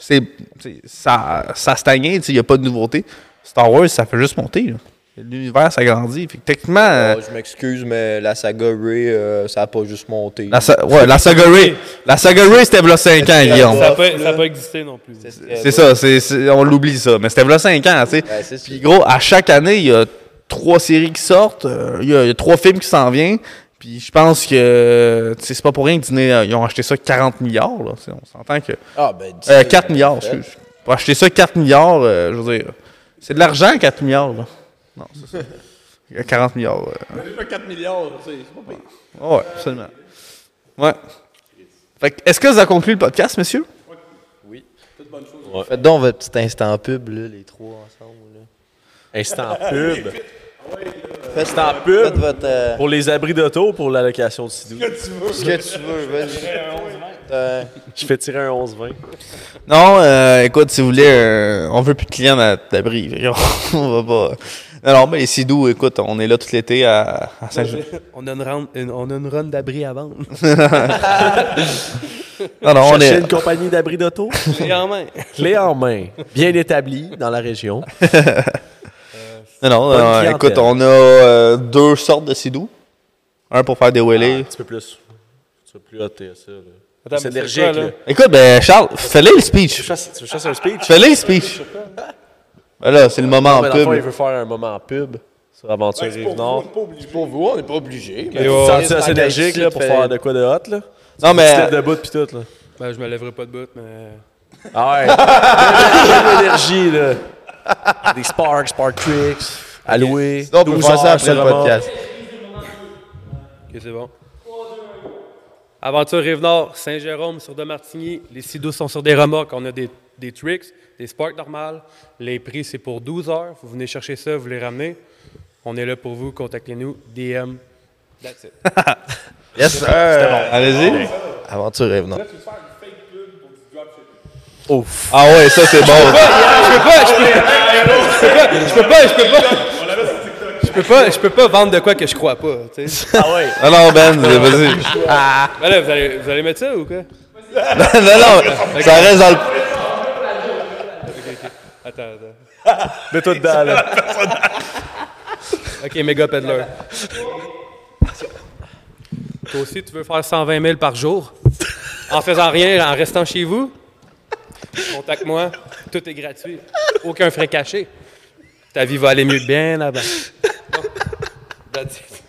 c'est, c'est- ça, ça stagnait, tu sais, il n'y a pas de nouveauté. Star Wars, ça fait juste monter. là. L'univers s'agrandit. Fait que techniquement. euh, oh, je m'excuse, mais la saga Ray, euh, ça a pas juste monté. Euh, la, sa- ouais, la saga Ray. La saga Ray, c'était v'là 5 ans, Guillaume. Ça peut, ça peut exister non plus. C'est ça, c'est- c'est- on l'oublie ça. Mais c'était v'là 5 ans, tu sais. Ouais, c'est ça. Puis gros, à chaque année, il y a trois séries qui sortent, euh, il y a- il y, a trois films qui s'en viennent. Puis je pense que, tu sais, c'est pas pour rien que Disney, euh, ils ont acheté ça 40 milliards, là. tu sais, On s'entend que... Ah, ben, dis- Euh, 4 milliards, excuse. Pour acheter ça 4 milliards, euh, je veux dire, c'est de l'argent 4 milliards, là. Non, c'est ça. 40 milliards, ouais. J'ai pas 4 milliards, tu sais, c'est pas pire. Ouais, absolument. Ouais. Fait que, est-ce que vous avez conclu le podcast, monsieur? Faites donc votre petit instant pub, là, les trois ensemble. Là. Instant *laughs* pub. Faites, Instant pub. Faites votre. euh, Pour les abris d'auto, pour la location de Sidou. ce que tu veux, vas-y. Euh, Je fais tirer un 11-20. Non, euh, écoute, si vous voulez, euh, on veut plus de clients à l'abri. fait qu'on- *laughs* on va pas. Alors, mais les Sidou, écoute, on est là tout l'été à, à Saint-Jean. On a une run, une- on a une run d'abri à vendre. *laughs* Non, non, on Cherchez est. une compagnie d'abris d'auto. Et en main. *laughs* Clé en main. Bien établie dans la région. Non, non, bonne non, clientèle. écoute, on a euh, deux sortes de Sidou. Un pour faire des Un wheelies. petit peu plus. Tu seras plus hot, t'es ça. là. Attends, C'est mais énergique, quoi, là. Écoute, ben, Charles, fais-le le speech. Tu fasses- tu veux chasser un speech? Fais-le le speech. Voilà, c'est le moment Non, mais en dans le fond, pub. il veut faire un moment en pub sur Aventure Rive-Nord. Ben, pour vous, on n'est pas obligé. Et Tu ouais. sens ça Tant énergique qu'à là, ici, pour tu faire fais- de quoi de hot? Là? Tu Non, te mais. lèves de bout puis tout. Là. Ben, je me lèverai pas de bout, mais. Ah ouais. *laughs* Quelle énergie, là. Des sparks, spark tricks, alloués. On peut faire ça après le podcast. Ok, c'est bon. Aventure Rive-Nord, Saint-Jérôme sur de Martigny. Les sidos sont sur des remorques. On a des, des tricks, des sparks normales. Les prix, c'est pour 12 heures. Vous venez chercher ça, vous les ramenez. On est là pour vous. Contactez-nous. DM. That's it. Yes, sir. Allez-y. Aventure revenant. Ah ouais, ça, c'est *laughs* bon. Je peux pas, je peux pas. Je peux pas, je peux pas vendre de quoi que je crois pas. tu sais. Alors, Ben, vas-y. *laughs* Ben là, vous allez, vous allez mettre ça ou quoi? *laughs* non, *laughs* non, ça reste dans le. Attends, attends. *laughs* Mais tout dedans, là. *laughs* OK, méga peddler. Toi aussi, tu veux faire 120 000 par jour en faisant rien, en restant chez vous? Contacte-moi. Tout est gratuit. Aucun frais caché. Ta vie va aller mieux bien *laughs* là-bas. Bon. That's it.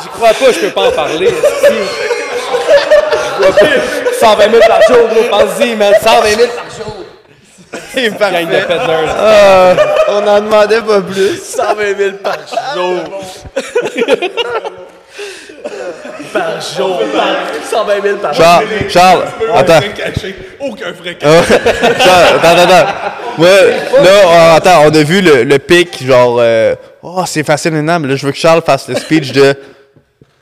J'y crois pas, je peux pas en parler. esti. Je vois pas. 120 000 par jour, gros, pense-y, man. Ah, 120 000 par jour. C'est parfait. de peddlers. Ah, On en demandait pas plus. 120 000 par jour. par jour. Par- 120 000 par jour. Charles, Charles, attends. Aucun frais caché. Charles, attends, attends, attends. Ouais, là, euh, attends, on a vu le, le pic, genre, euh, oh, c'est facile maintenant, mais là, je veux que Charles fasse le speech de.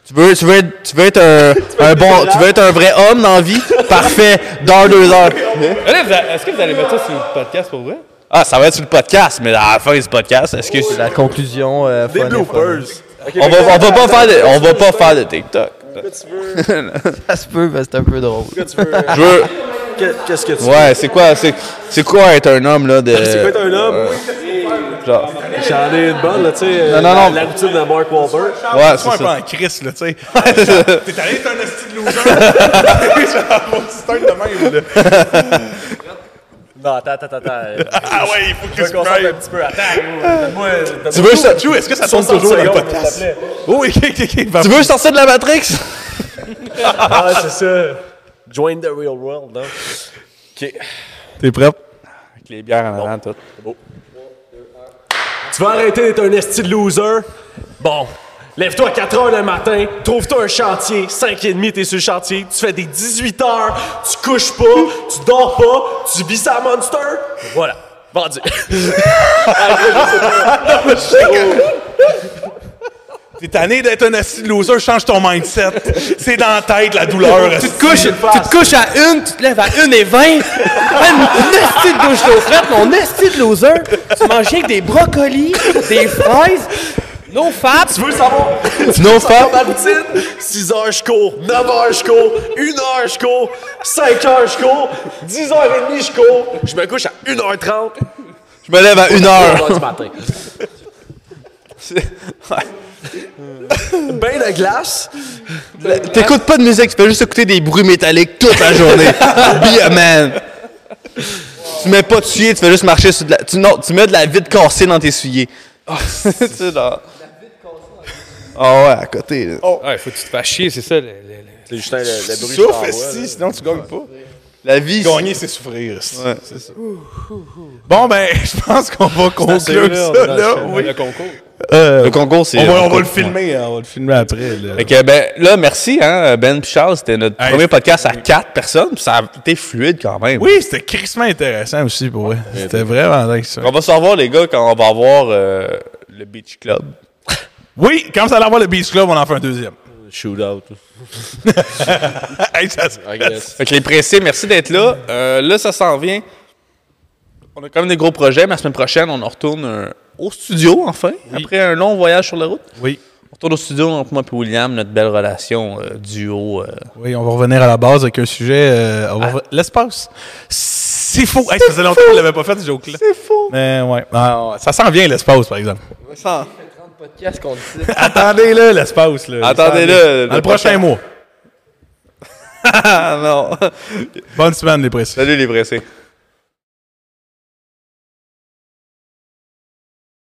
Tu veux, tu veux être, tu veux être un, un bon, tu veux être un vrai homme dans la vie? Parfait, dans deux heures. Là, vous a- Est-ce que vous allez mettre ça sur le podcast pour vrai? Ah, ça va être sur le podcast, mais à la fin du podcast, est-ce que C'est la conclusion. euh, Des fun et bloopers. on va, on va pas faire de, on va pas faire de TikTok. Qu'est-ce que tu veux? fun. Ça se peut, mais c'est un peu drôle. Qu'est-ce que tu veux? Je veux, Qu'est- Qu'est-ce que tu veux? ouais, c'est quoi, c'est, c'est quoi être un homme là de. euh, C'est quoi être un homme? genre- J'en ai une bonne, là, tu sais. Non, euh, non, la- non. La routine de Mark Wahlberg. Ouais, C'est un c'est peu ça. en crise, là, tu sais. T'es allé être un esti de loser. *laughs* Genre, mon petit stun de même, là. Non, attends, attends, attends. euh, *laughs* Ah ouais, il faut que Je tu me concentre un craves. petit peu. Attends, donne-moi. Tu veux, sa- Joe, est-ce que ça tourne toujours dans le podcast? Oh oui, ok, ok, ok. va- tu veux sortir de la Matrix? Ah, c'est ça. Join the real world, hein. non? T'es prêt? Avec les bières en avant, tout. Tu vas arrêter d'être un esti de loser? Bon. Lève-toi à 4 heures le matin, trouve-toi un chantier, 5 et demi, t'es sur le chantier, tu fais des 18 heures, tu couches pas, tu dors pas, tu vis ça à Monster. Voilà. Vendu. T'es tanné d'être un esti de loser, change ton mindset. C'est dans la tête, la douleur. esti. Couche, tu te couches à une, tu te lèves à une et vingt. Man, Mon esti de douche d'eau frette, mon esti de loser. Tu manges rien que des brocolis, des fraises, no fat. Tu veux savoir? No Dans fap. ma routine, 6 heures je cours, 9 heures je cours, 1 heure je cours, 5 heures je cours, 10 heures et demie je cours, je me couche à 1h30, Je me lève à une heure. 1h du matin. *laughs* Bain Ben de glace, T'écoutes pas de musique, tu fais juste écouter des bruits métalliques toute la journée. *laughs* Be a man. Tu mets pas de souliers, tu fais juste marcher sur de la. Tu, non, tu mets de la vide cassée dans tes souliers. *laughs* tu là. Ah ouais, à côté. Là. Ouais, faut que tu te fasses chier, c'est ça. le- le- le- C'est Justin, le, le bruit que Souffre, t'envoies, esti, là. sinon tu gagnes pas. La vie. c'est- Gagner, c'est souffrir. esti. c'est ça. Bon, ben, je pense qu'on va conclure assez, là, on ça, est dans là. le- Oui. Le concours, c'est. On va, on va le filmer, hein, on va le filmer après. là. Fait que, ben, là, merci, hein, Ben puis Charles. C'était notre Hey, premier podcast à quatre personnes. puis Ça a été fluide quand même. Oui, c'était crissement intéressant aussi pour vrai. C'était vraiment dingue ça. On va se revoir, les gars, quand on va avoir euh, le Beach Club. Oui, quand ça allait avoir le Beach Club, on en fait un deuxième. Shoot out. Hey, ça- I guess. Fait que les pressés, merci d'être là. Euh, là, ça s'en vient. On a quand même des gros projets, mais la semaine prochaine, on en retourne euh, au studio, enfin, après un long voyage sur la route. Oui. On retourne au studio entre moi et William, notre belle relation euh, duo. euh. Oui, on va revenir à la base avec un sujet. euh, on va re- L'espace. C'est faux. Hey, ça faisait longtemps qu'on l'avait pas fait, ce joke-là. C'est faux. Mais ouais. Ah, ouais. Ça s'en vient, l'espace, par exemple. Qu'est-ce qu'on dit? *laughs* Attendez-le, l'espace. là. Ça s'en vient. Attendez-le, le Dans le prochain prochain. mois. Ah non! Bonne semaine, les précis. Salut les pressés.